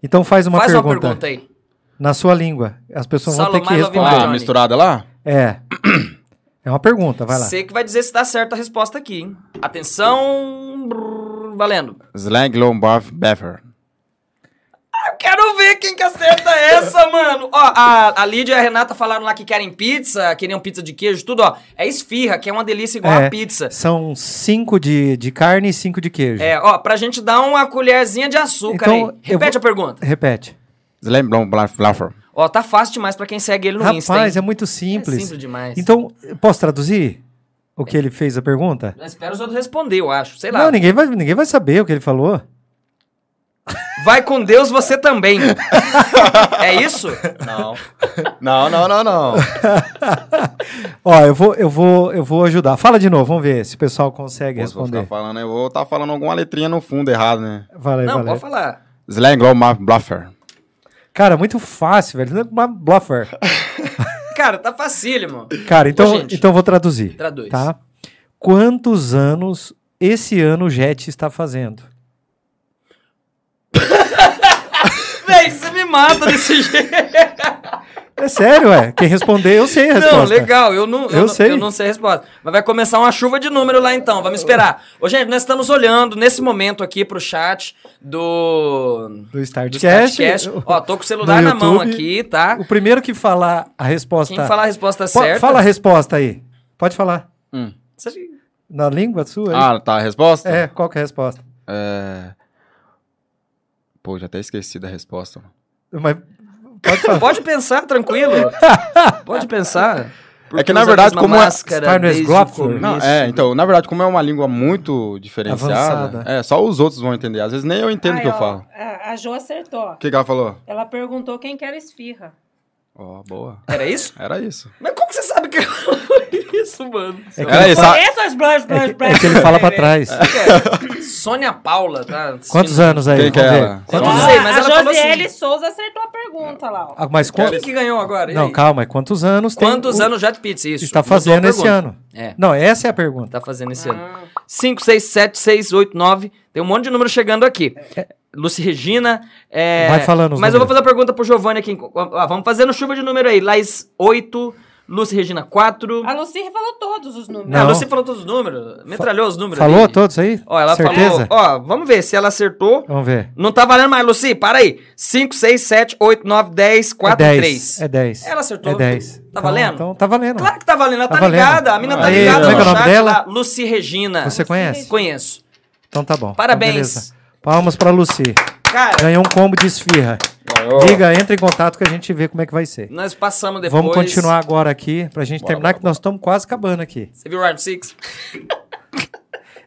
Speaker 2: Então faz uma
Speaker 1: Faz
Speaker 2: pergunta
Speaker 1: uma pergunta aí.
Speaker 2: na sua língua. As pessoas vão ter
Speaker 1: Salomar
Speaker 2: que
Speaker 1: Lovin
Speaker 2: responder.
Speaker 1: Johnny.
Speaker 4: Ah, misturada lá?
Speaker 2: É. É uma pergunta, vai lá.
Speaker 1: Você que vai dizer se tá certa a resposta aqui, hein? Atenção. brrr, valendo.
Speaker 4: Slag Lombard Bever.
Speaker 1: Eu quero ver quem que acerta essa, mano. Ó, a, a Lídia e a Renata falaram lá que querem pizza, queriam pizza de queijo, tudo, ó. É esfirra, que é uma delícia igual
Speaker 2: É.
Speaker 1: a pizza.
Speaker 2: São cinco de, de carne e cinco de queijo.
Speaker 1: É, ó, pra gente dar uma colherzinha de açúcar
Speaker 2: Então,
Speaker 1: aí.
Speaker 2: eu
Speaker 1: Repete
Speaker 2: vou-
Speaker 1: a pergunta.
Speaker 2: Repete.
Speaker 4: Slag Lombard Fluffer.
Speaker 1: Ó, tá fácil demais pra quem segue ele no Insta.
Speaker 2: Rapaz,
Speaker 1: hein?
Speaker 2: é muito
Speaker 1: É
Speaker 2: simples.
Speaker 1: simples demais.
Speaker 2: Então, posso traduzir o que ele fez a pergunta?
Speaker 1: Eu Espero os outros responder, eu acho. Sei lá.
Speaker 2: Não, ninguém vai, ninguém vai saber o que ele falou.
Speaker 1: Vai com Deus você também. é isso?
Speaker 4: Não. não, não, não, não.
Speaker 2: Ó, eu vou, eu vou, eu vou ajudar. Fala de novo, vamos ver se o pessoal consegue
Speaker 4: Pô, se eu
Speaker 2: responder.
Speaker 4: ficar falando, eu vou estar falando alguma letrinha no fundo errado, né?
Speaker 2: Valeu,
Speaker 1: Não,
Speaker 2: valeu.
Speaker 1: pode falar.
Speaker 4: Slag Lombard Bluffer.
Speaker 2: Cara, muito fácil, velho. Não é uma Bluffer.
Speaker 1: Cara, tá facílimo.
Speaker 2: Cara, então,
Speaker 1: Ô, gente.
Speaker 2: então eu vou traduzir.
Speaker 1: Traduz.
Speaker 2: Tá? Quantos anos esse ano o Jet está fazendo?
Speaker 1: Véi, você me mata desse jeito.
Speaker 2: É sério, ué. Quem responder, eu sei a resposta.
Speaker 1: Não, legal, eu não, eu,
Speaker 2: Eu
Speaker 1: não,
Speaker 2: sei.
Speaker 1: eu não sei a resposta. Mas vai começar uma chuva de número lá então, vamos esperar. Ô, gente, nós estamos olhando nesse momento aqui pro chat do.
Speaker 2: Do
Speaker 1: do
Speaker 2: Startcast.
Speaker 1: Statcast.
Speaker 2: o-
Speaker 1: Ó, tô com o celular
Speaker 2: no
Speaker 1: na mão
Speaker 2: YouTube.
Speaker 1: aqui, tá?
Speaker 2: O primeiro que falar a resposta.
Speaker 1: Quem falar a resposta
Speaker 2: Po-
Speaker 1: certa.
Speaker 2: Fala a resposta aí. Pode falar.
Speaker 4: Hum.
Speaker 2: Na língua sua? aí?
Speaker 4: Ah, tá a resposta?
Speaker 2: É, qual que é a resposta?
Speaker 4: É. Pô, já até esqueci da resposta. mano.
Speaker 2: Mas pode falar.
Speaker 1: Pode pensar, tranquilo. Pode pensar. Porque
Speaker 4: É que, na
Speaker 1: usa a
Speaker 4: verdade,
Speaker 1: mesma
Speaker 4: como é-
Speaker 1: máscara
Speaker 2: Star Wars
Speaker 1: desde o
Speaker 2: Glotzer.
Speaker 1: começo.
Speaker 4: Não, é, então, na verdade, como é uma língua muito diferenciada,
Speaker 2: Avançada.
Speaker 4: é, só os outros vão entender. Às vezes nem eu entendo o
Speaker 3: Aí,
Speaker 4: que eu
Speaker 3: ó,
Speaker 4: falo.
Speaker 3: A, a Jo acertou. ó.
Speaker 4: O que, que ela falou?
Speaker 3: Ela perguntou quem que era esfirra.
Speaker 4: Ó, boa.
Speaker 1: Era isso?
Speaker 4: Era isso.
Speaker 1: Mas como que você sabe que eu isso, mano?
Speaker 2: É que-
Speaker 4: Era isso. a-
Speaker 3: Conheço as blush, blush,
Speaker 2: É que,
Speaker 3: blush.
Speaker 2: é que ele fala pra trás.
Speaker 1: é? Sônia Paula, tá?
Speaker 2: Quantos anos aí?
Speaker 4: Quem que
Speaker 2: Vamos
Speaker 4: é
Speaker 2: ver.
Speaker 4: ela?
Speaker 1: Eu
Speaker 2: Quantos
Speaker 1: não
Speaker 2: anos?
Speaker 1: sei, mas
Speaker 3: Ah, a
Speaker 1: ela falou
Speaker 3: Josiele
Speaker 1: assim.
Speaker 3: Souza acertou a pergunta lá, ó.
Speaker 2: Ah, Mas
Speaker 1: Quem
Speaker 2: quantos...
Speaker 1: que ganhou agora? E
Speaker 2: Não,
Speaker 1: aí?
Speaker 2: calma. aí. Quantos anos tem
Speaker 1: Quantos
Speaker 2: o-
Speaker 1: anos já de pizza? Isso.
Speaker 2: está
Speaker 1: Mudou a
Speaker 2: fazendo esse
Speaker 1: pergunta.
Speaker 2: ano?
Speaker 1: É,
Speaker 2: Não, essa é a pergunta.
Speaker 1: tá fazendo esse ano.
Speaker 3: Ah,
Speaker 1: 5, 6, 7, 6, 8, 9. Tem um monte de número chegando aqui. Luci Regina. é,
Speaker 2: É. Vai falando os
Speaker 1: Mas eu vou
Speaker 2: números.
Speaker 1: fazer a pergunta pro Giovanni aqui. Ah, vamos fazendo chuva de número aí. Laís 8, Luci Regina 4.
Speaker 3: a Lucir falou todos os números.
Speaker 1: A
Speaker 2: Ah, Não.
Speaker 1: Lucy falou todos os números. Metralhou os números.
Speaker 2: Falou
Speaker 1: ali.
Speaker 2: todos aí?
Speaker 1: Ó, ela
Speaker 2: Certeza?
Speaker 1: falou. Ó, vamos ver se ela acertou.
Speaker 2: Vamos ver. É
Speaker 1: Não tá valendo mais, Luci. Para aí. 5, 6, 7, 8, 9, 10, 4,
Speaker 2: é
Speaker 1: 3.
Speaker 2: É 10.
Speaker 1: Ela acertou.
Speaker 2: É 10.
Speaker 1: Tá valendo?
Speaker 2: Então tá valendo.
Speaker 1: Claro que tá valendo. Ela
Speaker 2: Tá
Speaker 1: tá,
Speaker 2: valendo.
Speaker 1: ligada. A mina tá
Speaker 4: Aí,
Speaker 1: ligada
Speaker 4: como é
Speaker 1: no
Speaker 4: que é o
Speaker 1: chat.
Speaker 2: nome dela?
Speaker 1: lá. Lucy Regina.
Speaker 2: Você conhece?
Speaker 1: Conheço.
Speaker 2: Então tá bom. Então,
Speaker 1: Parabéns.
Speaker 2: beleza. Palmas pra Lucy.
Speaker 1: Cara,
Speaker 2: Ganhou um combo de esfirra.
Speaker 4: Maior.
Speaker 2: Liga, entra em contato que a gente vê como é que vai ser.
Speaker 1: Nós passamos depois.
Speaker 2: Vamos continuar agora aqui, pra gente
Speaker 1: Bora,
Speaker 2: terminar,
Speaker 1: bora,
Speaker 2: que nós estamos quase acabando aqui.
Speaker 1: Você viu o Round 6?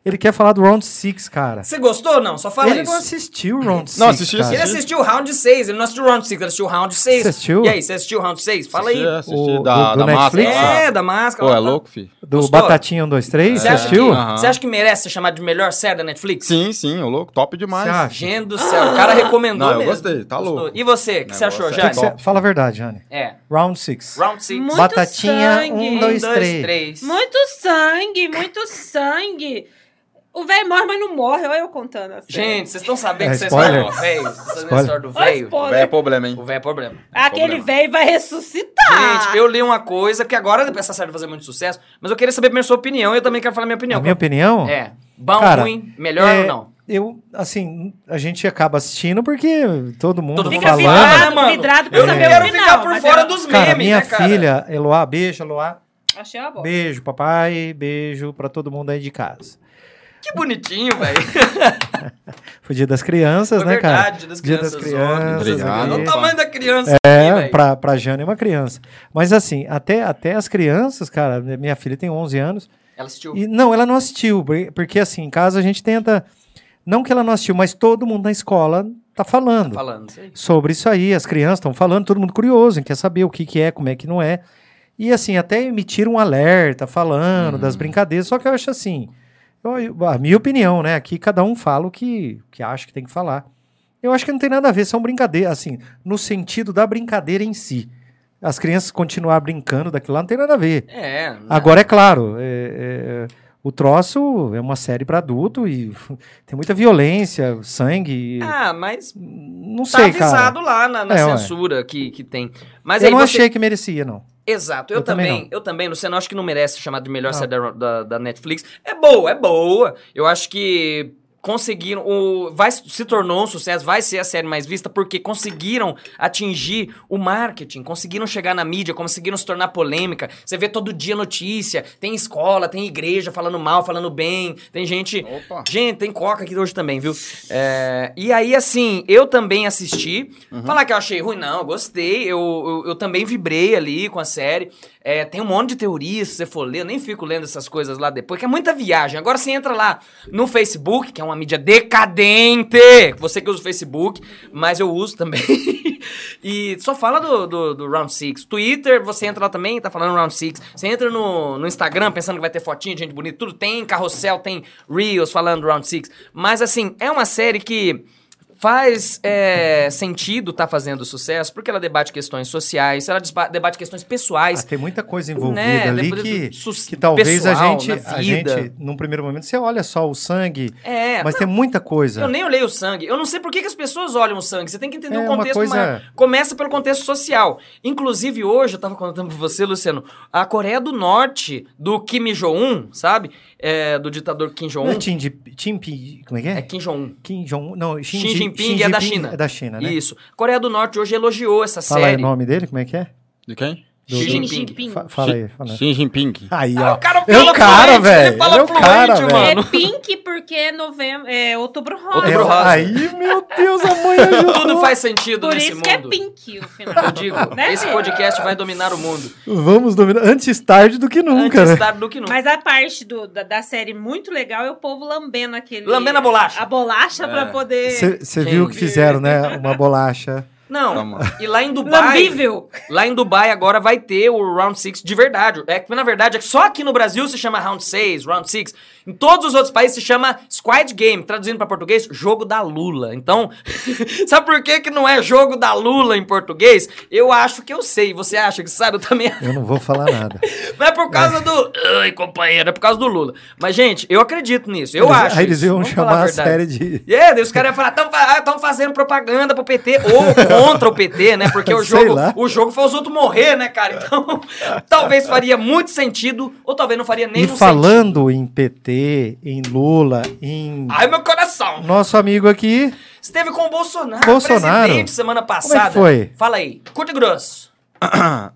Speaker 2: Ele quer falar do Round 6, cara.
Speaker 1: Você gostou ou não? Só fala
Speaker 2: ele
Speaker 1: isso.
Speaker 2: não assistiu o Round 6.
Speaker 4: Não, assistiu,
Speaker 1: Ele
Speaker 2: cara.
Speaker 4: assistiu.
Speaker 1: assistiu o Round 6, ele não assistiu o Round 6, ele assistiu o Round 6.
Speaker 2: Você assistiu?
Speaker 1: E aí, você assistiu o Round 6? Fala aí.
Speaker 4: Assisti, assisti,
Speaker 2: O- do-
Speaker 4: da,
Speaker 2: do
Speaker 4: da máscara.
Speaker 2: Netflix?
Speaker 4: lá.
Speaker 1: É, da máscara.
Speaker 4: Pô,
Speaker 1: lá,
Speaker 4: é
Speaker 1: tá.
Speaker 4: louco, fi?
Speaker 2: Do
Speaker 1: Gostou? É.
Speaker 2: Batatinha 1, 2, 3.
Speaker 1: Você
Speaker 2: Você
Speaker 1: acha,
Speaker 2: assistiu?
Speaker 1: que,
Speaker 4: Aham.
Speaker 1: você acha que merece ser chamado de melhor série da Netflix?
Speaker 4: Sim, sim, ô louco, top demais.
Speaker 2: Você acha?
Speaker 1: Gente do céu, o cara recomendou
Speaker 4: Não, eu
Speaker 1: mesmo.
Speaker 4: gostei, tá
Speaker 1: Gostou.
Speaker 4: louco.
Speaker 1: E você, o que você
Speaker 4: Negócio
Speaker 1: achou,
Speaker 4: é
Speaker 2: O que que
Speaker 1: Jane?
Speaker 4: top.
Speaker 2: você- Fala a verdade, Jane.
Speaker 1: É,
Speaker 2: Round 6.
Speaker 1: Round 6.
Speaker 2: um,
Speaker 3: Muito
Speaker 2: Batatinha
Speaker 3: sangue.
Speaker 2: 1, 2, 3.
Speaker 1: três.
Speaker 3: Muito sangue, muito sangue. O velho morre, mas não morre. Olha eu contando assim.
Speaker 1: Gente, vocês estão sabendo
Speaker 2: É,
Speaker 1: que vocês falam,
Speaker 2: spoiler.
Speaker 1: velho. Vocês estão sabendo a
Speaker 2: Spoiler.
Speaker 1: história do
Speaker 3: Olha o
Speaker 1: velho.
Speaker 4: Véi, é
Speaker 3: spoiler.
Speaker 4: problema, hein?
Speaker 1: O velho é problema.
Speaker 3: Aquele
Speaker 4: problema.
Speaker 3: velho vai ressuscitar.
Speaker 1: Gente, eu li uma coisa, porque agora essa série vai fazer muito sucesso, mas eu queria saber primeiro a sua opinião e eu também quero falar a minha opinião.
Speaker 2: A minha opinião?
Speaker 1: É. Bom,
Speaker 2: Cara,
Speaker 1: ruim, melhor
Speaker 2: é,
Speaker 1: ou não?
Speaker 2: Eu, assim, a gente acaba assistindo porque todo mundo
Speaker 1: Todo mundo
Speaker 3: Fica
Speaker 2: falando.
Speaker 3: vidrado,
Speaker 1: né, mano?
Speaker 3: vidrado pra
Speaker 1: Eu não
Speaker 2: saber o
Speaker 1: quero
Speaker 3: final,
Speaker 1: ficar por
Speaker 3: mas
Speaker 1: fora
Speaker 3: eu-
Speaker 1: dos memes,
Speaker 2: Cara, minha
Speaker 1: né, cara?
Speaker 2: filha, Eloá, beijo, Eloá.
Speaker 3: Achei uma boa.
Speaker 2: Beijo, papai. Beijo pra todo mundo aí de casa.
Speaker 1: Que bonitinho, velho.
Speaker 2: Foi dia das crianças,
Speaker 1: Foi
Speaker 2: né, cara?
Speaker 1: verdade, das
Speaker 2: Dia
Speaker 1: crianças
Speaker 2: das crianças.
Speaker 4: ontem. Obrigado.
Speaker 2: aqui.
Speaker 1: Olha o
Speaker 4: Aí.
Speaker 1: tamanho da criança aqui,
Speaker 2: É,
Speaker 1: velho.
Speaker 2: pra, pra Jane é uma criança. Mas assim, até, até as crianças, cara, minha filha tem 11 anos.
Speaker 1: Ela assistiu.
Speaker 2: E não, ela não assistiu, por- porque assim, em casa a gente tenta. Não que ela não assistiu, mas todo mundo na escola tá falando
Speaker 1: Falando, isso aí.
Speaker 2: sobre isso aí. As crianças estão falando, todo mundo curioso, quer saber o que, que é, como é que não é. E assim, até emitiram um alerta falando das
Speaker 1: Hum.
Speaker 2: brincadeiras, só que eu acho assim, eu- eu- a minha opinião, né? Aqui cada um fala o que, que acha que tem que falar. Eu acho que não tem nada a ver, são brincadeiras, assim, no sentido da brincadeira em si. As crianças continuar brincando daquilo lá não tem nada a ver.
Speaker 1: É. né?
Speaker 2: Agora, é claro, é- é- o troço é uma série para adulto e tem muita violência, sangue. e-
Speaker 1: Ah, mas
Speaker 2: não
Speaker 1: tá
Speaker 2: sei, cara.
Speaker 1: avisado lá na, na
Speaker 2: É, ué.
Speaker 1: censura que, que tem. Mas
Speaker 2: eu
Speaker 1: aí
Speaker 2: não
Speaker 1: você...
Speaker 2: achei que merecia, não.
Speaker 1: Exato, eu,
Speaker 2: Eu também
Speaker 1: também, eu também, Luciano, acho que não merece ser chamado de melhor
Speaker 2: Não.
Speaker 1: série da, da, da Netflix. É boa, é boa. Eu acho que conseguiram, o, vai, se tornou um sucesso, vai ser a série mais vista, porque conseguiram atingir o marketing, conseguiram chegar na mídia, conseguiram se tornar polêmica. Você vê todo dia notícia, tem escola, tem igreja falando mal, falando bem, tem gente
Speaker 4: Opa.
Speaker 1: Gente, tem coca aqui hoje também, viu? É, e aí, assim, eu também assisti. Falar que eu achei ruim, não, eu gostei. Eu, eu, eu também vibrei ali com a série. É, tem um monte de teorias, se você for ler, eu nem fico lendo essas coisas lá depois, que é muita viagem. Agora você entra lá no Facebook, que é uma mídia decadente. Você que usa o Facebook, mas eu uso também. e só fala do, do, do Round Six. Twitter, você entra lá também, tá falando Round Six. Você entra no, no Instagram pensando que vai ter fotinho de gente bonita, tudo tem, carrossel, tem Reels falando Round Six. Mas assim, é uma série que faz é, sentido tá fazendo sucesso, porque ela debate questões sociais, ela desba- debate questões pessoais.
Speaker 2: Ah, tem muita coisa envolvida
Speaker 1: né,
Speaker 2: ali
Speaker 1: depois
Speaker 2: que,
Speaker 1: do sus-
Speaker 2: que talvez a
Speaker 1: pessoal,
Speaker 2: gente,
Speaker 1: na
Speaker 2: a
Speaker 1: vida.
Speaker 2: gente, num primeiro momento, você olha só o sangue,
Speaker 1: É,
Speaker 2: mas tem muita coisa.
Speaker 1: Eu nem olhei o sangue. Eu não sei por que, que as pessoas olham o sangue. Você tem que entender
Speaker 2: É
Speaker 1: o
Speaker 2: uma
Speaker 1: contexto
Speaker 2: coisa-
Speaker 1: maior. Começa pelo contexto social. Inclusive, hoje, eu tava contando pra você, Luciano, a Coreia do Norte, do Kim Jong-un, sabe? É, do ditador Kim
Speaker 2: Não é
Speaker 1: Jong-un.
Speaker 2: Tim Di- Tim Pi- como é que é?
Speaker 1: É Kim Jong-un.
Speaker 2: Kim Jong, não,
Speaker 1: Xi
Speaker 2: Xi Ji-
Speaker 1: Jinping
Speaker 2: Xi
Speaker 1: é da
Speaker 2: Jinping
Speaker 1: China.
Speaker 2: É da China, né?
Speaker 1: Isso. A Coreia do Norte hoje elogiou essa
Speaker 2: Fala aí o
Speaker 1: série.
Speaker 2: nome dele, como é que é?
Speaker 4: De quem?
Speaker 1: Xi
Speaker 2: Do-
Speaker 1: Jinping.
Speaker 2: Fa- fala aí, fala aí.
Speaker 4: Xi Jinping.
Speaker 2: Aí,
Speaker 1: Ah,
Speaker 2: ó.
Speaker 1: o cara
Speaker 2: É o
Speaker 1: fala
Speaker 2: cara,
Speaker 1: fluente,
Speaker 2: velho.
Speaker 1: Ele fala
Speaker 2: Ele é o
Speaker 1: fluente,
Speaker 2: cara, velho.
Speaker 1: mano.
Speaker 3: É pink porque é novembro, é outubro rosa.
Speaker 1: Outubro Ah,
Speaker 2: É,
Speaker 1: rosa.
Speaker 2: aí, meu Deus, a mãe é ajudou.
Speaker 1: Tudo faz sentido
Speaker 3: Por
Speaker 1: nesse
Speaker 3: isso
Speaker 1: mundo.
Speaker 3: que é pink o final.
Speaker 1: Eu digo,
Speaker 3: Né,
Speaker 1: esse
Speaker 3: filho?
Speaker 1: podcast vai dominar o mundo.
Speaker 2: Vamos dominar. Antes tarde do que nunca,
Speaker 1: Antes
Speaker 2: né?
Speaker 1: tarde do que nunca.
Speaker 3: Mas a parte do- da, da série muito legal é o povo lambendo aquele.
Speaker 1: Lambendo a bolacha. É.
Speaker 3: A bolacha pra poder.
Speaker 2: Você
Speaker 1: Sim.
Speaker 2: viu o que fizeram, né? Uma bolacha.
Speaker 4: Tá,
Speaker 1: Não,
Speaker 4: mano.
Speaker 1: e lá em Dubai...
Speaker 3: Lambível.
Speaker 1: Lá em Dubai agora vai ter o Round 6 de verdade. É que na verdade é que só aqui no Brasil se chama Round 6, Round 6. Em todos os outros países se chama Squad Game, traduzindo pra português, jogo da lula. Então, sabe por que que não é jogo da lula em português? Eu acho que eu sei, você acha que sabe, eu também.
Speaker 2: Eu não vou falar nada.
Speaker 1: Não é por causa do, ai, companheiro, é por causa do lula. Mas gente, eu acredito nisso. Eu
Speaker 2: Eles-
Speaker 1: acho.
Speaker 2: Aí eles
Speaker 1: isso.
Speaker 2: iam
Speaker 1: Vamos falar
Speaker 2: chamar a
Speaker 1: verdade.
Speaker 2: série de.
Speaker 1: E é, daí os caras iam falar, tão, fa- ah, tão fazendo propaganda pro PT ou contra o PT, né? Porque o
Speaker 2: Sei
Speaker 1: jogo,
Speaker 2: lá.
Speaker 1: o jogo foi os outros morrer, né, cara? Então, talvez faria muito sentido ou talvez não faria nem um
Speaker 2: E falando em PT, em Lula, em.
Speaker 1: Ai, meu coração.
Speaker 2: Nosso amigo aqui.
Speaker 1: Esteve com o Bolsonaro,
Speaker 2: Bolsonaro?
Speaker 1: presidente, semana
Speaker 2: Como é
Speaker 1: passada.
Speaker 2: que foi?
Speaker 1: Fala aí, curto e grosso.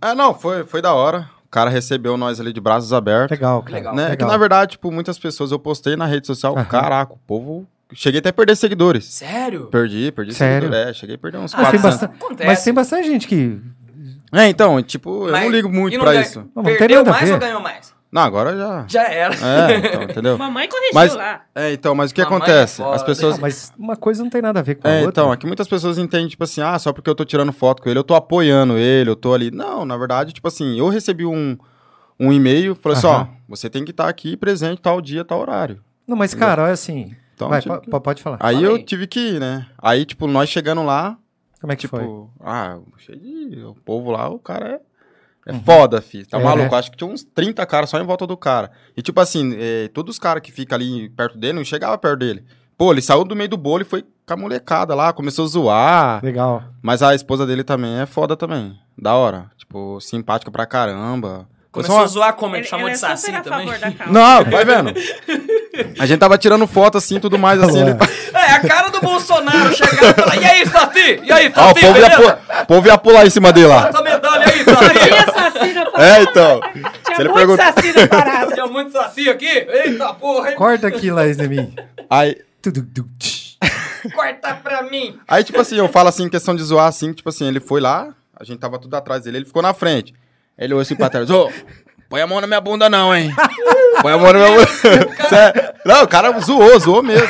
Speaker 4: É, não, foi, foi da hora. O cara recebeu nós ali de braços abertos.
Speaker 2: Legal, cara.
Speaker 1: Legal.
Speaker 4: né? É Que na verdade, tipo, muitas pessoas eu postei na rede social,
Speaker 2: Aham.
Speaker 4: caraca, o povo Cheguei até a perder seguidores.
Speaker 1: Sério?
Speaker 4: Perdi, perdi
Speaker 2: Sério?
Speaker 4: seguidores. É, cheguei a perder uns
Speaker 1: Ah,
Speaker 2: Mas, tem
Speaker 4: 400.
Speaker 1: bastante-
Speaker 2: bastan-
Speaker 1: Acontece.
Speaker 2: mas tem bastante gente que.
Speaker 4: É, então, tipo, eu
Speaker 1: Mas-
Speaker 4: não ligo
Speaker 1: e
Speaker 4: muito
Speaker 1: não
Speaker 4: pra
Speaker 1: ganha-
Speaker 4: isso.
Speaker 2: Não, não tem
Speaker 1: Perdeu
Speaker 2: nada a
Speaker 1: mais
Speaker 2: ver.
Speaker 1: ou ganhou mais?
Speaker 4: Não, agora já.
Speaker 1: Já era.
Speaker 4: É, então, entendeu?
Speaker 3: Mamãe corrigiu
Speaker 4: Mas-
Speaker 3: lá.
Speaker 4: É, então, mas o que
Speaker 1: Mamãe é
Speaker 4: acontece?
Speaker 1: foda.
Speaker 4: As pessoas.
Speaker 2: Ah, mas uma coisa não tem nada a ver com a
Speaker 4: É,
Speaker 2: outra.
Speaker 4: então, é que muitas pessoas entendem, tipo assim, ah, só porque eu tô tirando foto com ele, eu tô apoiando ele, eu tô ali. Não, na verdade, tipo assim, eu recebi um, um e-mail, falou assim, ó,
Speaker 2: Aham.
Speaker 4: você tem que estar aqui presente tal dia, tal horário.
Speaker 2: Não, mas, cara, olha assim.
Speaker 4: é. Então,
Speaker 2: vai,
Speaker 4: tipo,
Speaker 2: po- po- pode falar.
Speaker 4: aí
Speaker 1: Falei.
Speaker 4: eu tive que ir, né? Aí, tipo, nós chegando lá,
Speaker 2: Como é que
Speaker 4: tipo,
Speaker 2: foi?
Speaker 4: ah, cheio de... O povo lá, o cara é... É foda, filho. Tá
Speaker 2: É,
Speaker 4: maluco?
Speaker 2: né?
Speaker 4: Acho que tinha uns 30 caras só em volta do cara. E tipo assim, eh, todos os caras que ficam ali perto dele, não chegava perto dele. Pô, ele saiu do meio do bolo e foi com a molecada lá, começou a zoar.
Speaker 2: Legal.
Speaker 4: Mas a esposa dele também é foda também. Da hora. Tipo, simpática pra caramba.
Speaker 1: Começou a zoar como? Ele,
Speaker 3: Ele,
Speaker 1: chamou
Speaker 3: ela
Speaker 1: de
Speaker 3: é
Speaker 1: saci
Speaker 3: super a
Speaker 1: também.
Speaker 3: favor da causa.
Speaker 4: Não, vai vendo. A gente tava tirando foto assim, tudo mais assim.
Speaker 2: Ué.
Speaker 4: Ele...
Speaker 1: É, a cara do Bolsonaro chegar e falar, e aí, Tati? E aí,
Speaker 4: Ó, o
Speaker 1: Tati,
Speaker 4: povo
Speaker 2: Tá
Speaker 4: ia,
Speaker 1: beleza? Tá
Speaker 4: pu- o povo ia pular em cima dele lá.
Speaker 1: Essa medalha aí,
Speaker 3: Tinha
Speaker 1: Tati.
Speaker 3: assassina pra...
Speaker 4: É, então.
Speaker 3: Tinha
Speaker 4: se ele
Speaker 3: muito
Speaker 4: pergunta-
Speaker 3: assassina parada.
Speaker 1: Tinha muito Tati aqui. Eita porra, hein?
Speaker 2: Corta aqui, Laís de mim.
Speaker 4: Aí,
Speaker 1: Corta pra mim.
Speaker 4: aí, tipo assim, eu falo assim, questão de zoar assim, tipo assim, ele foi lá, a gente tava tudo atrás dele, ele ficou na frente. Ele olhou assim pra trás, ô, põe a mão na minha bunda não, hein? Põe a mão na minha bunda. Sério. Não, o cara zoou, zoou mesmo.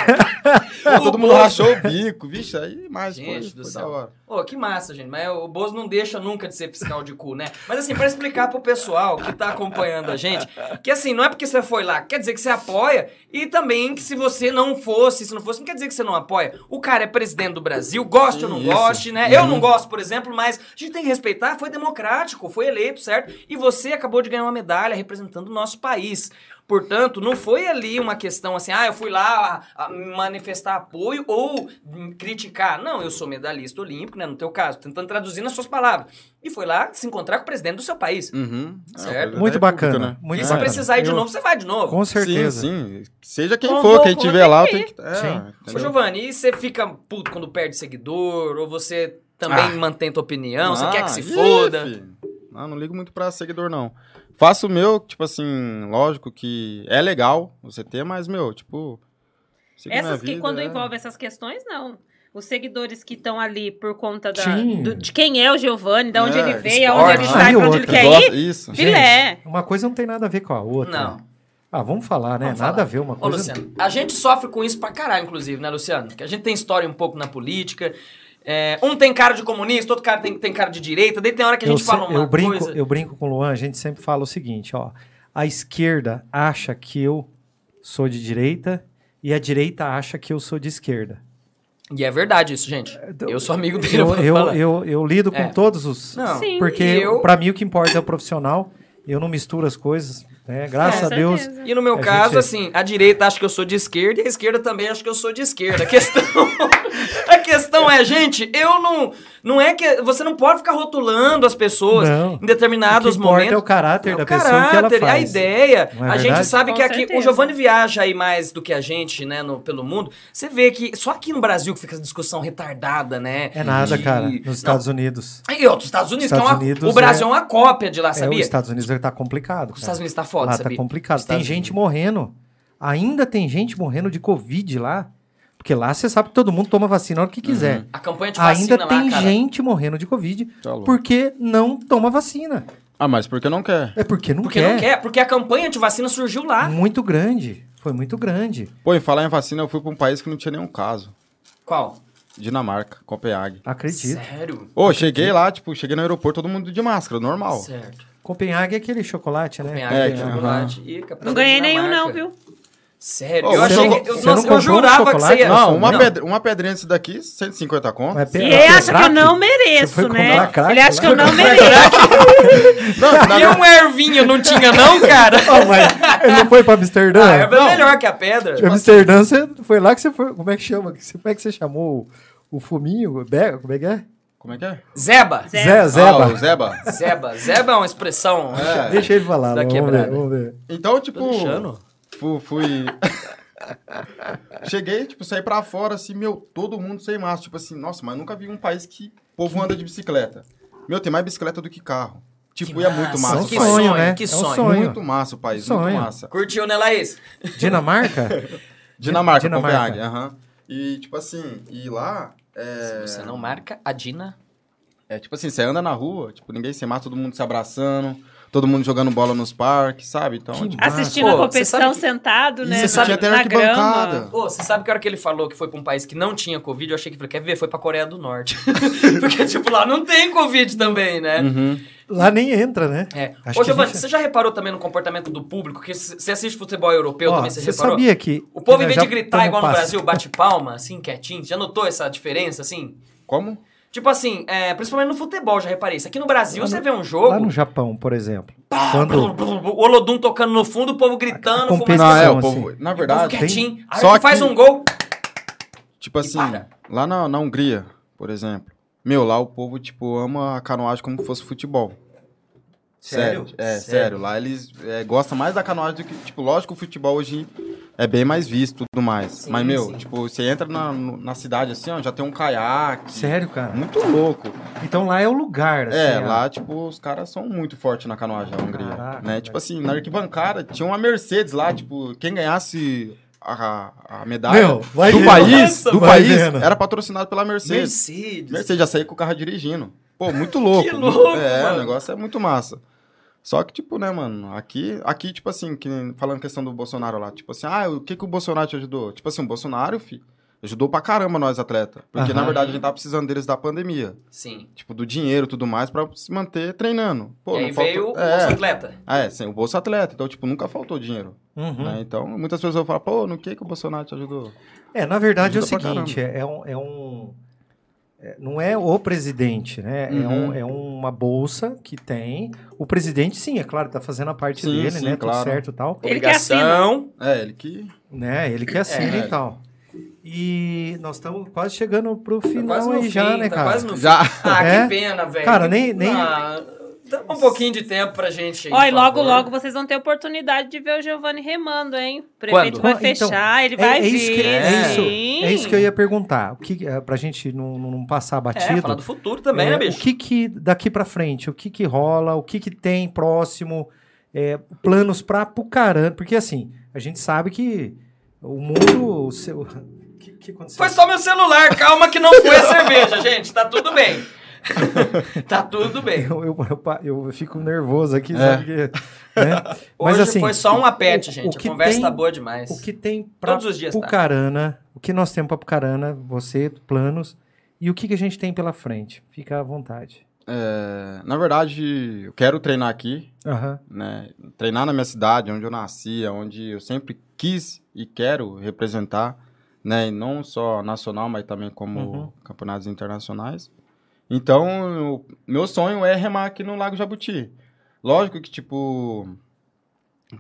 Speaker 4: Pô, todo mundo rachou o bico, vixe, aí mais foi,
Speaker 1: Gente do
Speaker 4: foi da
Speaker 1: céu.
Speaker 4: hora.
Speaker 1: Ô, que massa, gente. Mas o Bozo não deixa nunca de ser fiscal de cu, né? Mas assim, pra explicar pro pessoal que tá acompanhando a gente, que assim, não é porque você foi lá, quer dizer que você apoia, e também que se você não fosse, se não fosse, não quer dizer que você não apoia. O cara é presidente do Brasil, goste ou não
Speaker 4: Isso. Uhum.
Speaker 1: goste, né? Eu não gosto, por exemplo, mas a gente tem que respeitar, foi democrático, foi eleito, certo? E você acabou de ganhar uma medalha representando o nosso país. Portanto, não foi ali uma questão assim, ah, eu fui lá a- a manifestar apoio ou hum, criticar. Não, eu sou medalhista olímpico, né? No teu caso, tentando traduzir nas suas palavras. E foi lá se encontrar com o presidente do seu país.
Speaker 4: Uhum. É,
Speaker 1: Certo.
Speaker 4: o presidente
Speaker 2: Muito
Speaker 4: da República,
Speaker 2: bacana,
Speaker 4: né?
Speaker 1: E
Speaker 2: muito
Speaker 4: É.
Speaker 1: se
Speaker 2: bacana.
Speaker 1: precisar ir de
Speaker 2: Eu-
Speaker 1: novo, você vai de novo.
Speaker 2: Com certeza.
Speaker 4: Sim, sim. Seja quem
Speaker 3: Convocou,
Speaker 4: for, quem tiver
Speaker 3: tem
Speaker 4: lá,
Speaker 3: que
Speaker 4: tem
Speaker 3: ir.
Speaker 4: que. É,
Speaker 2: Sim.
Speaker 1: Ô,
Speaker 4: entendeu?
Speaker 1: Giovanni, e você fica puto quando perde seguidor? Ou você também
Speaker 4: Ah.
Speaker 1: mantém tua opinião? você
Speaker 4: Ah,
Speaker 1: quer que se
Speaker 4: ih,
Speaker 1: foda?
Speaker 4: filho. Ah, não ligo muito pra seguidor, não. Faço o meu, tipo assim, lógico que é legal você ter, mas, meu, tipo. sigo minha
Speaker 3: Essas que
Speaker 4: vida,
Speaker 3: quando
Speaker 4: é.
Speaker 3: envolve essas questões, não. Os seguidores que estão ali por conta da,
Speaker 2: Sim.
Speaker 3: do- de quem é o Giovanni, de onde
Speaker 4: É,
Speaker 3: ele veio,
Speaker 1: esporte.
Speaker 3: aonde ele está
Speaker 2: Ah,
Speaker 3: e
Speaker 2: e
Speaker 3: pra onde ele
Speaker 2: outra.
Speaker 3: quer
Speaker 4: Gosto-
Speaker 3: ir,
Speaker 4: Isso.
Speaker 2: Gente,
Speaker 3: filé.
Speaker 2: Uma coisa não tem nada a ver com a outra.
Speaker 1: Não.
Speaker 2: Ah, vamos falar, né?
Speaker 1: Vamos
Speaker 2: nada
Speaker 1: falar.
Speaker 2: a ver uma
Speaker 1: Ô,
Speaker 2: coisa.
Speaker 1: Luciano, a gente sofre com isso pra caralho, inclusive, né, Luciano? Porque a gente tem história um pouco na política. É, um tem cara de comunista, outro cara tem, tem cara de direita. Daí tem hora que a gente
Speaker 2: eu,
Speaker 1: fala
Speaker 2: se-
Speaker 1: uma
Speaker 2: eu brinco,
Speaker 1: coisa.
Speaker 2: eu brinco com o Luan, a gente sempre fala o seguinte, ó. A esquerda acha que eu sou de direita e a direita acha que eu sou de esquerda.
Speaker 1: E é verdade isso, gente.
Speaker 3: Então,
Speaker 1: Eu sou amigo dele.
Speaker 2: Então, Eu,
Speaker 1: vou
Speaker 2: eu,
Speaker 1: falar.
Speaker 2: eu- eu lido com
Speaker 1: É.
Speaker 2: todos os.
Speaker 1: Não,
Speaker 3: Sim.
Speaker 2: Porque
Speaker 1: eu-
Speaker 2: pra mim o que importa é o profissional. Eu não misturo as coisas, né? Graças
Speaker 3: É, Com
Speaker 2: a Deus.
Speaker 3: certeza.
Speaker 1: E no meu
Speaker 2: A
Speaker 1: caso,
Speaker 2: gente- é-
Speaker 1: assim, a direita acha que eu sou de esquerda e a esquerda também acha que eu sou de esquerda. A questão, a questão é, gente, eu não. Não é que. Você não pode ficar rotulando as pessoas
Speaker 2: Não.
Speaker 1: em
Speaker 2: O
Speaker 1: determinados
Speaker 2: que importa é
Speaker 1: momentos.
Speaker 2: o caráter
Speaker 1: É
Speaker 2: da
Speaker 1: o
Speaker 2: pessoa que ela
Speaker 1: caráter,
Speaker 2: faz.
Speaker 1: a ideia.
Speaker 2: Não é
Speaker 1: a gente
Speaker 2: verdade?
Speaker 1: sabe
Speaker 3: Com
Speaker 1: que aqui
Speaker 3: certeza.
Speaker 1: o Giovanni viaja aí mais do que a gente, né, no- pelo mundo. Você vê que só aqui no Brasil que fica essa discussão retardada, né?
Speaker 2: É nada,
Speaker 1: de-
Speaker 2: cara. Nos
Speaker 1: Não,
Speaker 2: Estados Unidos.
Speaker 1: E outros Estados Unidos,
Speaker 2: Estados
Speaker 1: que é uma-
Speaker 2: Unidos
Speaker 1: o Brasil
Speaker 2: é-
Speaker 1: é... uma cópia de lá,
Speaker 2: É, os
Speaker 1: sabia?
Speaker 2: Estados Unidos tá
Speaker 1: Os
Speaker 2: complicado. cara.
Speaker 1: Estados Unidos tá foda,
Speaker 2: lá tá
Speaker 1: sabia?
Speaker 2: complicado.
Speaker 1: Os
Speaker 2: Tem
Speaker 1: Estados
Speaker 2: gente morrendo. Ainda tem gente morrendo de Covid lá. Porque lá você sabe que todo mundo toma vacina a hora que quiser.
Speaker 1: A campanha de Tipo vacina
Speaker 2: Ainda
Speaker 1: lá,
Speaker 2: tem
Speaker 1: cara.
Speaker 2: gente morrendo de Covid
Speaker 4: Tá louco.
Speaker 2: porque não toma vacina.
Speaker 4: Ah, mas porque não quer.
Speaker 2: É Hum. porque não
Speaker 1: Porque
Speaker 2: quer.
Speaker 1: não quer, Ah. porque a campanha de vacina surgiu lá.
Speaker 2: Muito grande. Foi muito grande.
Speaker 4: Pô, em falar em vacina, eu fui pra um país que não tinha nenhum caso.
Speaker 1: Qual?
Speaker 4: Dinamarca, Copenhague.
Speaker 2: Acredito.
Speaker 1: Sério?
Speaker 4: Ô, cheguei lá, tipo, cheguei no aeroporto, todo mundo de máscara, normal.
Speaker 1: Certo.
Speaker 2: Copenhague é aquele chocolate, né?
Speaker 1: Copenhague,
Speaker 4: É,
Speaker 1: de
Speaker 4: aham.
Speaker 1: chocolate. Ih, capital
Speaker 3: Não ganhei
Speaker 1: da
Speaker 3: nenhum, não,
Speaker 1: Dinamarca.
Speaker 3: viu?
Speaker 1: Sério?
Speaker 4: Ô,
Speaker 1: eu
Speaker 4: você
Speaker 1: achei
Speaker 4: não-
Speaker 1: que. Eu,
Speaker 2: você não
Speaker 1: nossa, eu
Speaker 2: comprou um
Speaker 1: jurava que você
Speaker 2: chocolate?
Speaker 1: ia.
Speaker 4: Não, uma,
Speaker 1: Não.
Speaker 4: Pedra, uma pedrinha disso daqui, 150 conto.
Speaker 2: Mas pe-
Speaker 3: E
Speaker 2: é
Speaker 3: ele acha que eu
Speaker 2: craque?
Speaker 3: não mereço,
Speaker 2: foi
Speaker 3: né?
Speaker 2: comprar crack
Speaker 3: Ele acha
Speaker 2: lá?
Speaker 3: que eu não mereço.
Speaker 4: Não, na
Speaker 1: E um ervinho não tinha, não, cara?
Speaker 2: Ah, mas ele não foi pra Amsterdã?
Speaker 1: Ah, erva é melhor que a pedra.
Speaker 2: Tipo Amsterdã, você foi lá que você foi. Como é que chama? Que você- Como é que você chamou o, o fuminho? O Be- Como é que é?
Speaker 4: Como é que é?
Speaker 1: Zeba.
Speaker 3: Zé.
Speaker 2: Zé, Zeba.
Speaker 4: Ah, o Zeba.
Speaker 1: Zeba. Zeba é uma expressão.
Speaker 4: É.
Speaker 2: Deixa ele falar.
Speaker 1: Tá
Speaker 2: vamos
Speaker 1: quebrado.
Speaker 2: ver, vamos ver.
Speaker 4: Então, tipo.
Speaker 1: Tô deixando.
Speaker 4: Fu- Fui. Cheguei, tipo, saí pra fora, assim, meu, todo mundo sem máscara. Tipo assim, nossa, mas nunca vi um país que o povo anda de bicicleta. Meu, tem mais bicicleta do que carro. Tipo, e é muito
Speaker 1: massa,
Speaker 4: massa.
Speaker 2: É um
Speaker 4: o
Speaker 1: que
Speaker 4: país.
Speaker 1: sonho,
Speaker 2: sonho, né?
Speaker 1: que
Speaker 2: É um
Speaker 1: sonho.
Speaker 2: sonho.
Speaker 4: Muito massa o país,
Speaker 2: Sonho.
Speaker 4: muito massa.
Speaker 1: Curtiu, né, Laís?
Speaker 2: Dinamarca?
Speaker 4: Dinamarca,
Speaker 2: Dinamarca.
Speaker 4: Copenhague, É, aham. E, tipo assim, e lá.
Speaker 1: Se
Speaker 4: É,
Speaker 1: você não marca, a Dina.
Speaker 4: é tipo assim, você anda na rua, tipo, ninguém se mata, todo mundo se abraçando, todo mundo jogando bola nos parques, sabe? Então,
Speaker 2: Que
Speaker 4: tipo,
Speaker 2: Ah,
Speaker 1: pô,
Speaker 3: Assistindo a
Speaker 1: você sabe
Speaker 3: competição
Speaker 1: que-
Speaker 3: sentado,
Speaker 4: isso,
Speaker 3: né?
Speaker 4: tinha
Speaker 1: sabe,
Speaker 4: até
Speaker 3: na
Speaker 4: arquibancada.
Speaker 3: grama.
Speaker 1: Pô, você sabe que a hora que ele falou que foi pra um país que não tinha Covid, eu achei que ele falou, quer ver? Foi pra Coreia do Norte. Porque, tipo, lá não tem Covid também, né?
Speaker 4: Uhum.
Speaker 2: Lá nem entra, né?
Speaker 1: É.
Speaker 2: Hum. Acho
Speaker 1: Ô,
Speaker 2: que a
Speaker 1: Giovanni,
Speaker 2: gente-
Speaker 1: você já reparou também no comportamento do público? Que se- você assiste futebol europeu
Speaker 2: Ó,
Speaker 1: também, você
Speaker 2: você
Speaker 1: reparou?
Speaker 2: sabia que...
Speaker 1: O povo,
Speaker 2: que
Speaker 1: em vez
Speaker 2: nós
Speaker 1: de
Speaker 2: já
Speaker 1: gritar
Speaker 2: tamo
Speaker 1: igual no
Speaker 2: passo-
Speaker 1: Brasil, bate palma, assim, quietinho. Já notou essa diferença, assim?
Speaker 4: Como?
Speaker 1: Tipo assim, é, principalmente no futebol, já reparei isso. Aqui no Brasil,
Speaker 2: Lá no-
Speaker 1: você vê um
Speaker 2: Lá
Speaker 1: jogo,
Speaker 2: no Japão, por exemplo.
Speaker 1: pá, blum,
Speaker 2: Quando...
Speaker 1: blum, blum, o Olodum tocando no fundo, o povo gritando,
Speaker 2: a
Speaker 1: fumaça,
Speaker 4: Não, é,
Speaker 2: Então,
Speaker 4: o povo. Na
Speaker 1: o povo
Speaker 4: verdade,
Speaker 1: quietinho. Aí
Speaker 4: Só
Speaker 1: ele faz
Speaker 4: que-
Speaker 1: um gol,
Speaker 4: tipo assim,
Speaker 1: para.
Speaker 4: lá na, na Hungria, por exemplo. Meu, lá o povo, tipo, ama a canoagem como se fosse futebol. É, sério. Lá eles é, gostam mais da canoagem do que. Tipo, lógico, o futebol hoje é bem mais visto e tudo mais.
Speaker 1: Sim,
Speaker 4: Mas, meu,
Speaker 1: sim.
Speaker 4: tipo, você entra na, no- na cidade assim, ó, já tem um caiaque.
Speaker 2: Sério, cara?
Speaker 4: Muito louco.
Speaker 2: Então lá é o lugar, assim.
Speaker 4: é,
Speaker 2: ó.
Speaker 4: lá, tipo, os caras são muito fortes na canoagem na Hungria.
Speaker 2: Caraca,
Speaker 4: né?
Speaker 2: velho.
Speaker 4: Tipo assim, na arquibancada tinha uma Mercedes lá, tipo, quem ganhasse a, a- a medalha
Speaker 2: Meu, vai
Speaker 4: do
Speaker 2: vendo.
Speaker 4: país,
Speaker 1: Nossa,
Speaker 4: do
Speaker 2: vai
Speaker 4: país,
Speaker 2: vendo.
Speaker 4: era patrocinado pela Mercedes.
Speaker 1: Mercedes.
Speaker 4: Mercedes Né, já saiu com o carro dirigindo. Pô, muito louco.
Speaker 1: Que louco,
Speaker 4: É,
Speaker 1: mano.
Speaker 4: o negócio é muito massa. Só que, tipo, né, mano, aqui, aqui tipo assim, que nem- falando questão do Bolsonaro lá, tipo assim, ah, o que que o Bolsonaro te ajudou? Tipo assim, o Bolsonaro, filho, ajudou pra caramba nós atletas. Porque,
Speaker 2: Aham.
Speaker 4: na verdade, a gente tava precisando deles da pandemia.
Speaker 1: Sim.
Speaker 4: Tipo, do dinheiro e tudo mais pra se manter treinando. Pô,
Speaker 1: e aí
Speaker 4: não faltou-
Speaker 1: veio o
Speaker 4: é,
Speaker 1: Bolsa Atleta.
Speaker 4: ah, é, sim, o Bolsa Atleta. Então, tipo, nunca faltou dinheiro.
Speaker 2: Uhum.
Speaker 4: né? Então, muitas pessoas falam, pô, no que que o Bolsonaro te ajudou?
Speaker 2: É, na verdade é o
Speaker 4: Ajuda pra
Speaker 2: seguinte, é, é um... é um- é, não é o presidente, né? É,
Speaker 4: Uhum.
Speaker 2: um- é uma bolsa que tem. O presidente, sim, é claro, tá fazendo a parte
Speaker 4: Sim,
Speaker 2: dele,
Speaker 4: sim,
Speaker 2: né?
Speaker 4: claro.
Speaker 2: Tudo certo e tal.
Speaker 3: Ele que assina.
Speaker 4: É, ele que...
Speaker 2: Né?
Speaker 1: Uhum.
Speaker 2: Ele que assina
Speaker 4: É.
Speaker 2: e tal. E nós estamos quase chegando pro
Speaker 1: Tá
Speaker 2: final
Speaker 1: quase no
Speaker 2: aí
Speaker 1: fim,
Speaker 2: já, né,
Speaker 1: tá
Speaker 2: cara?
Speaker 1: quase no
Speaker 4: Já...
Speaker 1: fim. Ah,
Speaker 2: É?
Speaker 1: que pena, velho.
Speaker 2: Cara, nem- nem-
Speaker 1: Ah, dá um pouquinho de tempo pra gente.
Speaker 3: Ó, e
Speaker 1: aí, por
Speaker 3: logo,
Speaker 1: favor.
Speaker 3: logo vocês vão ter oportunidade de ver o Giovanni remando, hein? O prefeito
Speaker 1: Quando?
Speaker 3: vai
Speaker 2: Quando? Então,
Speaker 3: fechar, ele
Speaker 2: É-
Speaker 3: vai
Speaker 2: é,
Speaker 3: vir.
Speaker 2: isso que, é,
Speaker 1: É.
Speaker 2: isso,
Speaker 3: sim.
Speaker 2: é isso que eu ia perguntar. O que, é, pra gente não, não- não passar batido.
Speaker 1: É, falar do futuro também,
Speaker 2: é,
Speaker 1: né, bicho?
Speaker 2: O que que daqui pra frente, o que que rola, o que que tem próximo, é, planos pra Apucarana, porque assim, a gente sabe que o mundo... O seu- o que, que aconteceu?
Speaker 1: Foi só meu celular, calma que não foi a cerveja, gente. Tá tudo bem. tá tudo bem.
Speaker 2: Eu, eu, eu, pa- eu fico nervoso aqui,
Speaker 4: É.
Speaker 2: sabe? que- né?
Speaker 1: Hoje
Speaker 2: Mas assim,
Speaker 1: foi só um apete,
Speaker 2: o-
Speaker 1: gente.
Speaker 2: o
Speaker 1: a
Speaker 2: que
Speaker 1: conversa
Speaker 2: tem-
Speaker 1: tá boa demais.
Speaker 2: o que tem pra
Speaker 1: Todos os dias tá.
Speaker 2: Apucarana, o que nós temos pra Apucarana, você, planos, e o que que a gente tem pela frente? Fica à vontade.
Speaker 4: É, na verdade, eu quero treinar aqui,
Speaker 2: Aham.
Speaker 4: né? Treinar na minha cidade, onde eu nasci, onde eu sempre quis e quero representar, né? E não só nacional, mas também como
Speaker 2: Uhum.
Speaker 4: campeonatos internacionais. Então, eu- meu sonho é remar aqui no Lago Jabuti. Lógico que, tipo,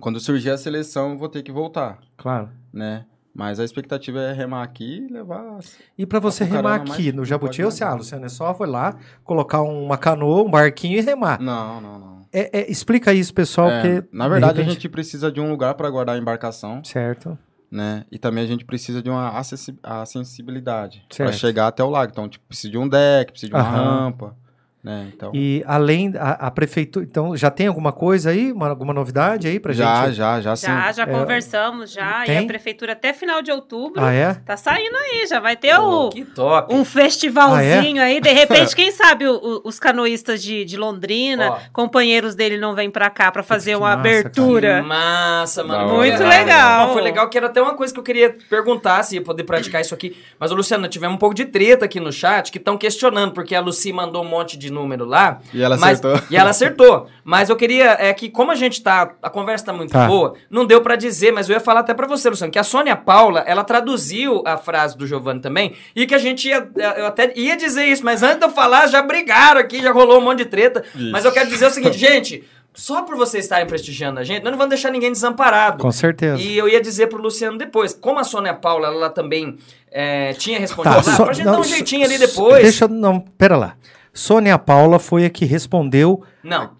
Speaker 4: quando surgir a seleção, eu vou ter que voltar,
Speaker 2: Claro.
Speaker 4: né? Mas a expectativa é remar aqui e levar. as-
Speaker 2: E pra você
Speaker 4: Apucarana
Speaker 2: remar
Speaker 4: é mais-
Speaker 2: aqui no
Speaker 4: não
Speaker 2: Jabuti,
Speaker 4: pode
Speaker 2: eu
Speaker 4: não.
Speaker 2: sei, ah, Luciano, é só foi lá, colocar uma canoa, um barquinho e remar.
Speaker 4: Não, não, não.
Speaker 2: É- é, explica isso, pessoal,
Speaker 4: É,
Speaker 2: porque.
Speaker 4: na
Speaker 2: de
Speaker 4: verdade, a
Speaker 2: repente-
Speaker 4: gente precisa de um lugar para guardar a embarcação.
Speaker 2: Certo.
Speaker 4: né? E também a gente precisa de uma acessi- acessibilidade para
Speaker 2: Certo.
Speaker 4: chegar até o lago. Então, tipo, precisa de um deck, precisa de uma
Speaker 2: Aham.
Speaker 4: rampa, né? Então,
Speaker 2: E além da a prefeitura. Então, já tem alguma coisa aí? Uma- alguma novidade aí pra
Speaker 4: já,
Speaker 2: gente?
Speaker 4: já, já, sim.
Speaker 3: Já, já conversamos, já. E
Speaker 2: É, Tem?
Speaker 3: a prefeitura até final de outubro
Speaker 2: Ah, é?
Speaker 3: tá saindo aí, já vai ter
Speaker 2: Oh,
Speaker 3: o,
Speaker 1: Que top.
Speaker 3: um festivalzinho
Speaker 2: Ah, é?
Speaker 3: aí. De repente, quem sabe o- o- os canoístas de, de Londrina,
Speaker 1: Ó.
Speaker 3: companheiros dele não vêm pra cá pra fazer
Speaker 2: que
Speaker 3: uma
Speaker 2: massa, cara.
Speaker 1: Que
Speaker 3: abertura.
Speaker 1: massa, mano.
Speaker 4: Da hora.
Speaker 1: Muito
Speaker 4: Muito
Speaker 1: legal.
Speaker 3: legal.
Speaker 1: Não, foi legal que era até uma coisa que eu queria perguntar, se ia poder praticar isso aqui. Mas, ô, Luciano, tivemos um pouco de treta aqui no chat que estão questionando, porque a Lucy mandou um monte de número lá.
Speaker 4: E ela
Speaker 1: mas-
Speaker 4: acertou.
Speaker 1: E ela acertou. Mas eu queria é que, como a gente tá. A conversa tá muito
Speaker 2: Tá.
Speaker 1: boa, não deu pra dizer, mas eu ia falar até pra você, Luciano, que a Sônia Paula, ela traduziu a frase do Giovanni também, e que a gente ia. Eu até ia dizer isso, mas antes de eu falar, já brigaram aqui, já rolou um monte de treta.
Speaker 4: Ixi.
Speaker 1: Mas eu quero dizer o seguinte, gente. Só por vocês estarem prestigiando a gente, nós não vamos deixar ninguém desamparado.
Speaker 2: Com certeza.
Speaker 1: E eu ia dizer pro Luciano depois, como a Sônia Paula, ela também é, tinha respondido
Speaker 2: Tá,
Speaker 1: lá,
Speaker 2: só-
Speaker 1: pra gente
Speaker 2: não,
Speaker 1: dar um
Speaker 2: só-
Speaker 1: jeitinho ali
Speaker 2: só-
Speaker 1: depois.
Speaker 2: Deixa eu. Não, pera lá. Sônia Paula foi a que respondeu.
Speaker 1: Não.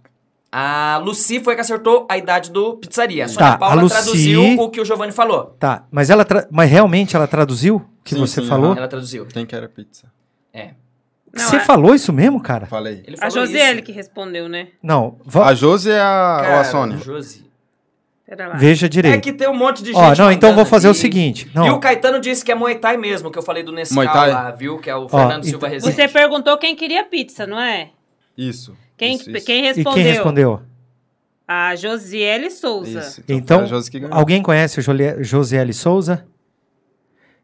Speaker 1: A Lucy foi a que acertou a idade do pizzaria. A Sônia
Speaker 2: Tá,
Speaker 1: Paula
Speaker 2: a Lucy-
Speaker 1: traduziu o que o Giovanni falou.
Speaker 2: Tá, mas ela. tra- Mas realmente ela traduziu o que
Speaker 4: Sim,
Speaker 2: você
Speaker 4: sim,
Speaker 2: falou?
Speaker 4: aham.
Speaker 1: Ela traduziu.
Speaker 4: Quem quer a pizza?
Speaker 3: Não,
Speaker 2: você
Speaker 3: é-
Speaker 2: falou isso mesmo, cara?
Speaker 4: Falei.
Speaker 1: Ele
Speaker 3: A
Speaker 1: falou
Speaker 3: Josiele
Speaker 1: isso.
Speaker 3: que respondeu, né?
Speaker 2: Não. va-
Speaker 4: A Josi é a, ou
Speaker 1: Cara,
Speaker 4: a Sônia?
Speaker 1: Josi.
Speaker 3: Pera lá.
Speaker 2: Veja
Speaker 1: É
Speaker 2: direito.
Speaker 1: que tem um monte de gente.
Speaker 2: Ó, não, então
Speaker 1: mandando
Speaker 2: vou fazer o
Speaker 1: aqui.
Speaker 2: seguinte.
Speaker 1: E
Speaker 2: Não,
Speaker 1: o Caetano disse que é Muay Thai mesmo, que eu falei do Nescau
Speaker 4: Muay Thai?
Speaker 1: lá, viu? Que é o Fernando
Speaker 2: então-
Speaker 1: Silva Rezende.
Speaker 3: Você perguntou quem queria pizza, não é?
Speaker 4: Isso.
Speaker 3: Quem,
Speaker 4: isso, isso.
Speaker 3: quem
Speaker 2: e
Speaker 3: respondeu?
Speaker 2: quem respondeu?
Speaker 3: A Josiele Souza.
Speaker 4: Isso,
Speaker 2: Então,
Speaker 4: foi a Josi que ganhou.
Speaker 2: Alguém conhece o Jolie- Josiele Souza?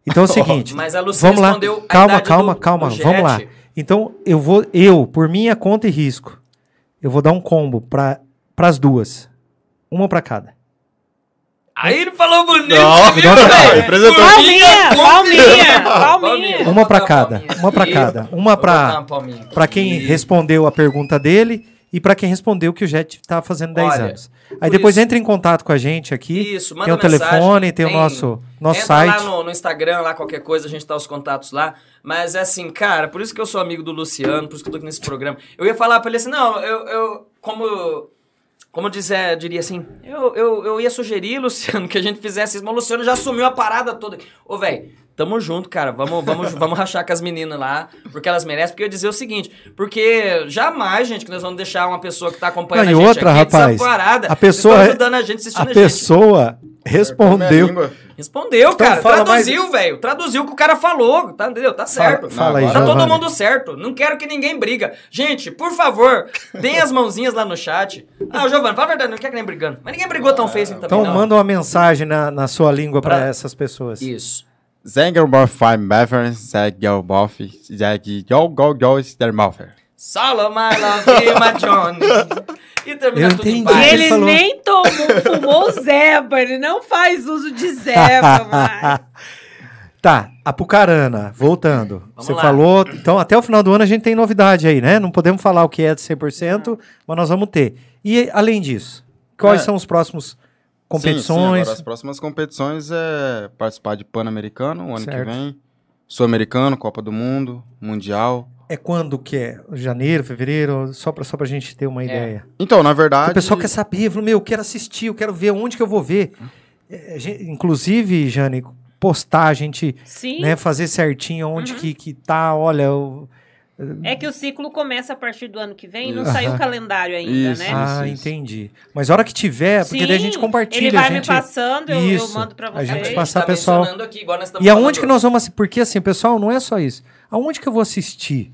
Speaker 2: Então é o seguinte.
Speaker 1: Mas a Lucy
Speaker 2: Vamos lá.
Speaker 1: respondeu. a
Speaker 2: Calma,
Speaker 1: idade
Speaker 2: calma,
Speaker 1: do-
Speaker 2: calma.
Speaker 1: do
Speaker 2: Vamos lá.
Speaker 1: Jet.
Speaker 2: Então eu vou, eu, por minha conta e risco, eu vou dar um combo para as duas. Uma para cada.
Speaker 1: Aí ele falou bonito,
Speaker 4: Não,
Speaker 1: viu,
Speaker 2: não, não,
Speaker 1: velho?
Speaker 4: representou.
Speaker 1: Por minha
Speaker 3: Palminha,
Speaker 1: conta-
Speaker 3: palminha,
Speaker 1: Palminha.
Speaker 3: palminha.
Speaker 1: Vou
Speaker 2: Uma para
Speaker 1: botar
Speaker 2: cada.
Speaker 1: palminha
Speaker 2: Uma para
Speaker 1: aqui.
Speaker 2: cada. Uma
Speaker 1: Vou botar
Speaker 2: para
Speaker 1: uma palminha aqui.
Speaker 2: para quem respondeu a pergunta dele e para quem respondeu que o Jet tá fazendo 10
Speaker 1: Olha,
Speaker 2: anos. Aí
Speaker 1: por
Speaker 2: depois
Speaker 1: isso-
Speaker 2: entra em contato com a gente aqui.
Speaker 1: Isso, manda
Speaker 2: Tem o
Speaker 1: mensagem,
Speaker 2: telefone, tem, o
Speaker 1: tem-
Speaker 2: nosso nosso
Speaker 1: Entra lá
Speaker 2: site.
Speaker 1: no, no Instagram, lá qualquer coisa, a gente tá os contatos lá. Mas é assim, cara, por isso que eu sou amigo do Luciano, por isso que eu tô aqui nesse programa. Eu ia falar pra ele assim, não, eu. eu como. Como eu, dizer, eu diria assim, eu, eu, eu ia sugerir, Luciano, que a gente fizesse isso, mas o Luciano já assumiu a parada toda. Ô, velho, tamo junto, cara. Vamos, vamos, vamos rachar com as meninas lá, porque elas merecem. Porque eu ia dizer o seguinte, porque jamais, gente, que nós vamos deixar uma pessoa que tá acompanhando
Speaker 2: Não, e
Speaker 1: a gente
Speaker 2: outra,
Speaker 1: aqui
Speaker 2: rapaz,
Speaker 1: desamparada.
Speaker 2: a pessoa
Speaker 1: Vocês
Speaker 2: é-
Speaker 1: tão ajudando a gente, assistindo
Speaker 2: A
Speaker 1: a, gente.
Speaker 2: pessoa
Speaker 4: Minha
Speaker 2: respondeu.
Speaker 4: língua.
Speaker 1: Respondeu, cara.
Speaker 2: Então fala mais-
Speaker 1: Traduziu, velho. Traduziu o que o cara falou. Tá, entendeu? Tá certo.
Speaker 2: Fala, fala aí,
Speaker 4: Não,
Speaker 1: Tá todo
Speaker 2: Giovanni.
Speaker 1: mundo certo. Não quero que ninguém briga. Gente, por favor, deem as mãozinhas lá no chat. Ah, Giovanni, fala a verdade, não quer que nem brigando. Mas ninguém brigou tão feio assim também,
Speaker 2: Então
Speaker 1: não.
Speaker 2: manda um uma mensagem na, na sua língua para
Speaker 1: Pra-
Speaker 2: essas pessoas.
Speaker 1: Isso.
Speaker 4: Zengelboff Fine Beffer, Zegelboff, Zegelgolgol, Stermoffer.
Speaker 1: Solo my love, you, my Johnny. E termina
Speaker 2: Eu
Speaker 1: tudo em
Speaker 2: entendi.
Speaker 1: paz.
Speaker 3: E
Speaker 2: Ele
Speaker 3: ele
Speaker 2: falou-
Speaker 3: nem tomou, fumou Zeba, ele não faz uso de Zeba, mas...
Speaker 2: tá, Apucarana, voltando. Você
Speaker 1: lá.
Speaker 2: falou, então até o final do ano a gente tem novidade aí, né? Não podemos falar o que é de 100%, mas nós vamos ter. E além disso, quais
Speaker 4: É.
Speaker 2: são os próximos
Speaker 4: Sim, sim,
Speaker 2: competições?
Speaker 4: agora as próximas competições é participar de Pan-Americano o ano
Speaker 2: Certo.
Speaker 4: que vem, Sul-Americano, Copa do Mundo, Mundial.
Speaker 2: é quando que é? Janeiro, fevereiro? Só pra, só pra gente ter uma ideia.
Speaker 4: Então, na verdade.
Speaker 2: O pessoal quer saber, falou, meu, eu quero assistir, eu quero ver onde que eu vou ver. É, gen- inclusive, Jane, postar, a gente
Speaker 3: Sim,
Speaker 2: né, fazer certinho onde que, que tá, olha, eu-
Speaker 3: é que o ciclo começa a partir do ano que vem e não
Speaker 4: Isso.
Speaker 3: saiu o calendário ainda,
Speaker 4: Isso.
Speaker 3: né?
Speaker 2: Ah,
Speaker 4: isso.
Speaker 2: entendi. Mas a hora que tiver, é porque daí a
Speaker 3: Sim,
Speaker 2: gente compartilha.
Speaker 3: Ele vai
Speaker 2: a
Speaker 3: me
Speaker 2: gente...
Speaker 3: passando, eu, eu
Speaker 2: Isso,
Speaker 3: mando pra
Speaker 2: a
Speaker 3: vocês.
Speaker 2: gente
Speaker 1: É,
Speaker 2: passa- passar,
Speaker 1: tá
Speaker 2: pessoal.
Speaker 1: mencionando aqui, igual nós estamos
Speaker 2: E aonde
Speaker 1: falando
Speaker 2: que nós vamos assi- Porque assim, pessoal, não é só isso. Aonde que eu vou assistir?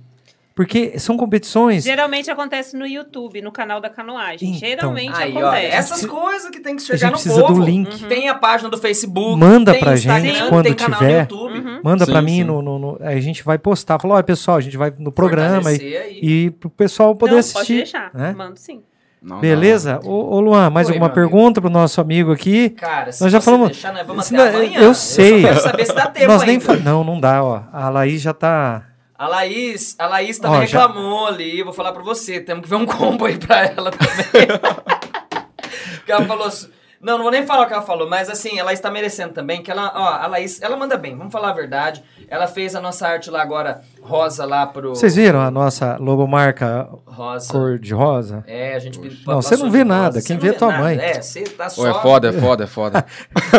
Speaker 2: Porque são competições.
Speaker 3: Geralmente acontece no YouTube, no canal da canoagem.
Speaker 2: Então.
Speaker 3: Geralmente
Speaker 1: Aí, ó,
Speaker 3: acontece.
Speaker 1: essas coisas que tem que
Speaker 2: a
Speaker 1: chegar
Speaker 2: gente
Speaker 1: no
Speaker 2: precisa
Speaker 1: povo.
Speaker 2: do link.
Speaker 3: Uhum.
Speaker 1: Tem a página do Facebook.
Speaker 2: Manda
Speaker 1: tem
Speaker 2: pra
Speaker 1: Instagram,
Speaker 2: gente quando
Speaker 1: tem canal no
Speaker 2: tiver.
Speaker 1: YouTube.
Speaker 3: Uhum.
Speaker 2: Manda
Speaker 4: Sim,
Speaker 2: pra mim,
Speaker 4: sim.
Speaker 2: no, no- no- aí a gente vai postar. Falar, olha, pessoal, a gente vai no programa e,
Speaker 1: Fortalecer aí.
Speaker 2: e pro pessoal poder
Speaker 3: não, pode
Speaker 2: assistir.
Speaker 3: deixar.
Speaker 2: né?
Speaker 3: Mando sim.
Speaker 4: Não, não.
Speaker 2: Beleza? Ô, ô, Luan, mais
Speaker 1: Oi,
Speaker 2: alguma
Speaker 1: meu amigo.
Speaker 2: pergunta pro nosso amigo aqui?
Speaker 1: Cara, se
Speaker 2: Nós já
Speaker 1: você
Speaker 2: falamos-
Speaker 1: deixar, nós vamos
Speaker 2: se
Speaker 1: até
Speaker 2: não- eu
Speaker 1: amanhã.
Speaker 2: sei.
Speaker 1: Eu só quero saber se dá tempo
Speaker 2: Nós nem
Speaker 1: ainda.
Speaker 2: fa- Não, não dá, ó. A Laís já tá.
Speaker 1: A Laís, a Laís também
Speaker 2: Ó, já-
Speaker 1: reclamou ali, vou falar pra você, temos que ver um combo aí pra ela também. que ela falou... assim- Não, não vou nem falar o que ela falou, mas assim, a Laís tá merecendo também, que ela, ó, a Laís, ela manda bem, vamos falar a verdade. Ela fez a nossa arte lá agora, rosa lá pro...
Speaker 2: Vocês viram a nossa logomarca
Speaker 1: Rosa.
Speaker 2: cor de rosa?
Speaker 1: É, a gente pediu
Speaker 2: Não, você não vê nada, quem vê é tua mãe.
Speaker 1: É, você tá só...
Speaker 4: Ô, é foda, é foda, é foda.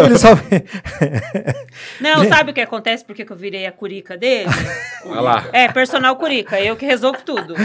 Speaker 2: Ele só vê-
Speaker 3: Não, sabe o que acontece? Porque que eu virei a curica dele?
Speaker 4: Olha lá.
Speaker 3: É, personal curica, eu que resolvo tudo.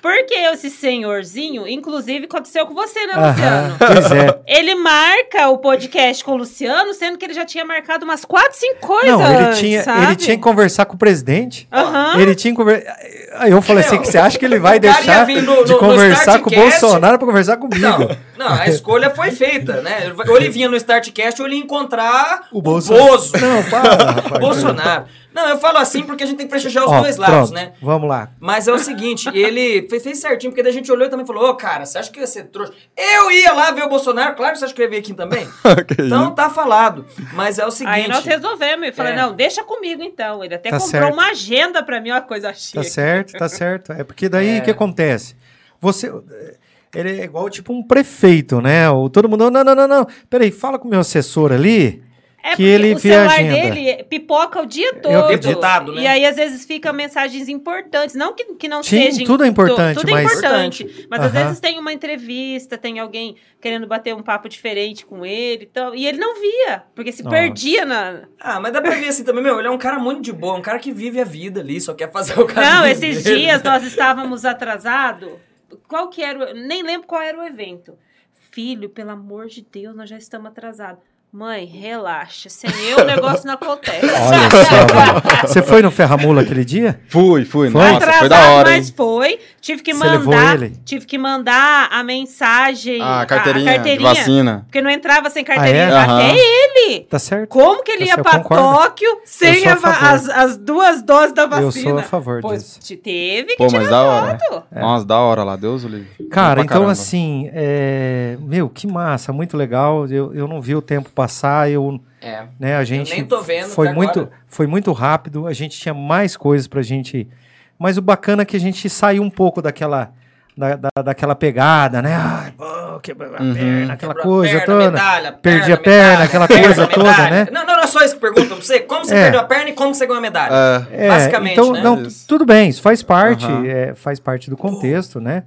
Speaker 3: Porque esse senhorzinho, inclusive, aconteceu com você,
Speaker 1: Tá
Speaker 3: né, Luciano?
Speaker 2: Aham, Pois é.
Speaker 3: Ele marca o podcast com o Luciano, sendo que ele já tinha marcado umas quatro, cinco coisas.
Speaker 2: Não, ele
Speaker 1: é,
Speaker 3: antes,
Speaker 2: tinha,
Speaker 3: sabe?
Speaker 2: ele tinha que conversar com o presidente.
Speaker 3: Aham.
Speaker 2: Ele tinha que conversar. Aí eu falei assim:
Speaker 1: Meu,
Speaker 2: que você acha que ele vai
Speaker 1: o cara ia
Speaker 2: deixar
Speaker 1: vir no-
Speaker 2: de
Speaker 1: no- no
Speaker 2: conversar com o
Speaker 1: Startcast?
Speaker 2: Bolsonaro pra conversar comigo?
Speaker 1: Não, não, a escolha foi feita, né? Ou ele vinha no Startcast ou ele ia encontrar
Speaker 2: O
Speaker 1: o,
Speaker 2: Bolsonaro.
Speaker 1: Bolsonaro.
Speaker 2: Não, para, rapaz.
Speaker 1: Bolsonaro. Não, eu falo assim porque a gente tem que prestigiar os
Speaker 2: Ó,
Speaker 1: dois lados,
Speaker 2: pronto,
Speaker 1: né?
Speaker 2: Vamos lá.
Speaker 1: Mas é o seguinte, ele fe- fez certinho, porque daí a gente olhou e também falou, ô, cara, você acha que você trouxa? Eu ia lá ver o Bolsonaro, claro que você acha que eu ia ver aqui também.
Speaker 4: Que
Speaker 1: Então tá falado. Mas é o seguinte...
Speaker 3: Aí nós resolvemos. Eu falei,
Speaker 1: É.
Speaker 3: não, deixa comigo então. Ele até
Speaker 2: Tá
Speaker 3: comprou
Speaker 2: certo.
Speaker 3: uma agenda pra mim, uma coisa
Speaker 2: Tá
Speaker 3: chique.
Speaker 2: certo, tá certo. É porque daí
Speaker 1: É.
Speaker 2: o que acontece? Você. Ele é igual tipo um prefeito, né? O, todo mundo. Não, não, não, não. Peraí, fala com o meu assessor ali.
Speaker 3: É
Speaker 2: que
Speaker 3: porque
Speaker 2: ele
Speaker 3: o
Speaker 2: vê a
Speaker 3: celular
Speaker 2: agenda.
Speaker 3: dele pipoca o dia todo.
Speaker 1: acreditado, né?
Speaker 3: E aí, às vezes, fica mensagens importantes. Não que, que não
Speaker 2: Sim,
Speaker 3: sejam.
Speaker 2: tudo é importante,
Speaker 3: Tudo é
Speaker 2: mas-
Speaker 3: importante. Mas às
Speaker 2: Aham.
Speaker 3: vezes tem uma entrevista, tem alguém querendo bater um papo diferente com ele. Então, e ele não via, porque se
Speaker 2: Nossa.
Speaker 3: perdia na.
Speaker 1: Ah, mas dá pra ver assim também, meu, ele é um cara muito de boa, um cara que vive a vida ali, só quer fazer o caminho
Speaker 3: Não, esses
Speaker 1: dele.
Speaker 3: dias nós estávamos atrasados. Qual que era? o- Nem lembro qual era o evento. filho, pelo amor de Deus, nós já estamos atrasados. Mãe, relaxa. Sem eu, o negócio não acontece.
Speaker 2: Olha só, velho. Você foi no Ferramula aquele dia?
Speaker 4: Fui,
Speaker 2: Foi?
Speaker 4: fui. Nossa,
Speaker 3: Atrasado,
Speaker 4: foi da hora, hein?
Speaker 3: mas foi. Tive que
Speaker 2: Você levou
Speaker 3: mandar.
Speaker 2: ele?
Speaker 3: Tive que mandar a mensagem.
Speaker 4: Ah, carteirinha,
Speaker 3: a
Speaker 4: de vacina.
Speaker 3: Porque não entrava sem carteirinha.
Speaker 2: Ah, é?
Speaker 3: Até
Speaker 4: Aham.
Speaker 3: ele.
Speaker 2: Tá certo?
Speaker 3: Como que ele
Speaker 2: Eu
Speaker 3: ia
Speaker 2: sou-
Speaker 3: pra
Speaker 2: concordo.
Speaker 3: Tóquio sem
Speaker 2: sou a
Speaker 3: a va-
Speaker 2: favor.
Speaker 3: as, as duas doses da vacina?
Speaker 2: Eu sou a favor
Speaker 3: Pois
Speaker 2: disso.
Speaker 3: te teve que
Speaker 4: Pô,
Speaker 3: tirar
Speaker 4: mas da hora.
Speaker 3: foto.
Speaker 4: Nossa, da hora lá, Deus o livre.
Speaker 2: É. Cara,
Speaker 4: Pra
Speaker 2: então
Speaker 4: caramba.
Speaker 2: assim, é, meu, que massa, muito legal. Eu, eu não vi o tempo passar, eu,
Speaker 1: É.
Speaker 2: né, a gente
Speaker 1: nem tô vendo
Speaker 2: foi
Speaker 1: até
Speaker 2: muito,
Speaker 1: agora.
Speaker 2: foi muito rápido. A gente tinha mais coisas pra gente, mas o bacana é que a gente saiu um pouco daquela da, da- daquela pegada, né? Ai, pô, quebrou a
Speaker 4: Uhum.
Speaker 2: perna, aquela
Speaker 1: Quebrou a
Speaker 2: coisa
Speaker 1: perna,
Speaker 2: toda.
Speaker 1: medalha,
Speaker 2: Perdi a perna, aquela coisa toda, né?
Speaker 1: Não, não, não é só isso que perguntam pra você. Como você
Speaker 2: É.
Speaker 1: perdeu a perna e como você ganhou a medalha?
Speaker 4: É,
Speaker 2: É,
Speaker 1: Basicamente,
Speaker 2: então,
Speaker 1: né?
Speaker 2: não,
Speaker 4: Isso.
Speaker 2: tu- tudo bem, isso faz parte,
Speaker 4: Aham.
Speaker 2: é, faz parte do contexto, né?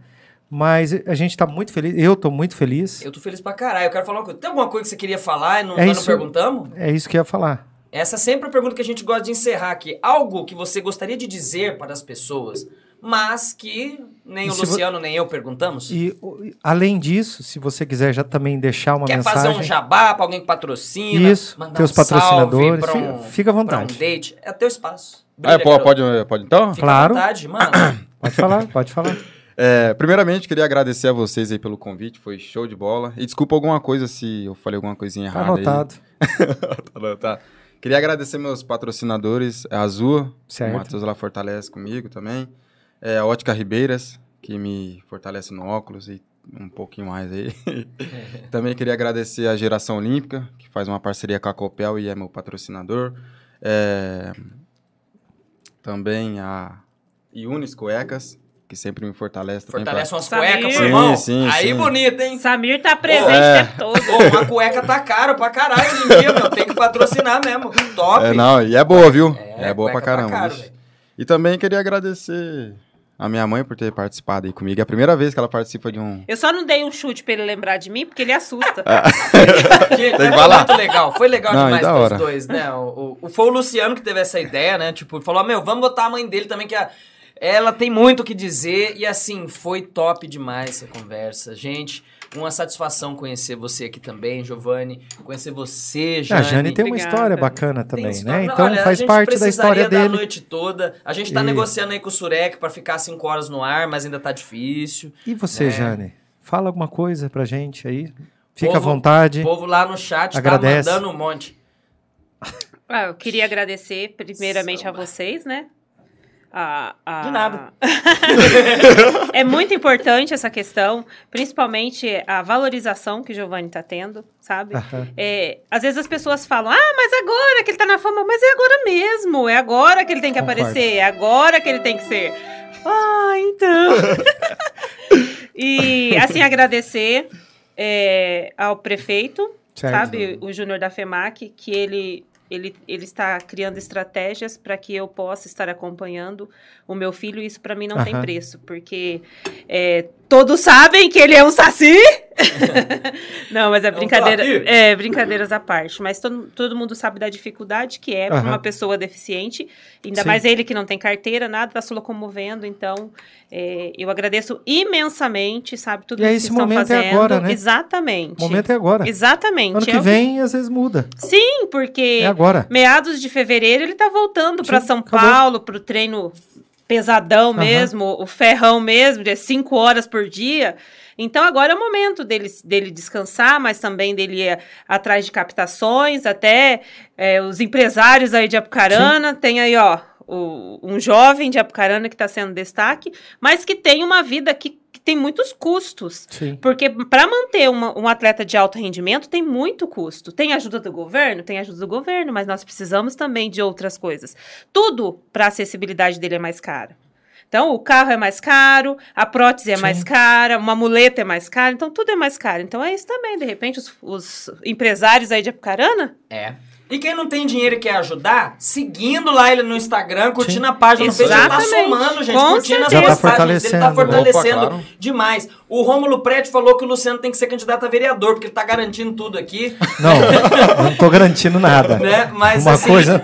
Speaker 2: Mas a gente tá muito feliz, eu tô muito feliz.
Speaker 1: Eu tô feliz pra caralho. Eu quero falar uma coisa. Tem alguma coisa que você queria falar e não, nós
Speaker 2: É
Speaker 1: não
Speaker 2: isso.
Speaker 1: perguntamos?
Speaker 2: É isso que eu ia falar.
Speaker 1: Essa é sempre a pergunta que a gente gosta de encerrar aqui. Algo que você gostaria de dizer para as pessoas, mas que nem
Speaker 2: E
Speaker 1: o
Speaker 2: se vo-
Speaker 1: Luciano nem eu perguntamos?
Speaker 2: E o- e, além disso, se você quiser já também deixar uma
Speaker 1: Quer
Speaker 2: mensagem,
Speaker 1: fazer um jabá pra alguém que patrocina?
Speaker 2: Isso,
Speaker 1: mandar
Speaker 2: teus
Speaker 1: um salve
Speaker 2: patrocinadores,
Speaker 1: pra
Speaker 2: fica- fica à
Speaker 1: pra
Speaker 2: vontade.
Speaker 1: um date. É teu espaço.
Speaker 4: é
Speaker 1: Brilha,
Speaker 4: pô,
Speaker 1: garoto.
Speaker 4: pode, pode então?
Speaker 1: Fica
Speaker 2: Claro.
Speaker 1: à vontade, mano.
Speaker 2: pode falar, pode falar. Tá
Speaker 4: É, primeiramente, queria agradecer a vocês aí pelo convite, foi show de bola. E desculpa alguma coisa se eu falei alguma coisinha
Speaker 2: Tá
Speaker 4: errada
Speaker 2: anotado,
Speaker 4: aí. Tá anotado. Queria agradecer meus patrocinadores, é a Azul, o
Speaker 2: certo?
Speaker 4: Matheus lá fortalece comigo também. É, a Ótica Ribeiras, que me fortalece no óculos e um pouquinho mais aí. também queria agradecer a Geração Olímpica, que faz uma parceria com a Copel e é meu patrocinador. É, também a Unis Cuecas, que sempre me fortalece também. pra-
Speaker 1: Fortalece umas
Speaker 3: Sabia.
Speaker 1: cuecas,
Speaker 3: Sim,
Speaker 1: meu irmão.
Speaker 4: sim,
Speaker 1: Aí
Speaker 4: sim.
Speaker 1: bonito, hein?
Speaker 3: Samir tá presente
Speaker 4: É.
Speaker 3: o tempo todo.
Speaker 1: Ô, uma cueca tá caro pra caralho hoje em dia, meu. Tem que patrocinar mesmo. Top.
Speaker 4: É, não, e é boa, viu? É, boa
Speaker 1: cueca
Speaker 4: pra caramba.
Speaker 1: caro,
Speaker 4: vixe.
Speaker 1: velho.
Speaker 4: e também queria agradecer a minha mãe por ter participado aí comigo. É a primeira vez que ela participa de um.
Speaker 3: Eu só não dei um chute pra ele lembrar de mim, porque ele assusta.
Speaker 1: Gente,
Speaker 4: Tem que
Speaker 1: foi
Speaker 4: falar.
Speaker 1: muito legal. Foi legal
Speaker 4: Não, e
Speaker 1: demais
Speaker 4: da
Speaker 1: pros
Speaker 4: hora.
Speaker 1: dois, né? O, o- foi o Luciano que teve essa ideia, né? Tipo, falou: meu, vamos botar a mãe dele também, que a- ela tem muito o que dizer. E assim, foi top demais essa conversa. Gente, uma satisfação conhecer você aqui também, Giovanni. Conhecer
Speaker 4: É,
Speaker 1: você,
Speaker 2: Ah, A
Speaker 1: Jane.
Speaker 2: Jane tem uma
Speaker 3: Obrigada.
Speaker 2: história bacana
Speaker 1: Tem
Speaker 2: também,
Speaker 1: história-
Speaker 2: né?
Speaker 1: Não,
Speaker 2: Então
Speaker 1: olha,
Speaker 2: faz parte da história
Speaker 1: A gente precisaria da
Speaker 2: dele.
Speaker 1: noite toda. A gente tá
Speaker 2: E-
Speaker 1: negociando aí com o Surek pra ficar cinco horas no ar, mas ainda tá difícil.
Speaker 2: E você,
Speaker 1: né?
Speaker 2: Jane? Fala alguma coisa pra gente aí. Fica à
Speaker 1: Povo-
Speaker 2: vontade.
Speaker 1: O povo lá no chat
Speaker 2: Agradece.
Speaker 1: tá mandando um monte.
Speaker 3: Ah, eu queria agradecer primeiramente
Speaker 1: Samba.
Speaker 3: a vocês, né? A- a-
Speaker 1: De nada.
Speaker 3: é muito importante essa questão, principalmente a valorização que o Giovanni está tendo, sabe?
Speaker 2: Aham.
Speaker 3: É, às vezes as pessoas falam, ah, mas agora que ele tá na fama, mas é agora mesmo, é agora que ele tem que
Speaker 2: Concordo.
Speaker 3: aparecer, é agora que ele tem que ser. Ah, então. e assim, agradecer é, ao prefeito,
Speaker 2: Certo.
Speaker 3: sabe, o Júnior da FEMAC, que ele, ele, ele está criando estratégias para que eu possa estar acompanhando o meu filho, e isso para mim não tem
Speaker 2: Aham.
Speaker 3: preço, porque é, todos sabem que ele é um saci. não, mas é
Speaker 1: um
Speaker 3: brincadeira,
Speaker 1: saci.
Speaker 3: é brincadeiras à parte, mas todo, todo mundo sabe da dificuldade que é para
Speaker 2: Aham.
Speaker 3: uma pessoa deficiente, ainda
Speaker 2: Sim.
Speaker 3: mais ele que não tem carteira, nada, está se locomovendo, então é, eu agradeço imensamente, sabe, tudo
Speaker 2: E é
Speaker 3: isso
Speaker 2: esse
Speaker 3: que estão
Speaker 2: momento é
Speaker 3: fazendo.
Speaker 2: agora, né?
Speaker 3: Exatamente.
Speaker 2: O momento é agora.
Speaker 3: Exatamente.
Speaker 2: Ano
Speaker 3: é
Speaker 2: que
Speaker 3: o
Speaker 2: vem, às vezes muda.
Speaker 3: Sim, porque
Speaker 2: É agora.
Speaker 3: meados de fevereiro ele tá voltando para
Speaker 2: Sim,
Speaker 3: São
Speaker 2: acabou.
Speaker 3: Paulo, pro treino pesadão
Speaker 2: Aham.
Speaker 3: mesmo, o ferrão mesmo, de cinco horas por dia. Então agora é o momento dele, dele descansar, mas também dele ir atrás de captações, até é, os empresários aí de Apucarana, tem aí, ó, o- um jovem de Apucarana que está sendo destaque, mas que tem uma vida que- que tem muitos custos.
Speaker 2: Sim.
Speaker 3: Porque para manter uma- um atleta de alto rendimento tem muito custo. Tem ajuda do governo? Tem ajuda do governo, mas nós precisamos também de outras coisas. Tudo para acessibilidade dele é mais caro. Então, o carro é mais caro, a prótese é
Speaker 2: Sim.
Speaker 3: mais cara, uma muleta é mais cara, então tudo é mais caro. Então é isso também, de repente, os, os empresários aí de Apucarana.
Speaker 1: É. E quem não tem dinheiro e quer ajudar, seguindo lá ele no Instagram, curtindo a página no
Speaker 3: Exatamente.
Speaker 1: Facebook, ele tá somando, gente,
Speaker 3: Com
Speaker 1: curtindo as
Speaker 2: certeza. Já tá
Speaker 1: postagens, ele tá
Speaker 2: fortalecendo.
Speaker 1: fortalecendo
Speaker 4: Opa, claro.
Speaker 1: demais. O O Rômulo Prete falou que o Luciano tem que ser candidato a vereador, porque ele tá garantindo tudo aqui,
Speaker 2: Não, não tô garantindo nada.
Speaker 1: né? Mas
Speaker 2: Uma
Speaker 1: assim.
Speaker 2: coisa.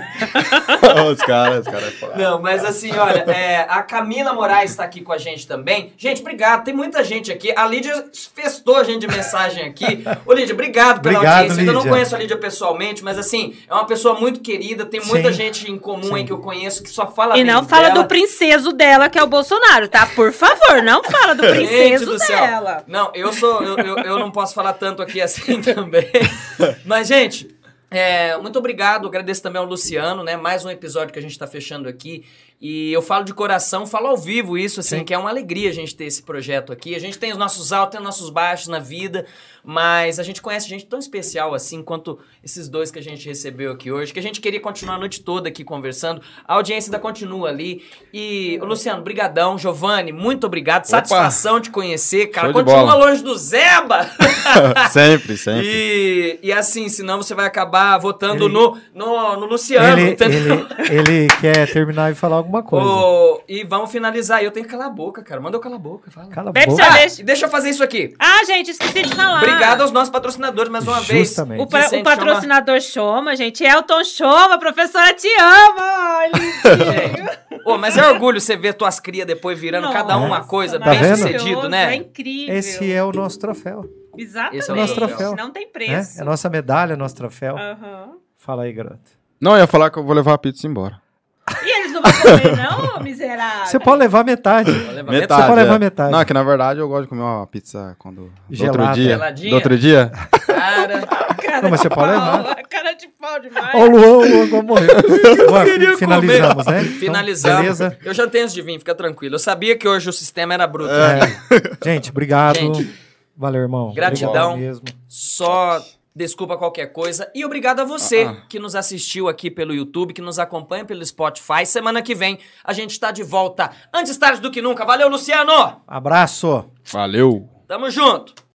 Speaker 4: os caras, os caras. falaram.
Speaker 1: Não, mas assim, olha, é, a Camila Moraes tá aqui com a gente também. Gente, obrigado. Tem muita gente aqui. A Lídia festou a gente de mensagem aqui. Ô, Lídia, obrigado pela
Speaker 2: Obrigado,
Speaker 1: audiência. Eu ainda não
Speaker 2: Lídia.
Speaker 1: conheço a Lídia pessoalmente, mas assim, é uma pessoa muito querida. Tem muita
Speaker 2: Sim.
Speaker 1: gente em comum aí que eu conheço que só fala
Speaker 3: E
Speaker 1: bem
Speaker 3: não fala
Speaker 1: dela.
Speaker 3: do princeso dela, que é o Bolsonaro, tá? Por favor, não fala do
Speaker 1: Gente
Speaker 3: princeso
Speaker 1: do céu.
Speaker 3: dela.
Speaker 1: Não, eu sou. Eu, eu, eu não posso falar tanto aqui assim também. Mas, gente. é, muito obrigado, agradeço também ao Luciano, né? Mais um episódio que a gente tá fechando aqui. E eu falo de coração, falo ao vivo isso, assim,
Speaker 2: Sim.
Speaker 1: que é uma alegria a gente ter esse projeto aqui. A gente tem os nossos altos, tem os nossos baixos na vida, mas a gente conhece gente tão especial assim quanto esses dois que a gente recebeu aqui hoje, que a gente queria continuar a noite toda aqui conversando. A audiência ainda continua ali. E, ô, Luciano, brigadão. Giovanni, muito obrigado. Satisfação de conhecer, cara.
Speaker 4: Show de
Speaker 1: Continua
Speaker 4: bola.
Speaker 1: longe do Zeba.
Speaker 4: sempre, sempre.
Speaker 1: e, e assim, senão você vai acabar votando no, no, no Luciano,
Speaker 2: ele,
Speaker 1: entendeu?
Speaker 2: ele- ele quer terminar e falar alguma coisa.
Speaker 1: Ô, e vamos finalizar aí. Eu tenho que calar a boca, cara. Manda eu calar a boca, fala.
Speaker 2: Cala a
Speaker 3: Bebe
Speaker 2: boca.
Speaker 1: Ah,
Speaker 3: Deixa-
Speaker 1: deixa eu fazer isso aqui.
Speaker 3: Ah, gente, esqueci de falar.
Speaker 1: Obrigado aos nossos patrocinadores mais uma
Speaker 2: Justamente.
Speaker 3: O,
Speaker 1: vez.
Speaker 3: pra- o
Speaker 1: Vicente
Speaker 3: patrocinador Choma, gente. Elton Choma, professora te ama. Ai,
Speaker 1: chama- Gente, ô, mas é orgulho você ver tuas crias depois virando cada um uma
Speaker 3: Nossa,
Speaker 1: coisa,
Speaker 2: Tá
Speaker 1: bem
Speaker 2: vendo?
Speaker 1: sucedido,
Speaker 3: É
Speaker 1: né?
Speaker 3: incrível.
Speaker 2: Esse é o nosso troféu.
Speaker 3: Exatamente.
Speaker 1: Esse é o nosso
Speaker 2: troféu.
Speaker 3: Não tem
Speaker 2: Né?
Speaker 3: preço.
Speaker 2: É nossa medalha, nosso troféu.
Speaker 1: Ah.
Speaker 3: Aham.
Speaker 2: Fala aí, garoto.
Speaker 4: Não, eu ia falar que eu vou levar a pizza embora.
Speaker 3: E eles não vão comer, não, ô
Speaker 1: Ah,
Speaker 3: miserável?
Speaker 1: tá.
Speaker 2: Você pode levar metade.
Speaker 4: Metade.
Speaker 2: Você pode levar
Speaker 4: é.
Speaker 2: metade.
Speaker 4: Não, é que na verdade eu gosto de comer uma pizza quando. Do
Speaker 2: Gelada.
Speaker 4: outro dia.
Speaker 1: Geladinha?
Speaker 4: Do outro dia?
Speaker 1: Cara,
Speaker 3: Cara
Speaker 2: Não, mas
Speaker 3: de
Speaker 2: você pode
Speaker 3: pau,
Speaker 2: levar.
Speaker 3: Cara de pau demais.
Speaker 2: Ó, o Luan, o Luan igual morreu. Luan,
Speaker 1: queria
Speaker 2: finalizamos, né? Então,
Speaker 1: finalizamos.
Speaker 2: beleza?
Speaker 1: Eu já tenho os de vinho, fica tranquilo. Eu sabia que hoje o sistema era bruto. né?
Speaker 2: É. Gente, obrigado.
Speaker 1: Gente.
Speaker 2: Valeu, irmão.
Speaker 1: Gratidão.
Speaker 2: Obrigado mesmo.
Speaker 1: Só desculpa qualquer coisa. E obrigado a você
Speaker 4: Ah, ah.
Speaker 1: que nos assistiu aqui pelo YouTube, que nos acompanha pelo Spotify. Semana que vem a gente tá de volta. Antes tarde do que nunca. Valeu, Luciano!
Speaker 2: Abraço.
Speaker 4: Valeu!
Speaker 1: Tamo junto!